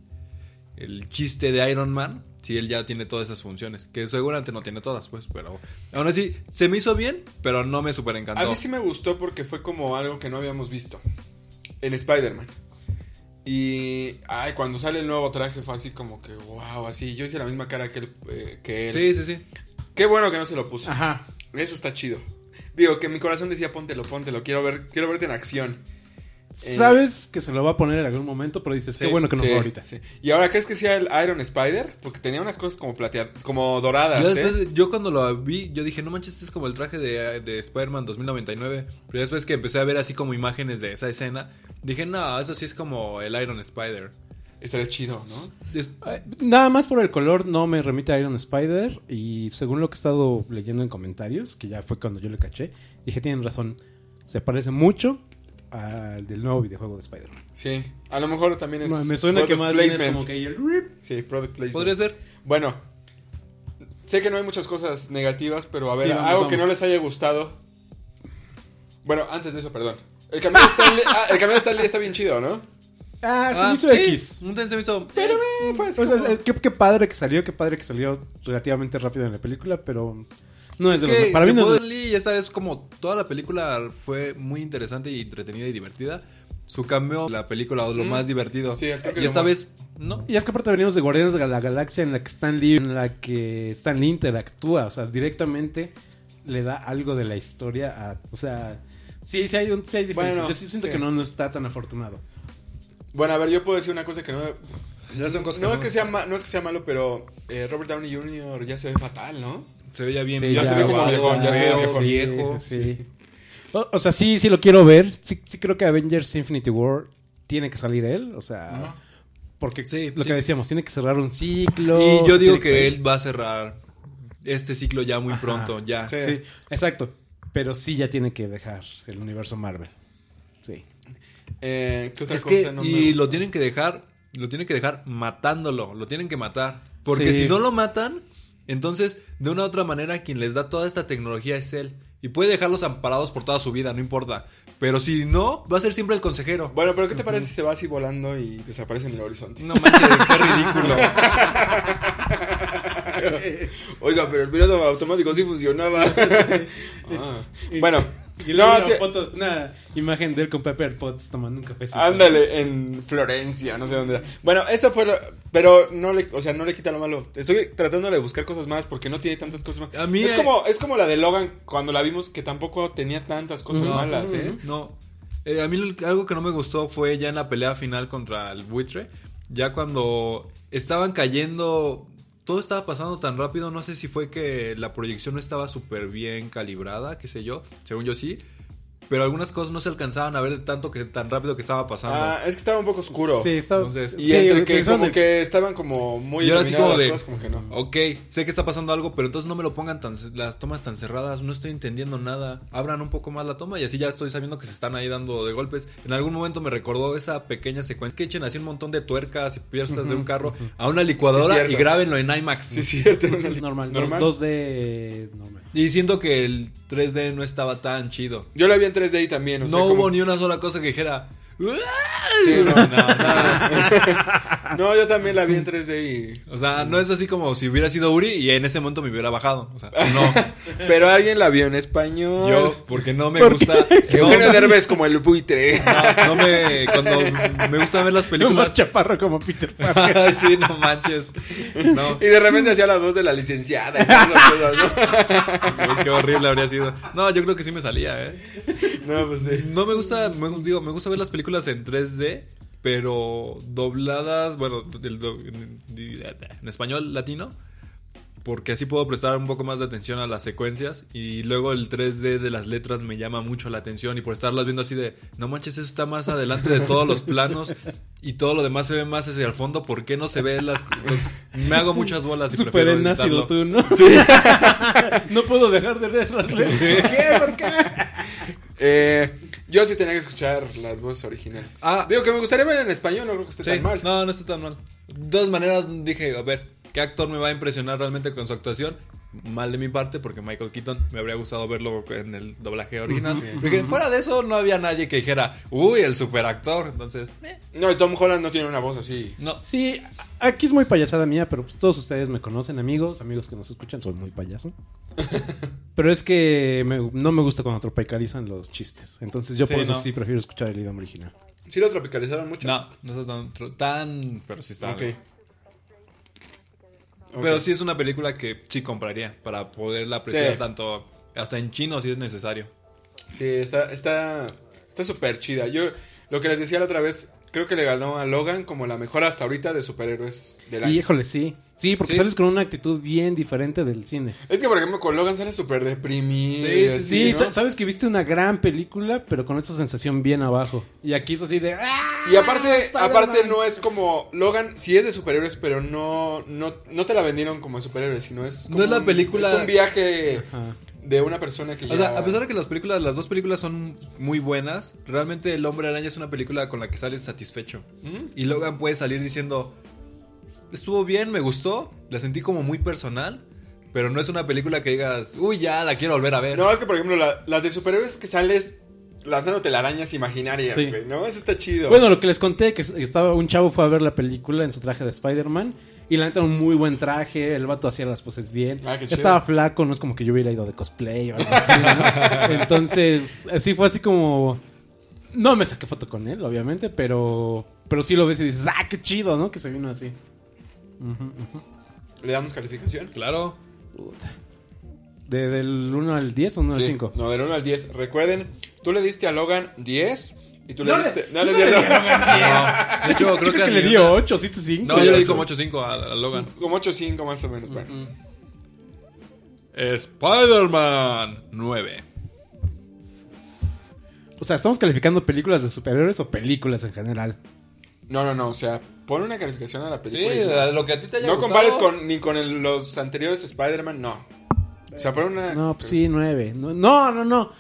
[SPEAKER 2] el chiste de Iron Man. Si él ya tiene todas esas funciones. Que seguramente no tiene todas, pues. Pero aún así, se me hizo bien, pero no me súper encantó.
[SPEAKER 4] A mí sí me gustó porque fue como algo que no habíamos visto en Spider-Man. Y ay, cuando sale el nuevo traje fue así como que, wow, así. Yo hice la misma cara que él. eh, que él.
[SPEAKER 2] Sí, sí, sí.
[SPEAKER 4] Qué bueno que no se lo puso.
[SPEAKER 3] Ajá.
[SPEAKER 4] Eso está chido. Digo, que mi corazón decía, póntelo, póntelo, quiero, ver, quiero verte en acción.
[SPEAKER 3] Sabes que se lo va a poner en algún momento, pero dices, qué bueno que no
[SPEAKER 4] Eh. Sí,
[SPEAKER 3] fue ahorita.
[SPEAKER 4] sí. ¿Y ahora crees que sea el Iron Spider? Porque tenía unas cosas como plateadas, como doradas,
[SPEAKER 2] Yo,
[SPEAKER 4] ¿eh?
[SPEAKER 2] después- yo cuando lo vi, yo dije, no manches, este es como el traje de, de Spider-Man 2099. Pero después que empecé a ver así como imágenes de esa escena, dije, no, eso sí es como el Iron Spider.
[SPEAKER 4] Estaría chido, ¿no?
[SPEAKER 2] Es-
[SPEAKER 3] Ay, Eh, Nada más por el color no me remite a Iron Spider y según lo que he estado leyendo en comentarios, que ya fue cuando yo le caché, dije tienen razón, se parece mucho al del nuevo videojuego de Spider-Man.
[SPEAKER 4] Sí. A lo mejor también es.
[SPEAKER 3] Ma- Me suena que
[SPEAKER 4] product
[SPEAKER 3] más bien es como que ahí el rip.
[SPEAKER 4] Sí, product placement.
[SPEAKER 2] Podría ser.
[SPEAKER 4] Bueno, sé que no hay muchas cosas negativas, pero a ver,
[SPEAKER 3] Sí, vamos,
[SPEAKER 4] algo que no
[SPEAKER 3] vamos.
[SPEAKER 4] les haya gustado. Bueno, antes de eso, perdón. El camión de Stanley, ah, el camión de Stanley está bien chido, ¿no?
[SPEAKER 3] Ah, se
[SPEAKER 2] Ah,
[SPEAKER 3] me hizo
[SPEAKER 2] sí,
[SPEAKER 3] X.
[SPEAKER 2] Un ten se me hizo.
[SPEAKER 4] Pero, eh, fue
[SPEAKER 3] O
[SPEAKER 4] así
[SPEAKER 3] sea,
[SPEAKER 4] como-
[SPEAKER 3] eh, qué, qué padre que salió, qué padre que salió relativamente rápido en la película, pero no es de los...
[SPEAKER 2] Que
[SPEAKER 3] Para mí
[SPEAKER 2] te
[SPEAKER 3] no es de-
[SPEAKER 2] puedo- y esta vez como toda la película fue muy interesante y entretenida y divertida, su cambio la película
[SPEAKER 3] Mm.
[SPEAKER 2] o lo más divertido.
[SPEAKER 4] Sí, creo que
[SPEAKER 2] y
[SPEAKER 4] lo
[SPEAKER 2] esta
[SPEAKER 4] más-
[SPEAKER 2] vez no.
[SPEAKER 3] Y es que aparte venimos de Guardianes de la Galaxia en la que Stan Lee, en la que Stan Lee interactúa, o sea, directamente le da algo de la historia a, o sea, sí, sí hay, un, sí hay diferencias.
[SPEAKER 4] Bueno,
[SPEAKER 3] Yo sí siento
[SPEAKER 4] sí.
[SPEAKER 3] que no, no está tan afortunado.
[SPEAKER 4] Bueno, a ver, yo puedo decir una cosa que no.
[SPEAKER 2] Ya son cosas
[SPEAKER 4] No es que sea, ma- no es que sea malo, pero eh, Robert Downey Jr. ya se ve fatal, ¿no?
[SPEAKER 2] se veía bien.
[SPEAKER 3] Sí,
[SPEAKER 4] ya se ve como
[SPEAKER 2] guapo,
[SPEAKER 4] viejón, ya se ve
[SPEAKER 2] feo,
[SPEAKER 4] viejón.
[SPEAKER 2] viejo.
[SPEAKER 3] Sí. O, o sea, sí, sí lo quiero ver. Sí, sí creo que Avengers Infinity War tiene que salir él, o sea,
[SPEAKER 2] Ah.
[SPEAKER 4] Ajá.
[SPEAKER 3] porque
[SPEAKER 2] Sí,
[SPEAKER 3] lo
[SPEAKER 2] sí.
[SPEAKER 3] que decíamos, tiene que cerrar un ciclo.
[SPEAKER 2] Y yo digo
[SPEAKER 3] tiene
[SPEAKER 2] que él va a cerrar este ciclo ya muy
[SPEAKER 3] Ajá.
[SPEAKER 2] pronto, ya.
[SPEAKER 4] Sí.
[SPEAKER 3] Sí, exacto. Pero sí ya tiene que dejar el universo Marvel. Sí.
[SPEAKER 4] Eh, ¿qué otra
[SPEAKER 2] Es
[SPEAKER 4] cosa
[SPEAKER 2] que
[SPEAKER 4] no me
[SPEAKER 2] y
[SPEAKER 4] gustó?
[SPEAKER 2] lo tienen que dejar, lo tienen que dejar matándolo, lo tienen que matar, porque
[SPEAKER 3] Sí.
[SPEAKER 2] si no lo matan, entonces de una u otra manera quien les da toda esta tecnología es él y puede dejarlos amparados por toda su vida, no importa. Pero si no, va a ser siempre el consejero.
[SPEAKER 4] Bueno, pero ¿qué te parece si se va así volando y desaparece en el horizonte?
[SPEAKER 2] No manches, qué ridículo.
[SPEAKER 4] Oiga, pero el piloto automático sí funcionaba. Ah,
[SPEAKER 3] Y-
[SPEAKER 4] Bueno,
[SPEAKER 3] Y luego
[SPEAKER 4] no,
[SPEAKER 3] una,
[SPEAKER 4] sí-
[SPEAKER 3] foto- una imagen de él con Pepper Potts tomando un cafecito.
[SPEAKER 4] ándale, en Florencia, no sé dónde era. Bueno, eso fue lo, Pero no le, o sea, no le quita lo malo. Estoy tratando de buscar cosas más porque no tiene tantas cosas malas.
[SPEAKER 2] A mí,
[SPEAKER 4] es,
[SPEAKER 2] eh,
[SPEAKER 4] como, es como la de Logan cuando la vimos que tampoco tenía tantas cosas
[SPEAKER 2] No, Mm-hmm.
[SPEAKER 4] malas, ¿eh?
[SPEAKER 2] No. Eh, a mí el- algo que no me gustó fue ya en la pelea final contra el buitre. Ya cuando estaban cayendo. Todo estaba pasando tan rápido. No sé si fue que la proyección no estaba súper bien calibrada, qué sé yo. Según yo sí. Pero algunas cosas no se alcanzaban a ver de tanto que tan rápido que estaba pasando.
[SPEAKER 4] Ah, es que estaba un poco oscuro.
[SPEAKER 3] Sí, estaba-
[SPEAKER 2] Entonces,
[SPEAKER 4] Y
[SPEAKER 3] sí,
[SPEAKER 4] entre
[SPEAKER 3] lo
[SPEAKER 4] que
[SPEAKER 3] son
[SPEAKER 4] como
[SPEAKER 3] de-
[SPEAKER 4] que estaban como muy
[SPEAKER 2] Y ahora sí como
[SPEAKER 4] iluminadas las
[SPEAKER 2] de- Oh,
[SPEAKER 4] cosas, como que no.
[SPEAKER 2] Ok, sé que está pasando algo, pero entonces no me lo pongan tan las tomas tan cerradas, no estoy entendiendo nada. Abran un poco más la toma y así ya estoy sabiendo que se están ahí dando de golpes. En algún momento me recordó esa pequeña secuencia que echen así un montón de tuercas y pierzas de un carro a una
[SPEAKER 4] Sí,
[SPEAKER 2] licuadora
[SPEAKER 4] cierto.
[SPEAKER 2] y grábenlo en IMAX.
[SPEAKER 4] Sí, es cierto. una li-
[SPEAKER 3] Normal, dos- dos de... Normal.
[SPEAKER 2] Y siento que el 3D no estaba tan chido.
[SPEAKER 4] Yo la vi en 3D y también, o sea,
[SPEAKER 2] no hubo
[SPEAKER 4] como-
[SPEAKER 2] ni una sola cosa que dijera. "¡Ah!".
[SPEAKER 4] Sí, no,
[SPEAKER 2] No, nada.
[SPEAKER 4] No, yo también la vi en 3D y...
[SPEAKER 2] O sea, no es así como si hubiera sido Uri y en ese momento me hubiera bajado. O sea, no.
[SPEAKER 4] Pero alguien la vio en español.
[SPEAKER 2] Yo, porque no me
[SPEAKER 3] ¿Por qué?
[SPEAKER 2] gusta.
[SPEAKER 4] Eugenio Derbez como el buitre.
[SPEAKER 2] No, no me. Cuando me gusta ver las
[SPEAKER 3] Más
[SPEAKER 2] películas.
[SPEAKER 3] chaparro como Peter Pan.
[SPEAKER 2] sí, no manches. No,
[SPEAKER 4] Y de repente hacía la voz de la licenciada. y todas esas cosas,
[SPEAKER 2] güey, qué horrible habría sido. No, yo creo que sí me salía, ¿eh?
[SPEAKER 4] ¿no? no, pues sí.
[SPEAKER 2] No me gusta. me- digo, me gusta ver las películas en 3D, pero dobladas. Bueno, del do- en, en español latino. Porque así puedo prestar un poco más de atención a las secuencias. Y luego el 3D de las letras me llama mucho la atención. Y por estarlas viendo así de, no manches, eso está más adelante de todos los planos. Y todo lo demás se ve más hacia el fondo. ¿Por qué no se ve las cosas? Me hago muchas bolas y
[SPEAKER 3] Súper
[SPEAKER 2] prefiero
[SPEAKER 3] ennácido
[SPEAKER 2] evitarlo.
[SPEAKER 3] tú, ¿no? no puedo dejar de leer las letras. ¿Por qué? ¿Por qué?
[SPEAKER 4] Eh, yo sí tenía que escuchar las voces originales.
[SPEAKER 2] Ah.
[SPEAKER 4] Digo que me gustaría ver en español, no creo que esté
[SPEAKER 2] Sí,
[SPEAKER 4] tan mal.
[SPEAKER 2] No, no está tan mal. De todas maneras, dije, a ver, ¿qué actor me va a impresionar realmente con su actuación? Mal de mi parte, porque Michael Keaton me habría gustado verlo en el doblaje original.
[SPEAKER 4] Sí.
[SPEAKER 2] Porque fuera de eso, no había nadie que dijera, uy, el superactor. Entonces, eh,
[SPEAKER 4] No, y Tom Holland no tiene una voz así.
[SPEAKER 2] no.
[SPEAKER 3] Sí, aquí es muy payasada mía, pero pues todos ustedes me conocen, amigos, amigos que nos escuchan, soy muy payaso. pero es que me- no me gusta cuando tropicalizan los chistes. Entonces yo
[SPEAKER 2] Sí,
[SPEAKER 3] por eso
[SPEAKER 2] no.
[SPEAKER 3] sí prefiero escuchar el idioma original.
[SPEAKER 4] Sí lo tropicalizaron mucho. Ah,
[SPEAKER 2] No, no está tan, tro- tan pero sí está.
[SPEAKER 4] Ok.
[SPEAKER 2] algo.
[SPEAKER 4] Ok.
[SPEAKER 2] Pero sí es una película que sí compraría para poderla apreciar
[SPEAKER 4] Sí.
[SPEAKER 2] tanto Hasta en chino si es necesario.
[SPEAKER 4] Sí, está está está súper chida. Yo lo que les decía la otra vez, creo que le ganó a Logan como la mejor hasta ahorita de superhéroes del año.
[SPEAKER 3] Y híjole, sí. Sí, porque
[SPEAKER 4] Sí.
[SPEAKER 3] sales con una actitud bien diferente del cine.
[SPEAKER 4] Es que por ejemplo con Logan sale súper deprimido.
[SPEAKER 2] Sí,
[SPEAKER 4] y
[SPEAKER 2] sí,
[SPEAKER 4] así,
[SPEAKER 3] Sí,
[SPEAKER 4] ¿no?
[SPEAKER 3] sa- sabes que viste una gran película, pero con esta sensación bien abajo. Y aquí es así de... ¡Ah!
[SPEAKER 4] Y aparte,
[SPEAKER 3] Spider-Man.
[SPEAKER 4] aparte no es como Logan, sí es de superhéroes, pero no, no, no te la vendieron como superhéroes, sino es como
[SPEAKER 2] No es la
[SPEAKER 4] un-
[SPEAKER 2] película-
[SPEAKER 4] Es un viaje
[SPEAKER 3] Ajá.
[SPEAKER 4] de una persona que ya.
[SPEAKER 2] O sea, a pesar de que las películas, las dos películas son muy buenas, realmente El Hombre Araña es una película con la que sales satisfecho. Y Logan puede salir diciendo, estuvo bien, me gustó, la sentí como muy personal, pero no es una película que digas, uy, ya la quiero volver a ver.
[SPEAKER 4] No, es que por ejemplo, la- las de superhéroes que sales lanzándote arañas imaginarias,
[SPEAKER 3] Sí.
[SPEAKER 4] güey, ¿no? Eso está chido.
[SPEAKER 3] Bueno, lo que les conté, que s- estaba un chavo fue a ver la película en su traje de Spider-Man. Y la neta, un muy buen traje. El vato hacía las poses bien.
[SPEAKER 4] Ah, qué chido.
[SPEAKER 3] estaba flaco, no es como que yo hubiera ido de cosplay o algo así. ¿no? Entonces, así fue así como. No me saqué foto con él, obviamente, pero. Pero sí lo ves y dices, ¡ah, qué chido, ¿no? Que se vino así.
[SPEAKER 4] ¿Le damos calificación?
[SPEAKER 2] Claro.
[SPEAKER 3] De- del 1 al 10 o 1 al
[SPEAKER 4] Sí.
[SPEAKER 3] 5.
[SPEAKER 4] No, del 1 al 10. Recuerden, tú le diste a Logan 10 y tú le
[SPEAKER 3] No le-
[SPEAKER 4] diste.
[SPEAKER 3] yo
[SPEAKER 4] no,
[SPEAKER 3] no
[SPEAKER 4] es
[SPEAKER 3] le
[SPEAKER 4] cierto.
[SPEAKER 2] No, de hecho,
[SPEAKER 3] Yo
[SPEAKER 2] creo que, a
[SPEAKER 3] le
[SPEAKER 2] ni
[SPEAKER 3] dio
[SPEAKER 2] una-
[SPEAKER 3] 8, 7, 5.
[SPEAKER 2] No, yo le di como 8.5 a, a Logan.
[SPEAKER 4] Como 8-5 más o menos. bueno.
[SPEAKER 2] Spider-Man 9.
[SPEAKER 3] O sea, ¿estamos calificando películas de superhéroes o películas en general?
[SPEAKER 4] No, no, no. O sea, pon una calificación a la película. y-
[SPEAKER 2] lo que a ti te
[SPEAKER 4] No compares con, ni con el- los anteriores Spider-Man, no. O sea, por una.
[SPEAKER 3] No, pues sí, 9. No, no, no. no.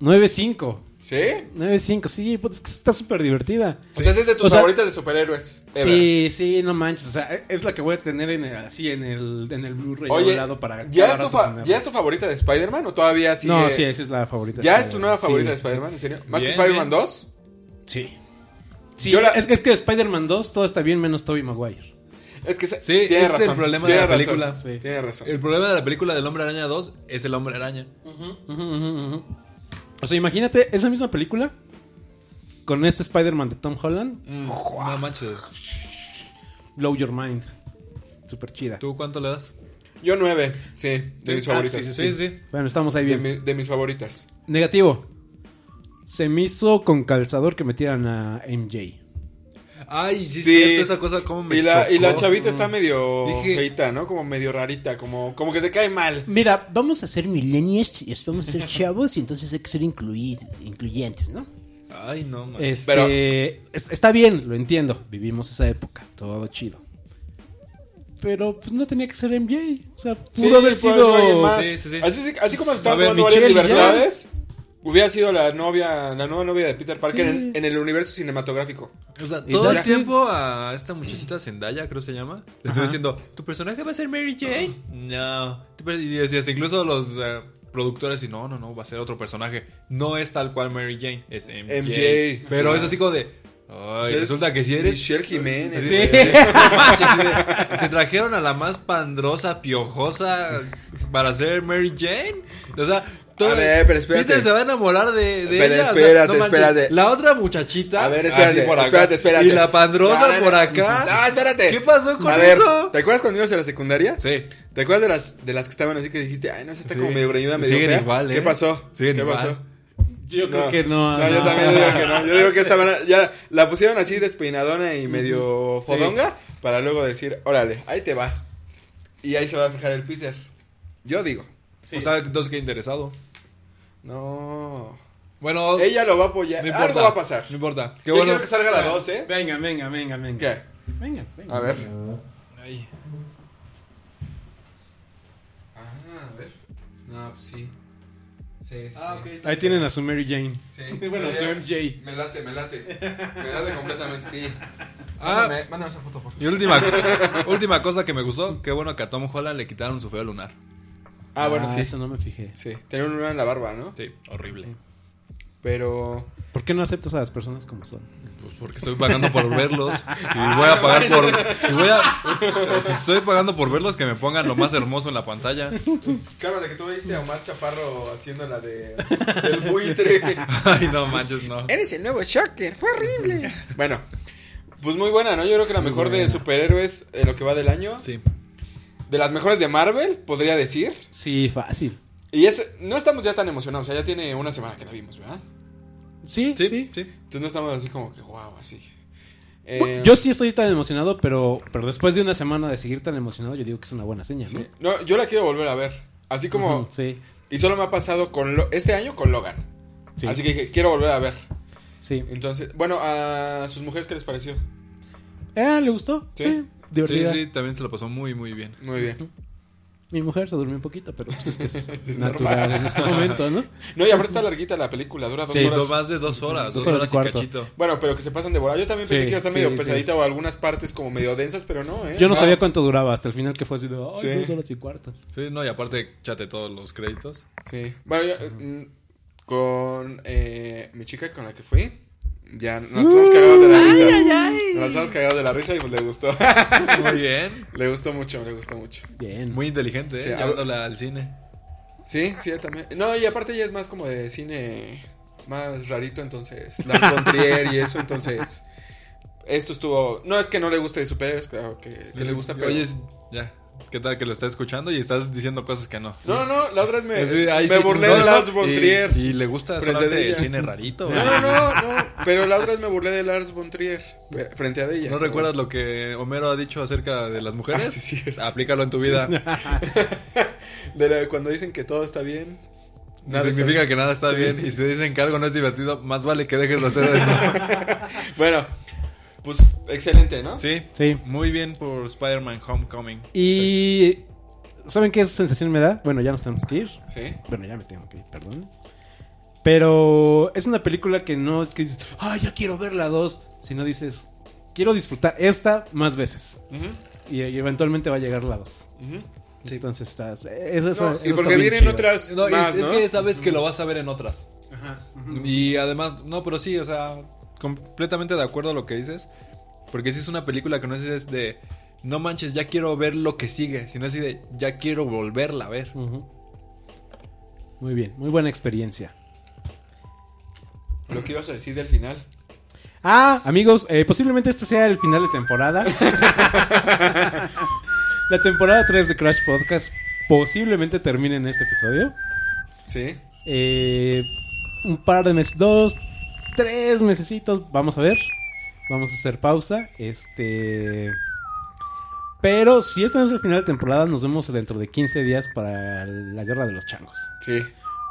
[SPEAKER 3] 9-5.
[SPEAKER 4] ¿Sí?
[SPEAKER 3] 9-5, sí, puta, es que está súper divertida.
[SPEAKER 4] O sea, esa es de tus
[SPEAKER 3] O sea-
[SPEAKER 4] favoritas de superhéroes. ever.
[SPEAKER 3] Sí, sí, no manches. O sea, es la que voy a tener en el, así en el, en el Blu-ray
[SPEAKER 4] Oye,
[SPEAKER 3] al lado para.
[SPEAKER 4] ¿ya,
[SPEAKER 3] cada
[SPEAKER 4] es tu
[SPEAKER 3] rato
[SPEAKER 4] fa-
[SPEAKER 3] ponerla.
[SPEAKER 4] ya es tu favorita de Spider-Man o todavía sigue?
[SPEAKER 3] No, sí, esa es la favorita. de
[SPEAKER 4] ¿Ya es
[SPEAKER 3] Spider-Man.
[SPEAKER 4] tu nueva
[SPEAKER 3] Sí,
[SPEAKER 4] favorita de
[SPEAKER 3] sí,
[SPEAKER 4] Spider-Man? ¿En serio? ¿Más
[SPEAKER 2] Bien,
[SPEAKER 4] que Spider-Man
[SPEAKER 2] bien.
[SPEAKER 4] 2?
[SPEAKER 3] Sí. Sí,
[SPEAKER 4] Yo la-
[SPEAKER 3] es, que- es que Spider-Man 2 todo está bien menos Tobey Maguire.
[SPEAKER 4] Es que se-
[SPEAKER 2] Sí, ese
[SPEAKER 4] tiene
[SPEAKER 2] es el
[SPEAKER 4] razón.
[SPEAKER 2] problema de
[SPEAKER 4] tiene
[SPEAKER 2] la
[SPEAKER 4] razón,
[SPEAKER 2] película.
[SPEAKER 3] Sí.
[SPEAKER 4] Tiene razón.
[SPEAKER 2] El problema de la película del Hombre Araña 2 es el Hombre Araña.
[SPEAKER 3] Ujú, ujú, ujú. O sea, imagínate esa misma película con este Spider-Man de Tom Holland.
[SPEAKER 2] Mm. No manches.
[SPEAKER 3] Blow Your Mind. Súper chida.
[SPEAKER 2] ¿Tú cuánto le das?
[SPEAKER 4] Yo 9, sí, de mis
[SPEAKER 2] Ah,
[SPEAKER 4] favoritas.
[SPEAKER 2] sí, sí, sí.
[SPEAKER 3] Bueno, estamos ahí
[SPEAKER 4] De,
[SPEAKER 3] bien.
[SPEAKER 4] mi- de mis favoritas.
[SPEAKER 3] Negativo. Se me hizo con calzador que metieran a MJ.
[SPEAKER 2] Ay, sí,
[SPEAKER 4] Sí.
[SPEAKER 2] cierto, esa cosa como Oh, me
[SPEAKER 4] Y la, y
[SPEAKER 2] chocó. Mm.
[SPEAKER 4] la chavita está medio
[SPEAKER 2] Dije-
[SPEAKER 4] feita, ¿no? Como medio rarita, como, como que te cae mal.
[SPEAKER 6] Mira, vamos a ser millennials y vamos a ser chavos y entonces hay que ser incluid- incluyentes, ¿no?
[SPEAKER 2] Ay, no, man.
[SPEAKER 3] Este,
[SPEAKER 4] Pero-
[SPEAKER 3] es- está bien, lo entiendo. Vivimos esa época, todo chido. Pero pues no tenía que ser MJ. O sea, pudo
[SPEAKER 4] Sí,
[SPEAKER 3] haber
[SPEAKER 4] puede ser alguien
[SPEAKER 3] sido.
[SPEAKER 4] más.
[SPEAKER 2] Sí, sí, sí.
[SPEAKER 4] Así, así como se estaban
[SPEAKER 2] A ver,
[SPEAKER 4] tomando varias
[SPEAKER 3] Michelle y ya.
[SPEAKER 4] libertades, hubiera sido la novia, la nueva novia de Peter Parker
[SPEAKER 3] Sí.
[SPEAKER 4] en, en el universo cinematográfico.
[SPEAKER 2] O sea,
[SPEAKER 3] Y
[SPEAKER 2] todo el
[SPEAKER 3] Darcy-
[SPEAKER 2] tiempo a esta muchachita Zendaya, creo que se llama, le estoy diciendo, ¿tu personaje va a ser Mary Jane? No. Tu per- Y hasta hasta incluso los eh, productores y no, no, no, va a ser otro personaje. No es tal cual Mary Jane, es MJ.
[SPEAKER 4] MJ,
[SPEAKER 2] Pero
[SPEAKER 4] sí.
[SPEAKER 2] es así como de, ay,
[SPEAKER 4] Sí,
[SPEAKER 2] resulta
[SPEAKER 4] es
[SPEAKER 2] que si eres...
[SPEAKER 4] Michelle Jiménez.
[SPEAKER 2] Sí.
[SPEAKER 4] güey.
[SPEAKER 2] este, No manches, así de, se trajeron a la más pandrosa, piojosa para ser Mary Jane. O sea, todo-
[SPEAKER 4] A ver, pero espérate.
[SPEAKER 2] Peter se va a enamorar de, de
[SPEAKER 4] Pero
[SPEAKER 2] ella. o sea,
[SPEAKER 4] espérate,
[SPEAKER 2] no manches,
[SPEAKER 4] espérate.
[SPEAKER 2] La otra muchachita.
[SPEAKER 4] A ver, espérate,
[SPEAKER 2] así por acá.
[SPEAKER 4] espérate, espérate.
[SPEAKER 2] Y la pandrosa
[SPEAKER 4] No, no, no.
[SPEAKER 2] por acá.
[SPEAKER 4] No, espérate.
[SPEAKER 2] ¿Qué pasó con
[SPEAKER 4] A ver,
[SPEAKER 2] eso?
[SPEAKER 4] ¿Te acuerdas cuando ibas a la secundaria?
[SPEAKER 2] Sí.
[SPEAKER 4] ¿Te acuerdas de las, de las que estaban así que dijiste, ay, no, esa está
[SPEAKER 2] Sí.
[SPEAKER 4] como medio greñuda, medio
[SPEAKER 2] Siguen
[SPEAKER 4] fea"?
[SPEAKER 2] igual, ¿eh?
[SPEAKER 4] ¿Qué pasó?
[SPEAKER 2] Siguen
[SPEAKER 4] ¿Qué
[SPEAKER 2] igual.
[SPEAKER 4] pasó?
[SPEAKER 3] Yo creo que no.
[SPEAKER 4] yo
[SPEAKER 3] no.
[SPEAKER 4] también digo que no. Yo digo que estaban, ya la pusieron así despeinadona y medio fodonga para luego decir, órale, ahí te va. Y ahí se va a fijar el Peter. Yo digo,
[SPEAKER 2] O sea, dos que interesado.
[SPEAKER 4] no.
[SPEAKER 2] Bueno,
[SPEAKER 4] Ella lo va a apoyar.
[SPEAKER 2] no importa.
[SPEAKER 4] Algo va a pasar.
[SPEAKER 2] No importa. Qué
[SPEAKER 4] Yo
[SPEAKER 2] bueno.
[SPEAKER 4] quiero que salga la 2, ¿eh?
[SPEAKER 3] Venga, venga, venga, venga.
[SPEAKER 4] ¿Qué?
[SPEAKER 3] Venga, venga.
[SPEAKER 4] A ver.
[SPEAKER 2] Ay.
[SPEAKER 4] Ah, a ver. No, pues sí. Sí, sí. sí.
[SPEAKER 3] Ahí tienen a su Mary Jane.
[SPEAKER 4] Sí.
[SPEAKER 3] Bueno,
[SPEAKER 4] Eh,
[SPEAKER 3] su MJ.
[SPEAKER 4] Me late, me late. Me late completamente, sí.
[SPEAKER 2] Ah.
[SPEAKER 4] Mándame, mándame esa foto, por favor.
[SPEAKER 2] Y última, última cosa que me gustó, qué bueno que a Tom Holland le quitaron su feo lunar.
[SPEAKER 4] Ah, bueno, sí.
[SPEAKER 3] Eso no me fijé.
[SPEAKER 4] Sí, tenía un lunar en la barba, ¿no?
[SPEAKER 2] Sí, horrible.
[SPEAKER 4] Pero.
[SPEAKER 3] ¿Por qué no aceptas a las personas como son?
[SPEAKER 2] Pues porque estoy pagando por verlos. Si voy a pagar por. Si voy a. Si estoy pagando por verlos, que me pongan lo más hermoso en la pantalla.
[SPEAKER 4] Cálmate que tú viste a Omar Chaparro haciendo la de. del buitre.
[SPEAKER 2] Ay, no manches, no.
[SPEAKER 4] Eres el nuevo Shocker, fue horrible. Bueno, pues muy buena, ¿no? Yo creo que la mejor de superhéroes en lo que va del año.
[SPEAKER 2] Sí.
[SPEAKER 4] De las mejores de Marvel, podría decir.
[SPEAKER 3] Sí, fácil.
[SPEAKER 4] Y es, no estamos ya tan emocionados, o sea, ya tiene una semana que la vimos, ¿verdad?
[SPEAKER 3] Sí, sí.
[SPEAKER 2] Sí, sí.
[SPEAKER 4] Entonces no estamos así como que, wow, así. Eh,
[SPEAKER 3] Yo sí estoy tan emocionado, pero, pero después de una semana de seguir tan emocionado, yo digo que es una buena señal,
[SPEAKER 4] sí. No, yo la quiero volver a ver. Así
[SPEAKER 3] ¿no?
[SPEAKER 4] como.
[SPEAKER 3] Ujú, Sí,
[SPEAKER 4] Y solo me ha pasado con Lo- este año con Logan.
[SPEAKER 3] sí.
[SPEAKER 4] Así que dije, quiero volver a ver.
[SPEAKER 3] sí.
[SPEAKER 4] Entonces, bueno, a sus mujeres, ¿qué les pareció?
[SPEAKER 3] Ah, ¿le gustó?
[SPEAKER 4] Sí.
[SPEAKER 3] Sí.
[SPEAKER 2] Sí,
[SPEAKER 3] Divertida.
[SPEAKER 2] sí, también se lo pasó muy, muy bien.
[SPEAKER 4] Muy bien.
[SPEAKER 3] Mi mujer se durmió un poquito, pero pues es que es,
[SPEAKER 4] Es
[SPEAKER 3] natural
[SPEAKER 4] normal.
[SPEAKER 3] en este momento, ¿no?
[SPEAKER 4] No, y ahora está larguita la película, dura dos
[SPEAKER 2] Sí,
[SPEAKER 4] horas.
[SPEAKER 2] no más de dos horas,
[SPEAKER 3] Dos
[SPEAKER 2] dos,
[SPEAKER 3] horas
[SPEAKER 2] horas,
[SPEAKER 3] y
[SPEAKER 2] y
[SPEAKER 3] cuarto.
[SPEAKER 2] cachito.
[SPEAKER 4] Bueno, pero que se pasan de volada. Yo también
[SPEAKER 3] Sí,
[SPEAKER 4] pensé que iba a estar
[SPEAKER 3] sí,
[SPEAKER 4] medio
[SPEAKER 3] sí.
[SPEAKER 4] pesadita o algunas partes como medio densas, pero no, ¿eh?
[SPEAKER 3] Yo no
[SPEAKER 4] Ah,
[SPEAKER 3] sabía cuánto duraba hasta el final que fue así de, ay,
[SPEAKER 4] Sí.
[SPEAKER 3] dos horas y cuarto.
[SPEAKER 2] Sí, no, y aparte, chate todos los créditos.
[SPEAKER 4] Sí. Bueno, yo, eh, mm, con eh, mi chica con la que fui, ya nos estamos cagados de la risa. Nos estamos cagados de la risa y pues le gustó.
[SPEAKER 2] Muy bien.
[SPEAKER 4] le gustó mucho, le gustó mucho.
[SPEAKER 3] Bien.
[SPEAKER 2] Muy inteligente, ¿eh?
[SPEAKER 4] Sí, a-
[SPEAKER 2] Llevándola al cine.
[SPEAKER 4] Sí, sí, ella también. No, y aparte ella es más como de cine más rarito, entonces. La Frontier y eso, entonces. Esto estuvo. No es que no le guste de superhéroes, claro que, que le gusta, pero.
[SPEAKER 2] Oye, ya. ¿Qué tal que lo estás escuchando y estás diciendo cosas que no?
[SPEAKER 4] no, no, la otra vez me,
[SPEAKER 2] Así, ay,
[SPEAKER 4] me
[SPEAKER 2] sí,
[SPEAKER 4] burlé
[SPEAKER 2] no,
[SPEAKER 4] de
[SPEAKER 2] no,
[SPEAKER 4] Lars
[SPEAKER 2] y-
[SPEAKER 4] von Trier.
[SPEAKER 2] Y, le gusta
[SPEAKER 4] Frente
[SPEAKER 2] solamente
[SPEAKER 4] de
[SPEAKER 2] el
[SPEAKER 4] ella.
[SPEAKER 2] cine rarito. güey.
[SPEAKER 4] No, no, no, pero la otra vez me burlé de Lars von Trier pe- frente a ella.
[SPEAKER 2] ¿No recuerdas lo que Homero ha dicho acerca de las mujeres?
[SPEAKER 4] Ah, sí, cierto.
[SPEAKER 2] Aplícalo en tu vida.
[SPEAKER 4] De la- cuando dicen que todo está bien.
[SPEAKER 2] No
[SPEAKER 4] nada
[SPEAKER 2] significa
[SPEAKER 4] está
[SPEAKER 2] que nada está bien. Y si te dicen que algo no es divertido, más vale que dejes de hacer eso.
[SPEAKER 4] bien. Bueno, pues excelente, ¿no?
[SPEAKER 2] sí.
[SPEAKER 3] Sí.
[SPEAKER 2] Muy bien por Spider-Man Homecoming.
[SPEAKER 3] Y ¿saben qué sensación me da? Bueno, ya nos tenemos que ir.
[SPEAKER 4] Sí.
[SPEAKER 3] Bueno, ya me tengo que ir, perdón. Pero es una película que no es que dices, "Ah, ya quiero ver la 2", sino dices, "Quiero disfrutar esta más veces."
[SPEAKER 4] Ujú,
[SPEAKER 3] Y, y eventualmente va a llegar la 2.
[SPEAKER 4] ujú. Sí.
[SPEAKER 3] Entonces estás eh, eso, eso-
[SPEAKER 4] No,
[SPEAKER 3] eso
[SPEAKER 4] y
[SPEAKER 3] está
[SPEAKER 4] porque
[SPEAKER 3] bien
[SPEAKER 4] vienen
[SPEAKER 3] chido.
[SPEAKER 4] otras
[SPEAKER 2] No, es-
[SPEAKER 4] más,
[SPEAKER 2] es,
[SPEAKER 4] ¿no?
[SPEAKER 2] que sabes que lo vas a ver en otras.
[SPEAKER 3] Ajá.
[SPEAKER 2] Y además, no, pero sí, o sea, completamente de acuerdo a lo que dices. Porque si es una película que no es, es de, no manches, ya quiero ver lo que sigue. Sino así de, ya quiero volverla a ver.
[SPEAKER 3] Ujú. Muy bien, muy buena experiencia.
[SPEAKER 4] Lo que ibas a decir del final.
[SPEAKER 3] Ah, amigos, eh, posiblemente este sea el final de temporada. la temporada 3 de Crash Podcast posiblemente termine en este episodio.
[SPEAKER 4] Sí.
[SPEAKER 3] Eh, un par de meses, dos, tres mesecitos, vamos a ver. Vamos a hacer pausa. Este... Pero si este no es el final de temporada, nos vemos dentro de 15 días para la guerra de los changos.
[SPEAKER 4] Sí.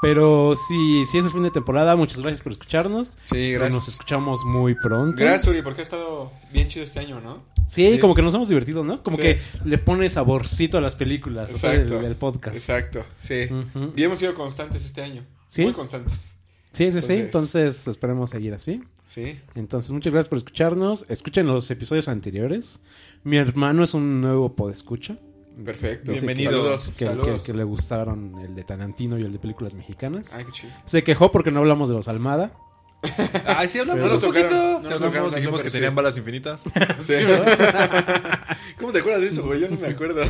[SPEAKER 3] Pero si, si es el fin de temporada, muchas gracias por escucharnos.
[SPEAKER 4] Sí,
[SPEAKER 3] Nos
[SPEAKER 4] gracias.
[SPEAKER 3] escuchamos muy pronto.
[SPEAKER 4] Gracias, Uri, porque ha estado bien chido este año, ¿no?
[SPEAKER 3] Sí,
[SPEAKER 4] Sí.
[SPEAKER 3] como que nos hemos divertido, ¿no? Como
[SPEAKER 4] Sí.
[SPEAKER 3] que le pone saborcito a las películas, o sea, el,
[SPEAKER 4] Exacto.
[SPEAKER 3] el podcast.
[SPEAKER 4] Exacto, sí.
[SPEAKER 3] Ujú.
[SPEAKER 4] Y hemos sido constantes este año.
[SPEAKER 3] Mm. Sí.
[SPEAKER 4] Muy constantes.
[SPEAKER 3] Sí, sí, sí.
[SPEAKER 4] Entonces-
[SPEAKER 3] Entonces, esperemos seguir así.
[SPEAKER 4] Sí.
[SPEAKER 3] Entonces, muchas gracias por escucharnos. Escuchen los episodios anteriores. Mi hermano es un nuevo podescucha.
[SPEAKER 4] Perfecto.
[SPEAKER 3] Dice que-
[SPEAKER 2] Bienvenidos.
[SPEAKER 4] Saludos.
[SPEAKER 3] Que,
[SPEAKER 4] saludos.
[SPEAKER 3] que- que le gustaron el de Tarantino y el de películas mexicanas.
[SPEAKER 4] Ay, qué chido.
[SPEAKER 3] Se quejó porque no hablamos de los Almada.
[SPEAKER 2] Ay, sí hablamos
[SPEAKER 4] Pero-
[SPEAKER 2] un poquito.
[SPEAKER 4] No nos
[SPEAKER 2] Sí
[SPEAKER 4] tocaron
[SPEAKER 2] hablamos,
[SPEAKER 4] tanto,
[SPEAKER 2] dijimos que
[SPEAKER 4] pero sí.
[SPEAKER 2] tenían balas infinitas.
[SPEAKER 4] Sí. ¿Cómo te acuerdas de eso, güey? Yo no me acuerdo.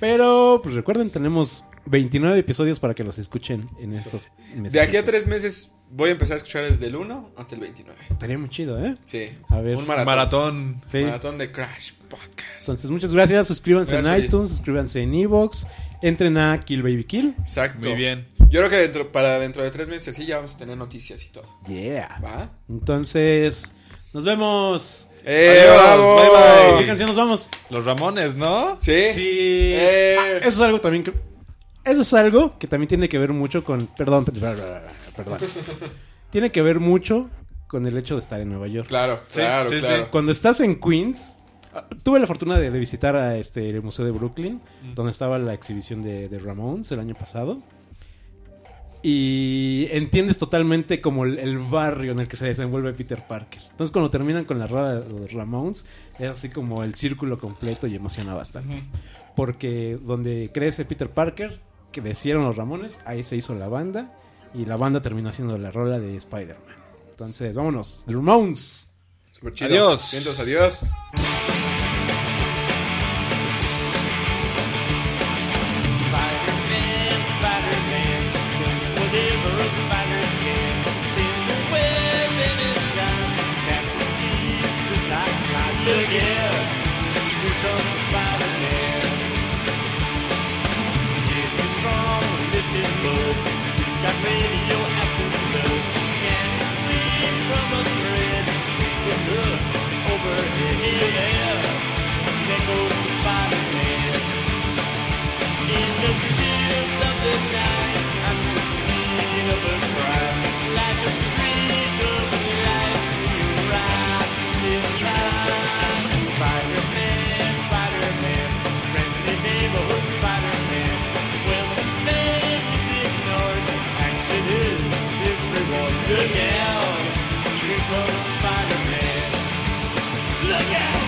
[SPEAKER 3] Pero, pues recuerden, tenemos 29 episodios para que los escuchen en estos meses.
[SPEAKER 4] De aquí a tres meses voy a empezar a escuchar desde el 1 hasta el 29.
[SPEAKER 3] Estaría muy chido, ¿eh?
[SPEAKER 4] Sí.
[SPEAKER 3] A ver.
[SPEAKER 4] Un maratón.
[SPEAKER 2] Maratón.
[SPEAKER 3] Sí.
[SPEAKER 4] Maratón de Crash Podcast.
[SPEAKER 3] Entonces, muchas gracias. Suscríbanse
[SPEAKER 4] Gracias,
[SPEAKER 3] en
[SPEAKER 4] oye.
[SPEAKER 3] iTunes, suscríbanse en Evox. Entren a Kill Baby Kill.
[SPEAKER 4] Exacto.
[SPEAKER 2] Muy bien.
[SPEAKER 4] Yo creo que dentro, para dentro de tres meses sí ya vamos a tener noticias y todo.
[SPEAKER 3] Yeah.
[SPEAKER 4] ¿Va?
[SPEAKER 3] Entonces, nos vemos.
[SPEAKER 4] ¡Eh,
[SPEAKER 2] Adiós,
[SPEAKER 4] bravo!
[SPEAKER 2] bye,
[SPEAKER 3] ¿Con
[SPEAKER 2] bye.
[SPEAKER 3] ¿Qué canción nos vamos?
[SPEAKER 2] Los Ramones, ¿no?
[SPEAKER 4] Sí.
[SPEAKER 3] Sí.
[SPEAKER 4] Eh.
[SPEAKER 3] Ah, eso es algo también que. Eso es algo que también tiene que ver mucho con. Perdón, perdón. perdón. tiene que ver mucho con el hecho de estar en Nueva York.
[SPEAKER 4] Claro,
[SPEAKER 2] Sí,
[SPEAKER 4] claro,
[SPEAKER 2] sí, sí.
[SPEAKER 4] claro.
[SPEAKER 3] Cuando estás en Queens, ah, tuve la fortuna de, de visitar a este, el Museo de Brooklyn, donde estaba la exhibición de, de Ramones el año pasado. Y entiendes totalmente como el, el barrio en el que se desenvuelve Peter Parker. Entonces cuando terminan con la rara de los Ramones, es así como el círculo completo y emociona bastante. Porque donde crece Peter Parker, crecieron los Ramones, ahí se hizo la banda y la banda terminó haciendo la rola de Spider-Man. Entonces, vámonos, The Ramones.
[SPEAKER 4] Súper chido.
[SPEAKER 2] Adiós.
[SPEAKER 4] Vientos, adiós.
[SPEAKER 7] Spider-Man, Spider-Man, does whatever a spider can. Spins a web in his eyes, catches thieves just like flies. Look out, here comes Spider-Man. This is wrong, this his mode. He's got radioactive blood. Can't sleep from a thread. Sleep the hook over his head. There goes the Spider-Man. In the chills of the night, I'm the scene of a crime. Like a streak of light, you rise in time. Spider-Man, Spider-Man, friendly neighborhood Spider-Man. When the man is ignored, action is his reward. Look out! Here comes Spider-Man. Look out!